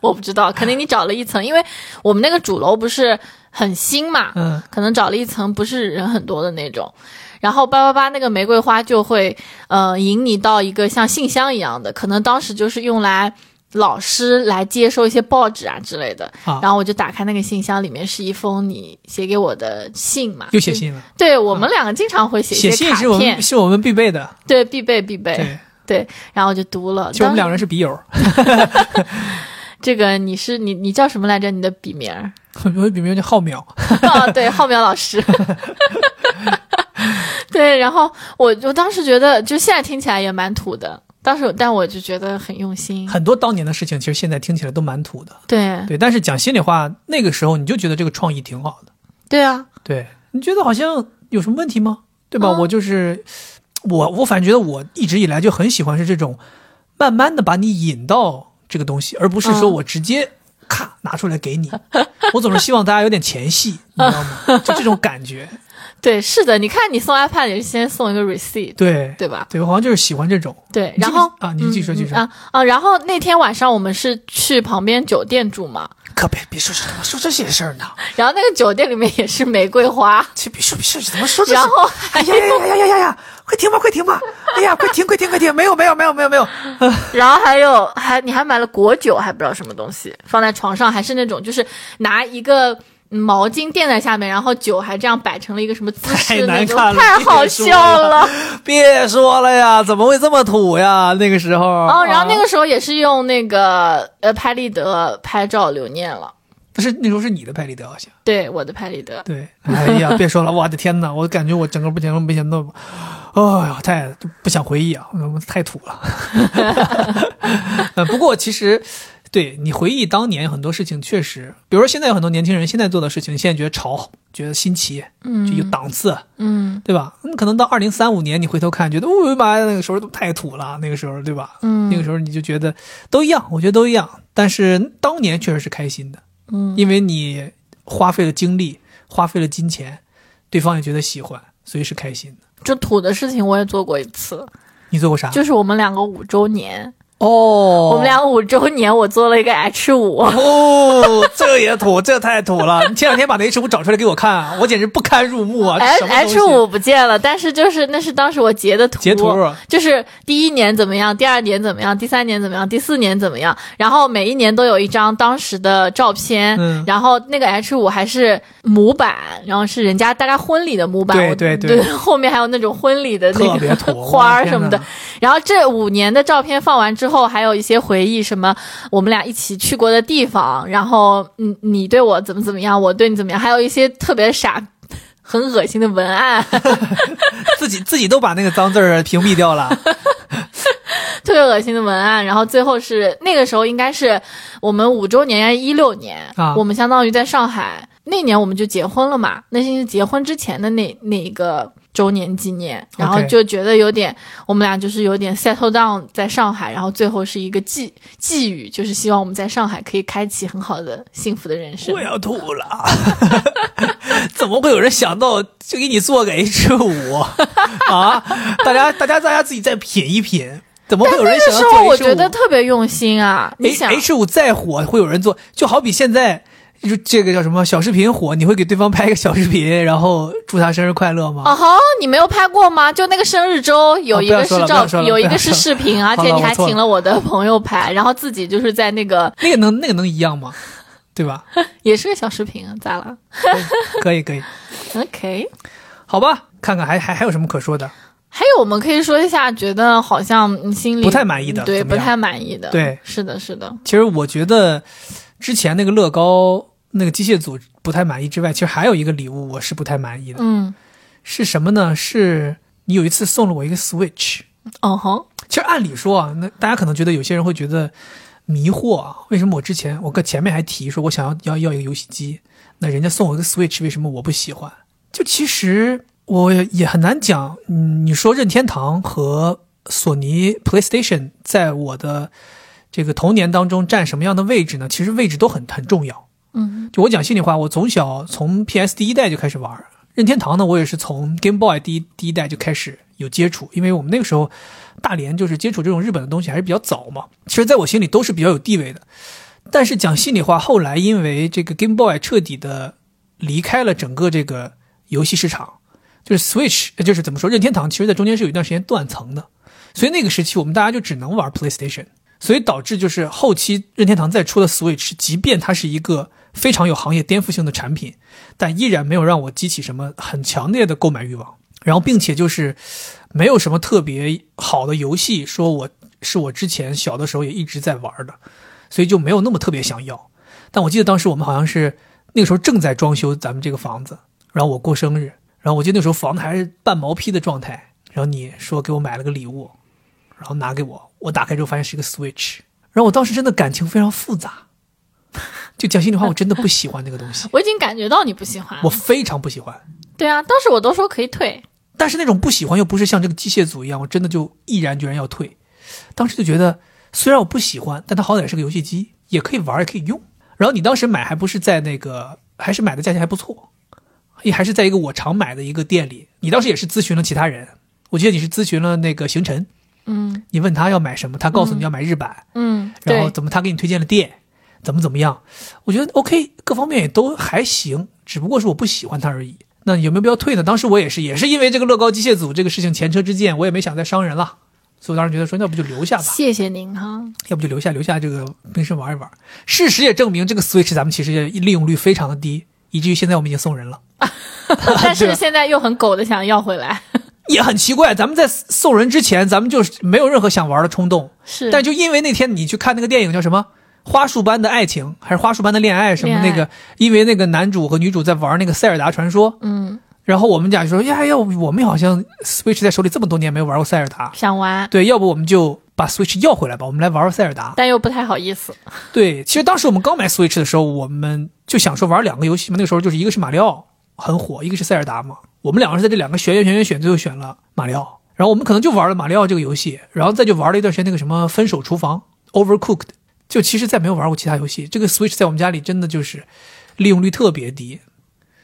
Speaker 2: 我不知道，可能你找了一层，因为我们那个主楼不是很新嘛，
Speaker 1: 嗯，
Speaker 2: 可能找了一层不是人很多的那种。然后八八八那个玫瑰花就会呃引你到一个像信箱一样的，可能当时就是用来老师来接收一些报纸啊之类的。
Speaker 1: 啊
Speaker 2: 然后我就打开那个信箱，里面是一封你写给我的信嘛。
Speaker 1: 又写。信了，
Speaker 2: 对我们两个经常嗯会写
Speaker 1: 写
Speaker 2: 一些
Speaker 1: 信
Speaker 2: 卡
Speaker 1: 是我
Speaker 2: 片
Speaker 1: 们，是我们必备的。
Speaker 2: 对必备必备。
Speaker 1: 对，
Speaker 2: 对，然后我就读了。
Speaker 1: 其实我们两
Speaker 2: 当
Speaker 1: 个人
Speaker 2: 时
Speaker 1: 是笔友。
Speaker 2: 这个你是你你叫什么来着？你的笔名儿？
Speaker 1: 我我笔名叫浩淼，
Speaker 2: 啊， 对，浩淼老师。对，然后我我当时觉得，就现在听起来也蛮土的，当时但我就觉得很用心。
Speaker 1: 很多当年的事情，其实现在听起来都蛮土的，
Speaker 2: 对
Speaker 1: 对。但是讲心里话，那个时候你就觉得这个创意挺好的，
Speaker 2: 对啊，
Speaker 1: 对。你觉得好像有什么问题吗？对吧？
Speaker 2: 嗯
Speaker 1: 我就是我，我反正觉得我一直以来就很喜欢是这种，慢慢的把你引到这个东西，而不是说
Speaker 2: 嗯
Speaker 1: 我直接咔拿出来给你。我总是希望大家有点前戏，你知道吗？就这种感觉，
Speaker 2: 对，是的。你看，你送 iPad 也是先送一个 receipt，
Speaker 1: 对
Speaker 2: 对吧？
Speaker 1: 对，我好像就是喜欢这种。
Speaker 2: 对，
Speaker 1: 你记
Speaker 2: 然
Speaker 1: 不
Speaker 2: 后
Speaker 1: 记啊，你继续说，继续
Speaker 2: 嗯
Speaker 1: 说，
Speaker 2: 啊啊，然后那天晚上我们是去旁边酒店住嘛，
Speaker 1: 可别别说这说这些事儿呢，
Speaker 2: 然后那个酒店里面也是玫 瑰花，
Speaker 1: 切别说别说，怎么说这些
Speaker 2: 然后还
Speaker 1: 哎呀呀呀呀呀呀！快停吧，快停吧！哎呀，快停，快停，快停！没有，没有，没有，没有，没有。
Speaker 2: 然后还有还你还买了果酒，还不知道什么东西，放在床上还是那种就是拿一个。嗯毛巾垫在下面，然后酒还这样摆成了一个什么姿势
Speaker 1: 太
Speaker 2: 那
Speaker 1: 难
Speaker 2: 种，
Speaker 1: 看了
Speaker 2: 太好笑了。
Speaker 1: 别说了呀，怎么会这么土呀？那个时候。
Speaker 2: 哦，然后那
Speaker 1: 啊
Speaker 2: 个时候也是用那个呃拍立得拍照留念了，
Speaker 1: 不是那时候是你的拍立得好像。
Speaker 2: 对我的拍立得，
Speaker 1: 对， 哎呀，别说了，我的天哪，我感觉我整个不行，不行，都，哎呀，太不想回忆啊，嗯太土 了。呃，不过其实，对你回忆当年很多事情，确实，比如说现在有很多年轻人现在做的事情，现在觉得潮，觉得新奇，就有
Speaker 2: 嗯
Speaker 1: 档次，
Speaker 2: 嗯
Speaker 1: 对吧？嗯，可能到二零三五年，你回头看，觉得，哦我的妈呀，那个时候都太土了，那个时候，对吧？
Speaker 2: 嗯，
Speaker 1: 那个时候你就觉得都一样，我觉得都一样。但是当年确实是开心的，
Speaker 2: 嗯
Speaker 1: 因为你花费了精力，花费了金钱，对方也觉得喜欢，所以是开心的。
Speaker 2: 就土的事情我也做过一次，
Speaker 1: 你做过啥？
Speaker 2: 就是我们两个五周年，
Speaker 1: 啊哦，
Speaker 2: 我们俩五周年，我做了一个 H 五。
Speaker 1: 哦，这也土， 这太土了！你前两天把那 H 五找出来给我看啊，我简直不堪入目啊！
Speaker 2: H
Speaker 1: 什么东西
Speaker 2: H 五不见了，但是就是那是当时我截的图，
Speaker 1: 截图
Speaker 2: 就是第一年怎么样，第二年怎么样，第三年怎么样，第四年怎么样，然后每一年都有一张当时的照片，
Speaker 1: 嗯
Speaker 2: 然后那个 H 五还是模板，然后是人家大概婚礼的模板，
Speaker 1: 对
Speaker 2: 我
Speaker 1: 对对
Speaker 2: 对，后面还有那种婚礼的
Speaker 1: 特
Speaker 2: 那
Speaker 1: 别
Speaker 2: 个
Speaker 1: 土
Speaker 2: 花
Speaker 1: 我的
Speaker 2: 儿
Speaker 1: 天
Speaker 2: 什么的
Speaker 1: 哪，
Speaker 2: 然后这五年的照片放完之后，还有一些回忆，什么我们俩一起去过的地方，然后嗯，你对我怎么怎么样，我对你怎么样，还有一些特别傻、很恶心的文案，
Speaker 1: 自己自己都把那个脏字儿屏蔽掉了。
Speaker 2: 特别恶心的文案。然后最后是那个时候应该是我们五周年，应该一六年，
Speaker 1: 啊
Speaker 2: 我们相当于在上海那年我们就结婚了嘛，那是结婚之前的那那一个。周年纪念，然后
Speaker 1: OK
Speaker 2: 就觉得有点我们俩就是有点 settle down 在上海，然后最后是一个寄寄语，就是希望我们在上海可以开启很好的幸福的人生
Speaker 1: 我。要吐了！ 怎么会有人想到就给你做个 H 五啊？大家大家大家自己再品一品，怎么会有人想
Speaker 2: 那
Speaker 1: 要
Speaker 2: 时候
Speaker 1: 做
Speaker 2: 我
Speaker 1: H
Speaker 2: 觉得
Speaker 1: 五？哎
Speaker 2: 特别用心啊！你想
Speaker 1: H 五再火，会有人做，就好比现在。就这个叫什么小视频火，你会给对方拍一个小视频，然后祝他生日快乐吗？
Speaker 2: 哦吼，你没有拍过吗？就那个生日周
Speaker 1: 啊
Speaker 2: 有
Speaker 1: 哦
Speaker 2: 一
Speaker 1: 不要
Speaker 2: 个
Speaker 1: 说了
Speaker 2: 是
Speaker 1: 不
Speaker 2: 照
Speaker 1: 要，说了
Speaker 2: 有一
Speaker 1: 不要
Speaker 2: 个是
Speaker 1: 说了
Speaker 2: 视频，而
Speaker 1: 好
Speaker 2: 且
Speaker 1: 了
Speaker 2: 你
Speaker 1: 我
Speaker 2: 还
Speaker 1: 错
Speaker 2: 请
Speaker 1: 了
Speaker 2: 了我的朋友拍，然后自己就是在那个
Speaker 1: 那个能那个能一样吗？对吧？
Speaker 2: 也是个小视频，啊，咋了
Speaker 1: 可以可以，
Speaker 2: ？OK，
Speaker 1: 好吧，看看还还还有什么可说的？
Speaker 2: 还有我们可以说一下，觉得好像嗯心里
Speaker 1: 不太满意的
Speaker 2: 对，
Speaker 1: 怎么
Speaker 2: 不
Speaker 1: 样
Speaker 2: 太满意的，
Speaker 1: 对，
Speaker 2: 是的，是的，
Speaker 1: 其实我觉得之前那个乐高那个机械组不太满意之外，其实还有一个礼物我是不太满意的，
Speaker 2: 嗯，
Speaker 1: 是什么呢？是你有一次送了我一个 Switch。
Speaker 2: 哦吼，
Speaker 1: 其实按理说啊，那大家可能觉得有些人会觉得迷惑啊，为什么我之前我跟前面还提说我想要要要一个游戏机，那人家送我一个 Switch，为什么我不喜欢？就其实我也很难讲，嗯，你说任天堂和索尼 PlayStation 在我的这个童年当中占什么样的位置呢？其实位置都很很重要。
Speaker 2: 嗯
Speaker 1: 就我讲心里话，我从小从 PS 第一代就开始玩儿，任天堂呢，我也是从 Game Boy 第一第一代就开始有接触，因为我们那个时候大连就是接触这种日本的东西还是比较早嘛。其实，在我心里都是比较有地位的。但是讲心里话，后来因为这个 Game Boy 彻底的离开了整个这个游戏市场，就是 Switch，呃就是怎么说，任天堂其实在中间是有一段时间断层的，所以那个时期我们大家就只能玩 PlayStation。所以导致就是后期任天堂再出的 Switch，即便它是一个非常有行业颠覆性的产品，但依然没有让我激起什么很强烈的购买欲望。然后，并且就是没有什么特别好的游戏，说我是我之前小的时候也一直在玩的，所以就没有那么特别想要。但我记得当时我们好像是那个时候正在装修咱们这个房子，然后我过生日，然后我记得那时候房子还是半毛坯的状态，然后你说给我买了个礼物，然后拿给我，我打开之后发现是一个 Switch，然后我当时真的感情非常复杂， 就讲心里话，我真的不喜欢这个东 西，
Speaker 2: 我已经感觉到你不喜欢
Speaker 1: 我，非常不喜欢。
Speaker 2: 对啊，当时我都说可以退，
Speaker 1: 但是那种不喜欢又不是像这个机械组一样，我真的就毅然决然要退。当时就觉得，虽然我不喜欢，但它好歹是个游戏机，也可以玩，也可以用。然后你当时买还不是在那个，还是买的价钱还不错，也还是在一个我常买的一个店里。你当时也是咨询了其他人，我记得你是咨询了那个行晨，
Speaker 2: 嗯
Speaker 1: 你问他要买什么，他告诉你要买日版，
Speaker 2: 嗯，
Speaker 1: 然后
Speaker 2: 对，
Speaker 1: 怎么他给你推荐了店，怎么怎么样，我觉得 OK，各方面也都还行，只不过是我不喜欢它而已。那有没有必要退呢？当时我也是，也是因为这个乐高机械组这个事情前车之鉴，我也没想再伤人了，所以我当时觉得说，那不就留下吧，
Speaker 2: 谢谢您哈，
Speaker 1: 要不就留下，留下这个平时玩一玩。事实也证明，这个 Switch 咱们其实也利用率非常的低，以至于现在我们已经送人了。 对
Speaker 2: 但是
Speaker 1: 啊
Speaker 2: 现在又很狗的想要回来，
Speaker 1: 也很奇怪，咱们在送人之前，咱们就是没有任何想玩的冲动，
Speaker 2: 是，
Speaker 1: 但就因为那天你去看那个电影叫什么《花束般的爱情》还是《花束般的恋爱》什么
Speaker 2: 恋爱
Speaker 1: 那个，因为那个男主和女主在玩那个《塞尔达传说》，
Speaker 2: 嗯，
Speaker 1: 然后我们俩就说哎呀要不我们好像 Switch 在手里这么多年没玩过塞尔达，
Speaker 2: 想玩，
Speaker 1: 对，要不我们就把 Switch 要回来吧，我们来玩玩塞尔达。
Speaker 2: 但又不太好意思，
Speaker 1: 对，其实当时我们刚买 Switch 的时候，我们就想说玩两个游戏嘛，那个时候就是一个是马里奥很火，一个是塞尔达嘛，我们两个是在这两个选选选选选，最后选了马里奥。然后我们可能就玩了马里奥这个游戏，然后再就玩了一段时间那个什么《分手厨房》（Overcooked），就其实再没有玩过其他游戏。这个 Switch 在我们家里真的就是利用率特别低，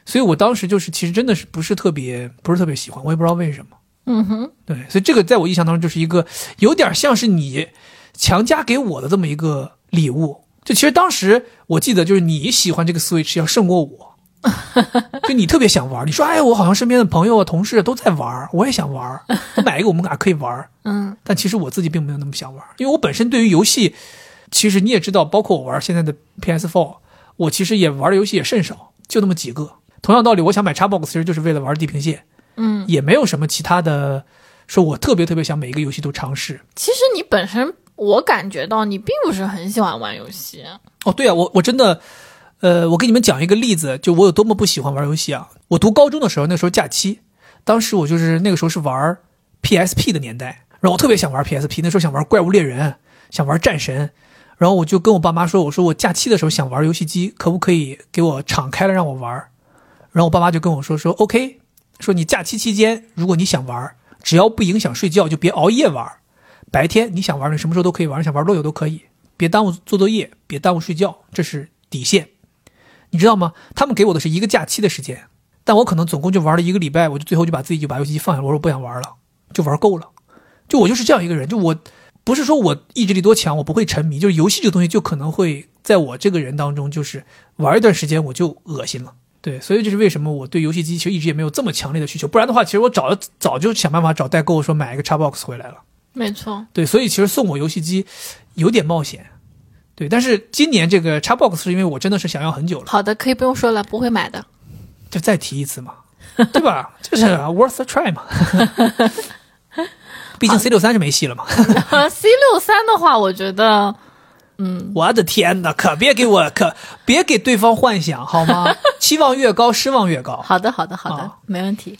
Speaker 1: 所以我当时就是其实真的是不是特别不是特别喜欢，我也不知道为什么。
Speaker 2: 嗯哼。
Speaker 1: 对，所以这个在我印象当中就是一个有点像是你强加给我的这么一个礼物。就其实当时我记得，就是你喜欢这个 Switch 要胜过我，就你特别想玩，你说哎，我好像身边的朋友啊、同事都在玩，我也想玩，我买一个我们俩可以玩。
Speaker 2: 嗯，
Speaker 1: 但其实我自己并没有那么想玩，因为我本身对于游戏，其实你也知道，包括我玩现在的 PS4，我其实也玩的游戏也甚少，就那么几个。同样道理，我想买 Xbox 其实就是为了玩《地平线》，
Speaker 2: 嗯，
Speaker 1: 也没有什么其他的，说我特别特别想每一个游戏都尝试。
Speaker 2: 其实你本身我感觉到你并不是很喜欢玩游戏，
Speaker 1: 哦，对啊，我我真的，呃，我给你们讲一个例子，就我有多么不喜欢玩游戏啊！我读高中的时候，那时候假期，当时我就是那个时候是玩 PSP 的年代，然后我特别想玩 PSP，那时候想玩怪物猎人，想玩战神，然后我就跟我爸妈说，我说我假期的时候想玩游戏机，可不可以给我敞开了让我玩儿？然后我爸妈就跟我说说 OK，说你假期期间如果你想玩儿，只要不影响睡觉，就别熬夜玩儿。白天你想玩儿，你什么时候都可以玩儿，你想玩儿多久都可以，别耽误做作业，别耽误睡觉，这是底线。你知道吗？他们给我的是一个假期的时间，但我可能总共就玩了一个礼拜，我就最后就把自己就把游戏机放下了，我说我不想玩了，就玩够了。就我就是这样一个人，就我不是说我意志力多强，我不会沉迷，就是游戏这个东西就可能会在我这个人当中，就是玩一段时间我就恶心了。对，所以这是为什么我对游戏机其实一直也没有这么强烈的需求，不然的话，其实我早早就想办法找代购说买一个 Xbox 回来了。
Speaker 2: 没错，
Speaker 1: 对，所以其实送我游戏机有点冒险。对，但是今年这个 Xbox 是因为我真的是想要很久了，
Speaker 2: 好的，可以不用说了，不会买 的。
Speaker 1: 就再提一次嘛， 对吧？就是 worth a try 嘛。毕竟 C 六三是没戏了嘛。
Speaker 2: C 六三的话，我觉得 嗯
Speaker 1: 我的天哪，可别给我可别给对方幻想好吗？期望越高，失望越高。
Speaker 2: 好的，好的，好的，
Speaker 1: 啊
Speaker 2: 没问题。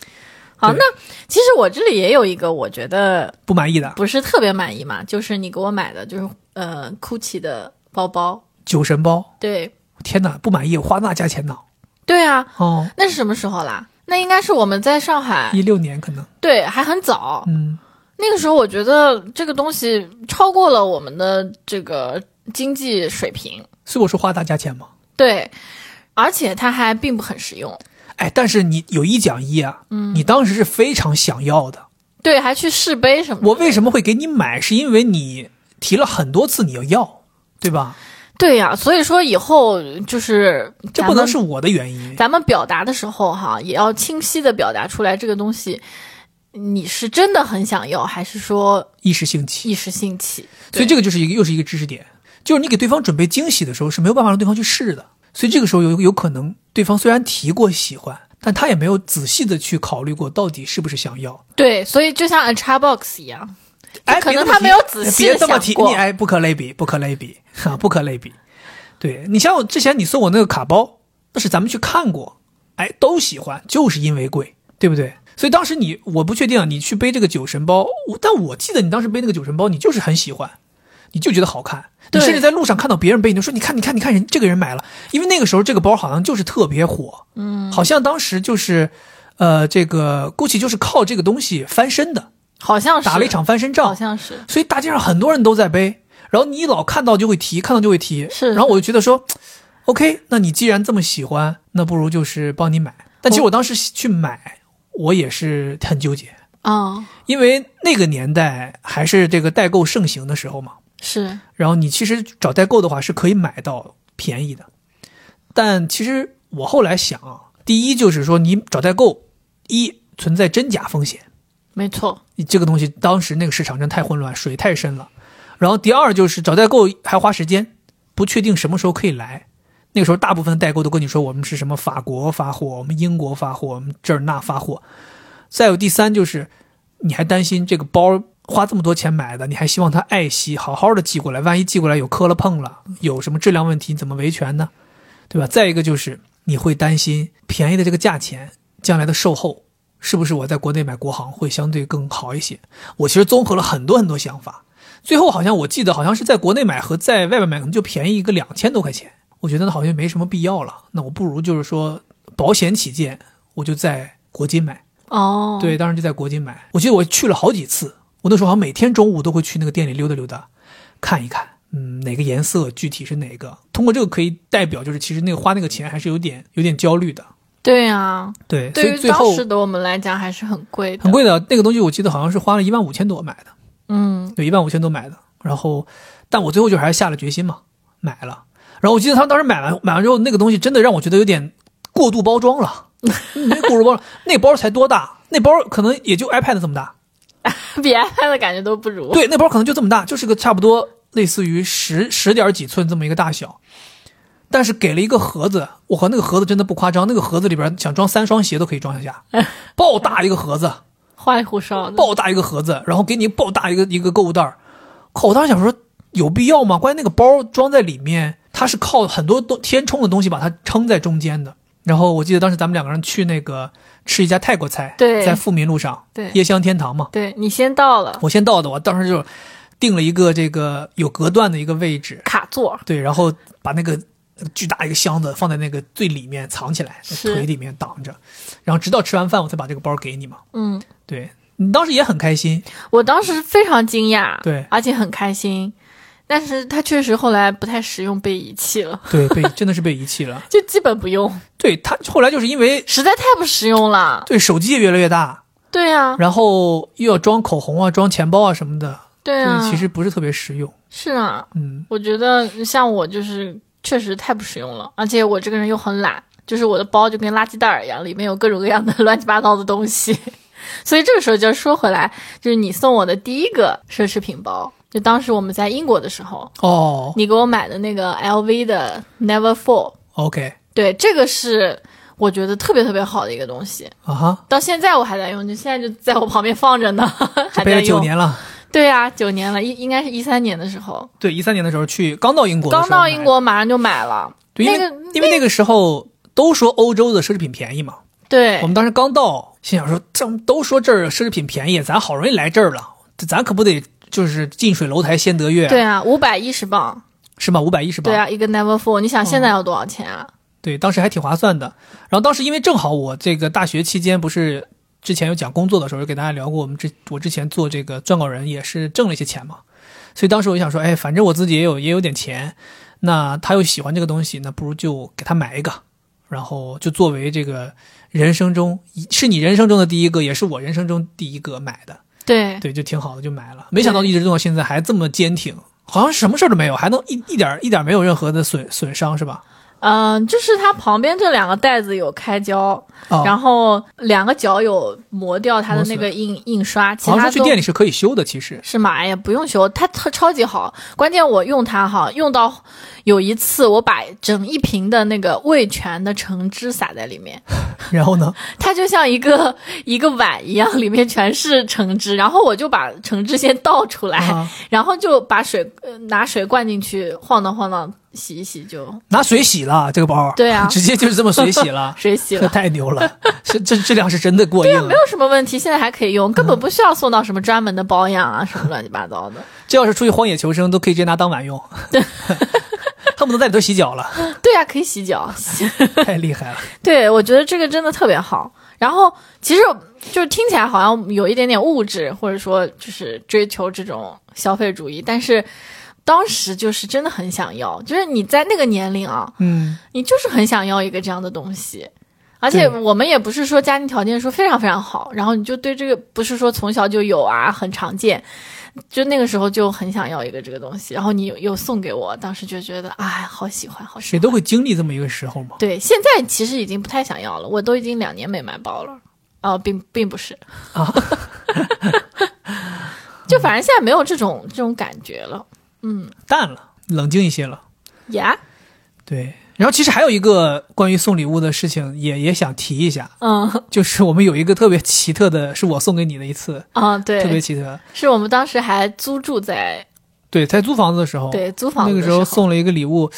Speaker 2: 好，
Speaker 1: 对
Speaker 2: 那其实我这里也有一个，我觉得
Speaker 1: 不满意的
Speaker 2: 不是特别满意嘛，就是你给我买的，就是呃，GUCCI 的包包。
Speaker 1: 酒神包，
Speaker 2: 对，
Speaker 1: 天哪，不满意，花那价钱呢？
Speaker 2: 对啊，
Speaker 1: 哦，
Speaker 2: 那是什么时候啦？那应该是我们在上海，
Speaker 1: 一六年可能，
Speaker 2: 对，还很早。
Speaker 1: 嗯，
Speaker 2: 那个时候我觉得这个东西超过了我们的这个经济水平，
Speaker 1: 所以我说花大价钱嘛。
Speaker 2: 对，而且它还并不很实用，
Speaker 1: 哎，但是你有一讲一啊，嗯，你当时是非常想要的。
Speaker 2: 对，还去试杯什么的。
Speaker 1: 我为什么会给你买，是因为你提了很多次你要要，对吧？
Speaker 2: 对呀、所以说以后就是
Speaker 1: 这
Speaker 2: 咱
Speaker 1: 不能
Speaker 2: 们
Speaker 1: 是我的原因。
Speaker 2: 咱们表达的时候哈，也要清晰的表达出来这个东西，你是真的很想要，还是说
Speaker 1: 一时兴起，
Speaker 2: 一时兴起？
Speaker 1: 所以这个就是一个又是一个知识点，就是你给对方准备惊喜的时候是没有办法让对方去试的，所以这个时候有有可能对方虽然提过喜欢，但他也没有仔细的去考虑过到底是不是想要。
Speaker 2: 对，所以就像 a Xbox 一样，
Speaker 1: 哎，
Speaker 2: 可
Speaker 1: 别
Speaker 2: 能
Speaker 1: 这么
Speaker 2: 他
Speaker 1: 提
Speaker 2: 没有仔细地
Speaker 1: 别这么
Speaker 2: 想
Speaker 1: 提，
Speaker 2: 过
Speaker 1: 你哎，不可类比，不可类比，哈，不可类比。对你像我之前你送我那个卡包，那是咱们去看过，哎，都喜欢，就是因为贵，对不对？所以当时你我不确定啊你去背这个酒神包，我但我记得你当时背那个酒神包，你就是很喜欢，你就觉得好看，你
Speaker 2: 对
Speaker 1: 甚至在路上看到别人背，你就说你看你看你看人这个人买了，因为那个时候这个包好像就是特别火，嗯，好像当时就是，呃，这个 GUCCI 就是靠这个东西翻身的，
Speaker 2: 好像啊是
Speaker 1: 打了一场翻身仗
Speaker 2: 好，像是
Speaker 1: 所以大街上很多人都在背，然后你老看到就会提，看到就会提，
Speaker 2: 是
Speaker 1: 然后我就觉得说，OK，那你既然这么喜欢，那不如就是帮你买。但其实我当时去买，我也是很纠结，
Speaker 2: 啊、嗯
Speaker 1: 因为那个年代还是这个代购盛行的时候嘛。
Speaker 2: 是
Speaker 1: 然后你其实找代购的话是可以买到便宜的，但其实我后来想啊，第一就是说你找代购，一存在真假风险。
Speaker 2: 没错，
Speaker 1: 这个东西当时那个市场真太混乱，水太深了。然后第二就是找代购还花时间，不确定什么时候可以来。那个时候大部分代购都跟你说我们是什么法国发货，我们英国发货，我们这儿那发货。再有第三就是，你还担心这个包花这么多钱买的，你还希望他爱惜，好好的寄过来，万一寄过来有磕了碰了，有什么质量问题，你怎么维权呢？对吧？再一个就是你会担心便宜的这个价钱，将来的售后是不是我在国内买国行会相对更好一些？我其实综合了很多很多想法，最后好像我记得好像是在国内买和在外面买可能就便宜一个两千多块钱，我觉得那好像没什么必要了。那我不如就是说保险起见，我就在国金买。
Speaker 2: 哦，
Speaker 1: 对，当时就在国金买。我记得我去了好几次，我那时候好像每天中午都会去那个店里溜达溜达，看一看，嗯，哪个颜色具体是哪个。通过这个可以代表，就是其实那个花那个钱还是有点有点焦虑的。
Speaker 2: 对啊，
Speaker 1: 对，所
Speaker 2: 对
Speaker 1: 以
Speaker 2: 于
Speaker 1: 最
Speaker 2: 当
Speaker 1: 后
Speaker 2: 时的我们来讲还是很贵的，
Speaker 1: 很贵的那个东西，我记得好像是花了一万五千多买的，
Speaker 2: 嗯，
Speaker 1: 对，一万五千多买的。然后，但我最后就还是下了决心嘛，买了。然后我记得他当时买完买完之后，那个东西真的让我觉得有点过度包装了， 没过度包装，那包才多大？那包可能也就 iPad 这么大，
Speaker 2: 比 iPad 的感觉都不如。
Speaker 1: 对，那包可能就这么大，就是个差不多类似于十十点几寸这么一个大小。但是给了一个盒子，我和那个盒子真的不夸张，那个盒子里边想装三双鞋都可以装得下，爆大一个盒子，
Speaker 2: 花里胡哨的，
Speaker 1: 爆大一个盒子，然后给你爆大一个一个购物袋儿。靠，我当时想说有必要吗？关键那个包装在里面，它是靠很多东填充的东西把它撑在中间的。然后我记得当时咱们两个人去那个吃一家泰国菜，
Speaker 2: 对
Speaker 1: 在富民路上，
Speaker 2: 对
Speaker 1: 椰香天堂嘛，
Speaker 2: 对你先到了
Speaker 1: 我先到的，我当时就定了一个这个有隔断的一个位置，
Speaker 2: 卡座，
Speaker 1: 对，然后把那个那个巨大一个箱子放在那个最里面藏起来，
Speaker 2: 是
Speaker 1: 腿里面挡着，然后直到吃完饭我才把这个包给你嘛。
Speaker 2: 嗯，
Speaker 1: 对你当时也很开心，
Speaker 2: 我当时非常惊讶，
Speaker 1: 对
Speaker 2: 而且很开心，但是它确实后来不太实用，被遗弃了，
Speaker 1: 对，被真的是被遗弃了。
Speaker 2: 就基本不用，
Speaker 1: 对他后来就是因为
Speaker 2: 实在太不实用了。
Speaker 1: 对手机也越来越大，
Speaker 2: 对啊，
Speaker 1: 然后又要装口红啊、装钱包啊什么的，
Speaker 2: 对
Speaker 1: 就
Speaker 2: 啊，
Speaker 1: 是其实不是特别实用。
Speaker 2: 是啊，
Speaker 1: 嗯，
Speaker 2: 我觉得像我就是确实太不实用了，而且我这个人又很懒，就是我的包就跟垃圾袋儿一样，里面有各种各样的 乱七八糟的东西。 所以这个时候就要说回来，就是你送我的第一个奢侈品包，就当时我们在英国的时候，
Speaker 1: 哦
Speaker 2: 你给我买的那个 LV 的 Never Fall，
Speaker 1: ，OK
Speaker 2: 对，这个是我觉得特别特别好的一个东西，
Speaker 1: 啊哈，
Speaker 2: 到现在我还在用，就现在就在我旁边放着呢， 还
Speaker 1: 背
Speaker 2: 在
Speaker 1: 了九
Speaker 2: 用。
Speaker 1: 年了。
Speaker 2: 对啊，九年了，应应该是一三年的时候，
Speaker 1: 对，一三年的时候去，刚到英国的时候
Speaker 2: 刚
Speaker 1: 买的，
Speaker 2: 到英国马上就买了。
Speaker 1: 对，因为
Speaker 2: 那个
Speaker 1: 因为那个时候都说欧洲的奢侈品便宜嘛，
Speaker 2: 对
Speaker 1: 我，们当时刚到，心想说，这都说这儿奢侈品便宜，咱好容易来这儿了，咱可不得就是近水楼台先得月，
Speaker 2: 对啊，五百一十磅，
Speaker 1: 是吗？五百一十八，
Speaker 2: 对啊，一个 Never Full，你想现在要多少钱啊？
Speaker 1: 对，当时还挺划算的。然后当时因为正好我这个大学期间不是。之前有讲工作的时候，有给大家聊过，我们之我之前做这个撰稿人也是挣了一些钱嘛，所以当时我就想说，哎，反正我自己也有也有点钱，那他又喜欢这个东西，那不如就给他买一个，然后就作为这个人生中是你人生中的第一个，也是我人生中第一个买的，
Speaker 2: 对
Speaker 1: 对，就挺好的，就买了。没想到一直用到现在还这么坚挺，好像什么事儿都没有，还能一一点一点没有任何的损损伤，是吧？
Speaker 2: 嗯、就是它旁边这两个袋子有开胶，
Speaker 1: 啊、
Speaker 2: 然后两个角有哦磨掉它的那
Speaker 1: 磨
Speaker 2: 个印印刷，其
Speaker 1: 好像
Speaker 2: 他
Speaker 1: 说去店
Speaker 2: 都
Speaker 1: 里是可以修的，其实
Speaker 2: 是吗？哎呀，不用修，它它超级好。关键我用它哈，用到有一次我把整一瓶的那个味全的橙汁洒在里 面，
Speaker 1: 然后 呢，
Speaker 2: 它就像一个一个碗一样，里面全是橙汁。然后我就把橙汁先倒出来，
Speaker 1: 啊，
Speaker 2: 然后就把水、呃、拿水灌进去，晃荡晃荡，洗一洗就
Speaker 1: 拿水洗了这个包，
Speaker 2: 对啊
Speaker 1: 直接就是这么水洗 了，
Speaker 2: 水洗
Speaker 1: 这
Speaker 2: 了，
Speaker 1: 太牛了，这这质量是真的过硬了
Speaker 2: 没。有什么问题，现在还可以用，根本不需要送到什么专门的保养啊，什么乱七八糟的。
Speaker 1: 这要是出去荒野求生，都可以直接拿当 碗用，恨不得在里头洗脚了，
Speaker 2: 对啊，可以洗脚。洗
Speaker 1: 太厉 害了。
Speaker 2: 对，我觉得这个真的特别好。然后其实就是听起来好像有一点点物质，或者说就是追求这种消费主义，但是当时就是真的很想要，就是你在那个年龄啊，
Speaker 1: 嗯，
Speaker 2: 你就是很想要一个这样的东西。而且
Speaker 1: 对
Speaker 2: 我们也不是说家庭条件说非常非常好，然后你就对这个不是说从小就有啊，很常见，就那个时候就很想要一个这个东西，然后你又又送给我，当时就觉得哎，好喜欢，好喜
Speaker 1: 谁
Speaker 2: 欢。
Speaker 1: 都会经历这么一个时候嘛。
Speaker 2: 对，现在其实已经不太想要了，我都已经两年没买包了，啊、并并不是
Speaker 1: 啊，
Speaker 2: 就反正现在没有这种这种感觉了，嗯，
Speaker 1: 淡了，冷静一些了。
Speaker 2: 呀、
Speaker 1: 对，然后其实还有一个关于送礼物的事情也，也想提一下，
Speaker 2: 嗯
Speaker 1: 就是我们有一个特别奇特的，是我送给你的一次，
Speaker 2: 啊，
Speaker 1: 特别
Speaker 2: 对，
Speaker 1: 奇特。
Speaker 2: 是我们当时还租住在
Speaker 1: 对，在租房子的时候，
Speaker 2: 对租房
Speaker 1: 哦那
Speaker 2: 子
Speaker 1: 个
Speaker 2: 的
Speaker 1: 时候送了一个礼物，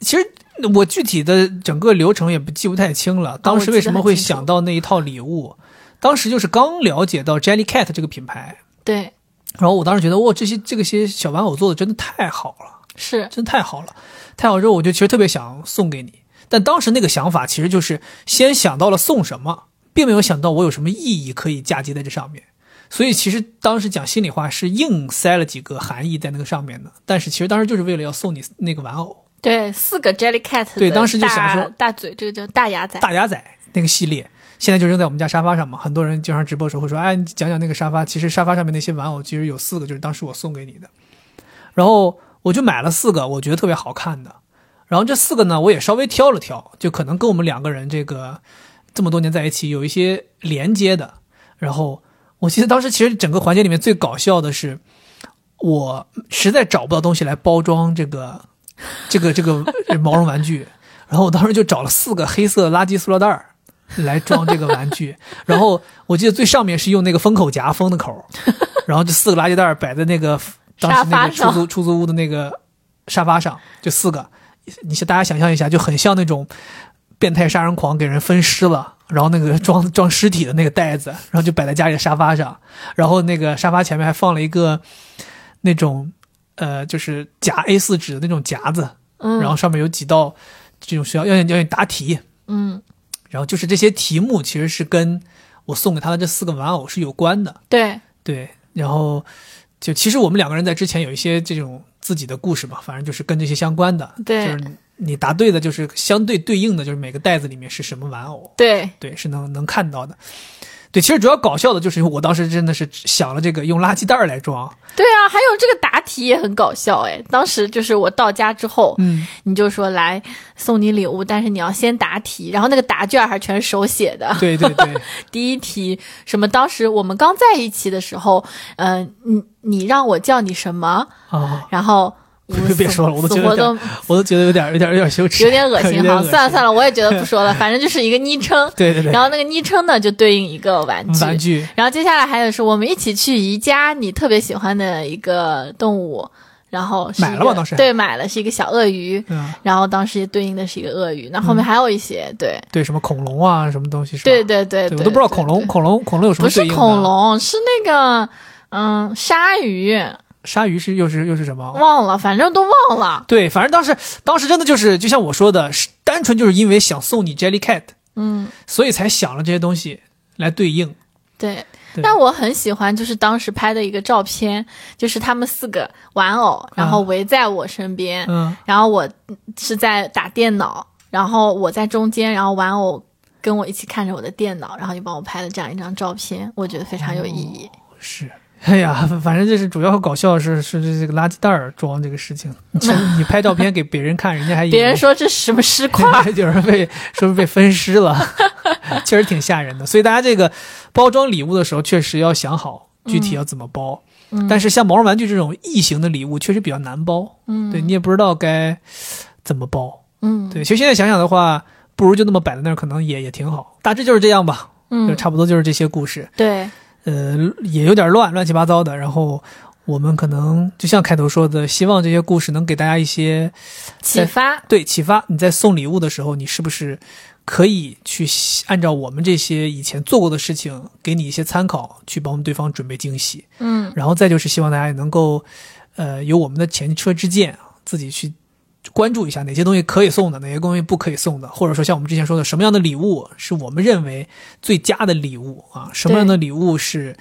Speaker 1: 其实。我具体的整个流程也不哦记不太清了，当时为什么会想到那一套礼物？当时就是刚了解到 Jellycat 这个品牌，
Speaker 2: 对
Speaker 1: 然后我当时觉得哇，这些这个些小玩偶做的真的太好了，
Speaker 2: 是
Speaker 1: 真太好了，太好之后，我就其实特别想送给你，但当时那个想法其实就是先想到了送什么，并没有想到我有什么意义可以嫁接在这上面。所以其实当时讲心里话是硬塞了几个含义在那个上面的，但是其实当时就是为了要送你那个玩偶
Speaker 2: 对，四个 Jellycat，的
Speaker 1: 对当时就想
Speaker 2: 大
Speaker 1: 说
Speaker 2: 大嘴，这个叫大牙仔，
Speaker 1: 大牙仔那个系列，现在就扔在我们家沙发上嘛。很多人经常直播的时候会说，哎，你讲讲那个沙发，其实沙发上面那些玩偶其实有四个就是当时我送给你的。然后我就买了四个我觉得特别好看的，然后这四个呢我也稍微挑了挑，就可能跟我们两个人这个这么多年在一起有一些连接的。然后我记得当时其实整个环节里面最搞笑的是，我实在找不到东西来包装这个这个这个 毛绒玩具，然后我当时就找了四个黑色垃圾塑料袋儿来装这个玩 具，然后我记得最上面是用那个封口夹封的口 儿，然后这四个垃圾袋儿摆在那个当时那个
Speaker 2: 沙
Speaker 1: 出
Speaker 2: 发
Speaker 1: 租出租屋的那个沙发上，就四个，你先大家想象一下，就很像那种变态杀人狂给人分尸了。然后那个装装尸体的那个袋子，然后就摆在家里的沙发上，然后那个沙发前面还放了一个那种呃，就是夹 A 4纸的那种夹子，
Speaker 2: 嗯，
Speaker 1: 然后上面有几道这种需要要你要你答题，
Speaker 2: 嗯，
Speaker 1: 然后就是这些题目其实是跟我送给他的这四个玩偶是有关的，
Speaker 2: 对，
Speaker 1: 对，然后就其实我们两个人在之前有一些这种自己的故事嘛，反正就是跟这些相关的，
Speaker 2: 对
Speaker 1: 就是你答对的，就是相对对应的，就是每个袋子里面是什么玩偶，
Speaker 2: 对，
Speaker 1: 对，是能能看到的。对，其实主要搞笑的就是因为我当时真的是想了这个用垃圾袋儿来装，
Speaker 2: 对啊，还有这个答题也很搞笑哎。当时就是我到家之后，
Speaker 1: 嗯，
Speaker 2: 你就说来送你礼物，但是你要先答题，然后那个答卷还全是手写 的。
Speaker 1: 对对对，
Speaker 2: 第一题什么？当时我们刚在一起的时候，呃，你你让我叫你什么？
Speaker 1: 啊，
Speaker 2: 然后我
Speaker 1: 别
Speaker 2: 死
Speaker 1: 说了我都
Speaker 2: 死
Speaker 1: 觉得有
Speaker 2: 活
Speaker 1: 点
Speaker 2: 都
Speaker 1: 我都觉得有点有点有点羞耻，
Speaker 2: 有点恶心
Speaker 1: 有点
Speaker 2: 哈。算了
Speaker 1: 了，
Speaker 2: 算了，我也觉得不说了，反正就是一个昵称。
Speaker 1: 对对对，嗯
Speaker 2: 然后那个昵称呢，就对应一个玩具。
Speaker 1: 玩具
Speaker 2: 然后接下来还有是我们一起去宜家，你特别喜欢的一个动物，然后是一个
Speaker 1: 买了吧当时
Speaker 2: 对买了是一个小鳄鱼，
Speaker 1: 嗯，
Speaker 2: 然后当时对应的是一个鳄鱼，那后面还有一些、对
Speaker 1: 对，什么恐龙啊，什么东西嗯是吧？
Speaker 2: 对对对
Speaker 1: 对我都不知道恐龙
Speaker 2: 对
Speaker 1: 恐龙恐龙有什么
Speaker 2: 不是
Speaker 1: 对应的
Speaker 2: 恐，龙，是那个嗯鲨鱼，
Speaker 1: 鲨鱼是又是又是什么？
Speaker 2: 忘了，反正都忘了。
Speaker 1: 对，反正当时当时真的就是，就像我说的，是单纯就是因为想送你 Jellycat，
Speaker 2: 嗯，
Speaker 1: 所以才想了这些东西来对应。
Speaker 2: 对。
Speaker 1: 对
Speaker 2: 但我很喜欢，就是当时拍的一个照片，就是他们四个玩偶，然后围在我身边，
Speaker 1: 嗯，
Speaker 2: 然后我是在打电脑，然后我在中间，然后玩偶跟我一起看着我的电脑，然后就帮我拍了这样一张照片，我觉得非常有意义。
Speaker 1: 是。哎呀，反正就是主要搞笑是是这个垃圾袋儿装这个事情， 你你拍照片给别人看，人家还以为
Speaker 2: 别人说这是什么尸块？
Speaker 1: 有人被说是被分尸 了，确实挺吓人的。所以大家这个包装礼物的时候，确实要想好具体要怎么包。
Speaker 2: 嗯
Speaker 1: 但是像毛绒玩具这种异形的礼物，确实比较难包。
Speaker 2: 嗯，
Speaker 1: 对你也不知道该怎么包。
Speaker 2: 嗯，
Speaker 1: 对，其实现在想想的话，不如就那么摆在那儿，可能也也挺好。大致就是这样吧，就
Speaker 2: 嗯，
Speaker 1: 差不多就是这些故事。
Speaker 2: 对，
Speaker 1: 呃，也有点乱，乱七八糟的。然后我们可能就像开头说的，希望这些故事能给大家一些
Speaker 2: 启发，
Speaker 1: 对启发你在送礼物的时候，你是不是可以去按照我们这些以前做过的事情，给你一些参考，去帮对方准备惊喜。
Speaker 2: 嗯，
Speaker 1: 然后再就是希望大家也能够，呃，有我们的前车之鉴啊，自己去关注一下哪些东西可以送的，哪些东西不可以送的，或者说像我们之前说的，什么样的礼物是我们认为最佳的礼物啊，什么样的礼物是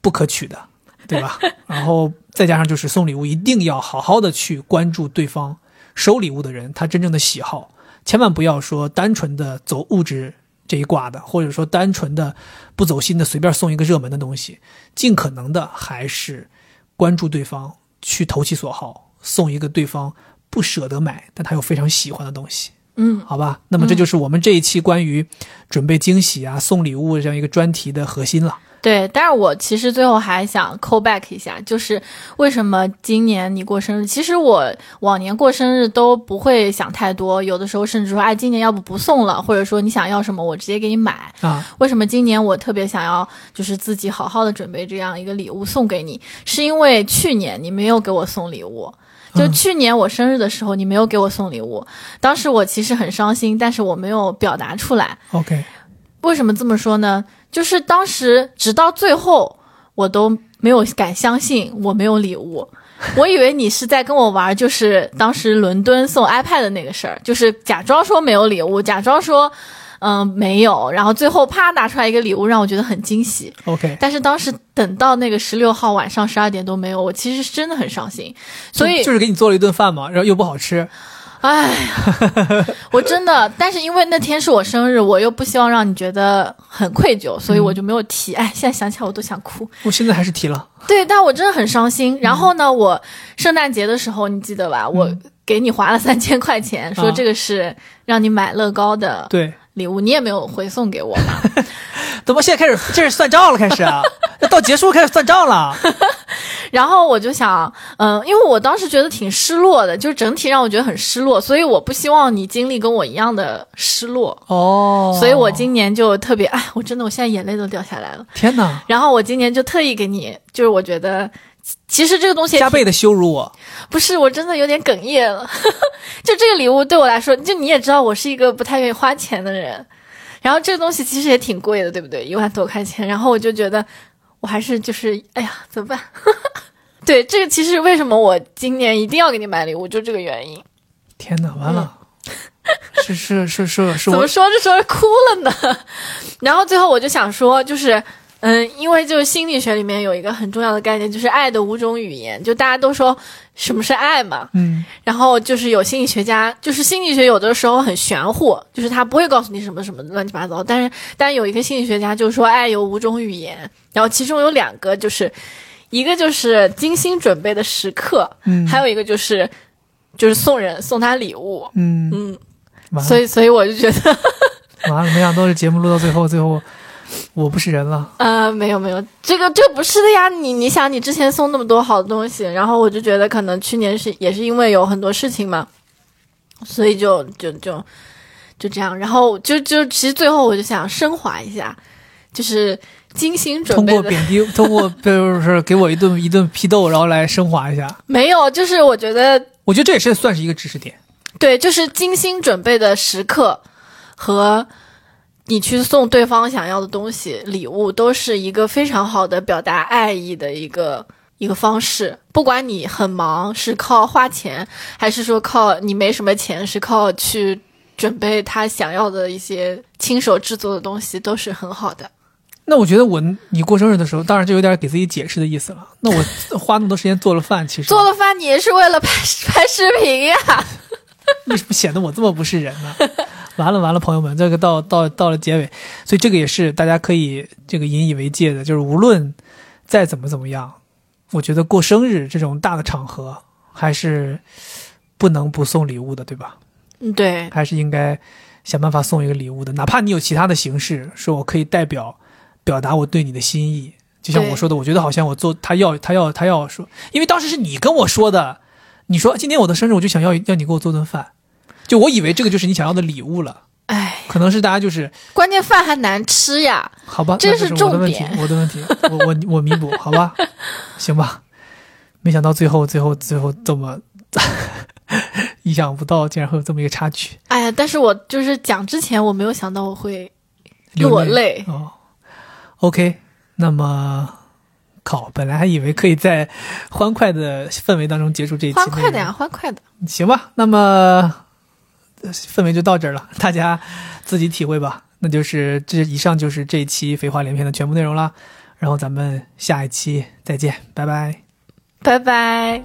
Speaker 1: 不可取的， 对吧？然后再加上就是送礼物一定要好好的去关注对方收礼物的人他真正的喜好，千万不要说单纯的走物质。这一挂的，或者说单纯的不走心的，随便送一个热门的东西，尽可能的还是关注对方，去投其所好，送一个对方不舍得买但他又非常喜欢的东西，
Speaker 2: 嗯，
Speaker 1: 好吧？那么这就是我们这一期关于准备惊喜啊、送礼物这样一个专题的核心了。
Speaker 2: 对。但是我其实最后还想 call back 一下，就是为什么今年你过生日？其实我往年过生日都不会想太多，有的时候甚至说，哎，今年要不不送了，或者说你想要什么，我直接给你买。
Speaker 1: 啊，
Speaker 2: 为什么今年我特别想要就是自己好好的准备这样一个礼物送给你？是因为去年你没有给我送礼物。就
Speaker 1: 嗯
Speaker 2: 去年我生日的时候，你没有给我送礼物，当时我其实很伤心，但是我没有表达出来。
Speaker 1: OK，
Speaker 2: 为什么这么说呢？就是当时直到最后，我都没有敢相信我没有礼物。我以为你是在跟我玩，就是当时伦敦送 iPad 的那个事儿，就是假装说没有礼物，假装说嗯、没有，然后最后啪拿出来一个礼物，让我觉得很惊喜。
Speaker 1: OK，
Speaker 2: 但是当时等到那个十六号晚上十二点都没有，我其实是真的很伤心。所以
Speaker 1: 就就是给你做了一顿饭嘛，然后又不好吃，
Speaker 2: 哎呀我真的，但是因为那天是我生日，我又不希望让你觉得很愧疚，所以我就没有提。哎，现在想起来我都想哭。
Speaker 1: 我现在还是提了。
Speaker 2: 对，但我真的很伤心。然后呢，我圣诞节的时候，你记得吧？我给你划了三千块钱，说
Speaker 1: 啊
Speaker 2: 这个是让你买乐高的
Speaker 1: 对，
Speaker 2: 礼物，你也没有回送给我嘛。
Speaker 1: 怎么现在开始这是算账了？开始啊，那到结束开始算账 了。
Speaker 2: 然后我就想，嗯、因为我当时觉得挺失落的，就是整体让我觉得很失落，所以我不希望你经历跟我一样的失落。
Speaker 1: 哦，
Speaker 2: 所以我今年就特别，哎，我真的我现在眼泪都掉下来了。
Speaker 1: 天哪，
Speaker 2: 然后我今年就特意给你，就是我觉得，其其实这个东西也挺
Speaker 1: 加倍的羞辱我。
Speaker 2: 不是，我真的有点哽咽了。 就这个礼物对我来说，就你也知道，我是一个不太愿意花钱的人。然后这个东西其实也挺贵的，对不对？一万多块钱。然后我就觉得，我还是就是，哎呀，怎么办？ 对，这个其实为什么我今年一定要给你买礼物，就这个原因。
Speaker 1: 天哪，完了，是是是是是
Speaker 2: 嗯怎
Speaker 1: 我
Speaker 2: 么说着说着哭了呢？ 然后最后我就想说，就是。嗯，因为就是心理学里面有一个很重要的概念，就是爱的五种语言。就大家都说什么是爱嘛，
Speaker 1: 嗯
Speaker 2: 然后就是有心理学家，就是心理学有的时候很玄乎，就是他不会告诉你什么什么乱七八糟。但是，但有一个心理学家就说，爱有五种语言，然后其中有两个就是，一个就是精心准备的时刻，
Speaker 1: 嗯
Speaker 2: 还有一个就是就是送人送他礼物。
Speaker 1: 嗯，
Speaker 2: 嗯，
Speaker 1: 完
Speaker 2: 所
Speaker 1: 了
Speaker 2: 以所以我就觉得，
Speaker 1: 完了，没想到这节目录到最后，最后我不是人了。
Speaker 2: 呃，没有没有，这个这个不是的呀。你你想，你之前送那么多好的东西，然后我就觉得可能去年是也是因为有很多事情嘛，所以就就就就这样。然后就就其实最后我就想升华一下，就是精心准
Speaker 1: 通
Speaker 2: 备
Speaker 1: 过
Speaker 2: 的，
Speaker 1: 贬低， 通过就是给我一顿一顿批斗，然后来升华一下。
Speaker 2: 没有，就是我觉得
Speaker 1: 我觉得这也是算是一个知识点。
Speaker 2: 对，就是精心准备的时刻和你去送对方想要的东西、礼物，都是一个非常好的表达爱意的一个一个方式。不管你很忙，是靠花钱，还是说靠你没什么钱，是靠去准备他想要的一些亲手制作的东西，都是很好的。
Speaker 1: 那我觉得我你过生日的时候，当然就有点给自己解释的意思了。那 我花那么多时间做了饭，其实
Speaker 2: 做了饭你也是为了拍拍视频呀、
Speaker 1: 为什么显得我这么不是人呢？完了完了，朋友们，这个到到到了结尾，所以这个也是大家可以这个引以为戒的，就是无论再怎么怎么样，我觉得过生日这种大的场合还是不能不送礼物的，对吧？
Speaker 2: 嗯，对，
Speaker 1: 还是应该想办法送一个礼物的，哪怕你有其他的形式，说我可以代表表达我对你的心意。就像
Speaker 2: 对
Speaker 1: 我说的，我觉得好像我做他要他要他要说，因为当时是你跟我说的，你说啊今天我的生日，我就想要要你给我做顿饭，就我以为这个就是你想要的礼物了，
Speaker 2: 哎，
Speaker 1: 可能是大家就是
Speaker 2: 关键饭还难吃呀。
Speaker 1: 好吧，
Speaker 2: 这
Speaker 1: 那
Speaker 2: 是
Speaker 1: 是我的问题
Speaker 2: 重，点
Speaker 1: 我的问题，我我我弥补，好吧，行吧，没想到最后最后最后这么 意想不到，竟然会有这么一个插曲，
Speaker 2: 哎呀，但是我就是讲之前，我没有想到我会
Speaker 1: 流
Speaker 2: 落泪。
Speaker 1: 哦，OK，那么靠，本来还以为可以在欢快的氛围当中结束这一期，
Speaker 2: 欢快的啊呀，，欢快的。
Speaker 1: 行吧，那么呃氛围就到这儿了，大家自己体会吧。那就是这以上就是这一期废话连篇的全部内容啦，然后咱们下一期再见，拜拜。
Speaker 2: 拜拜。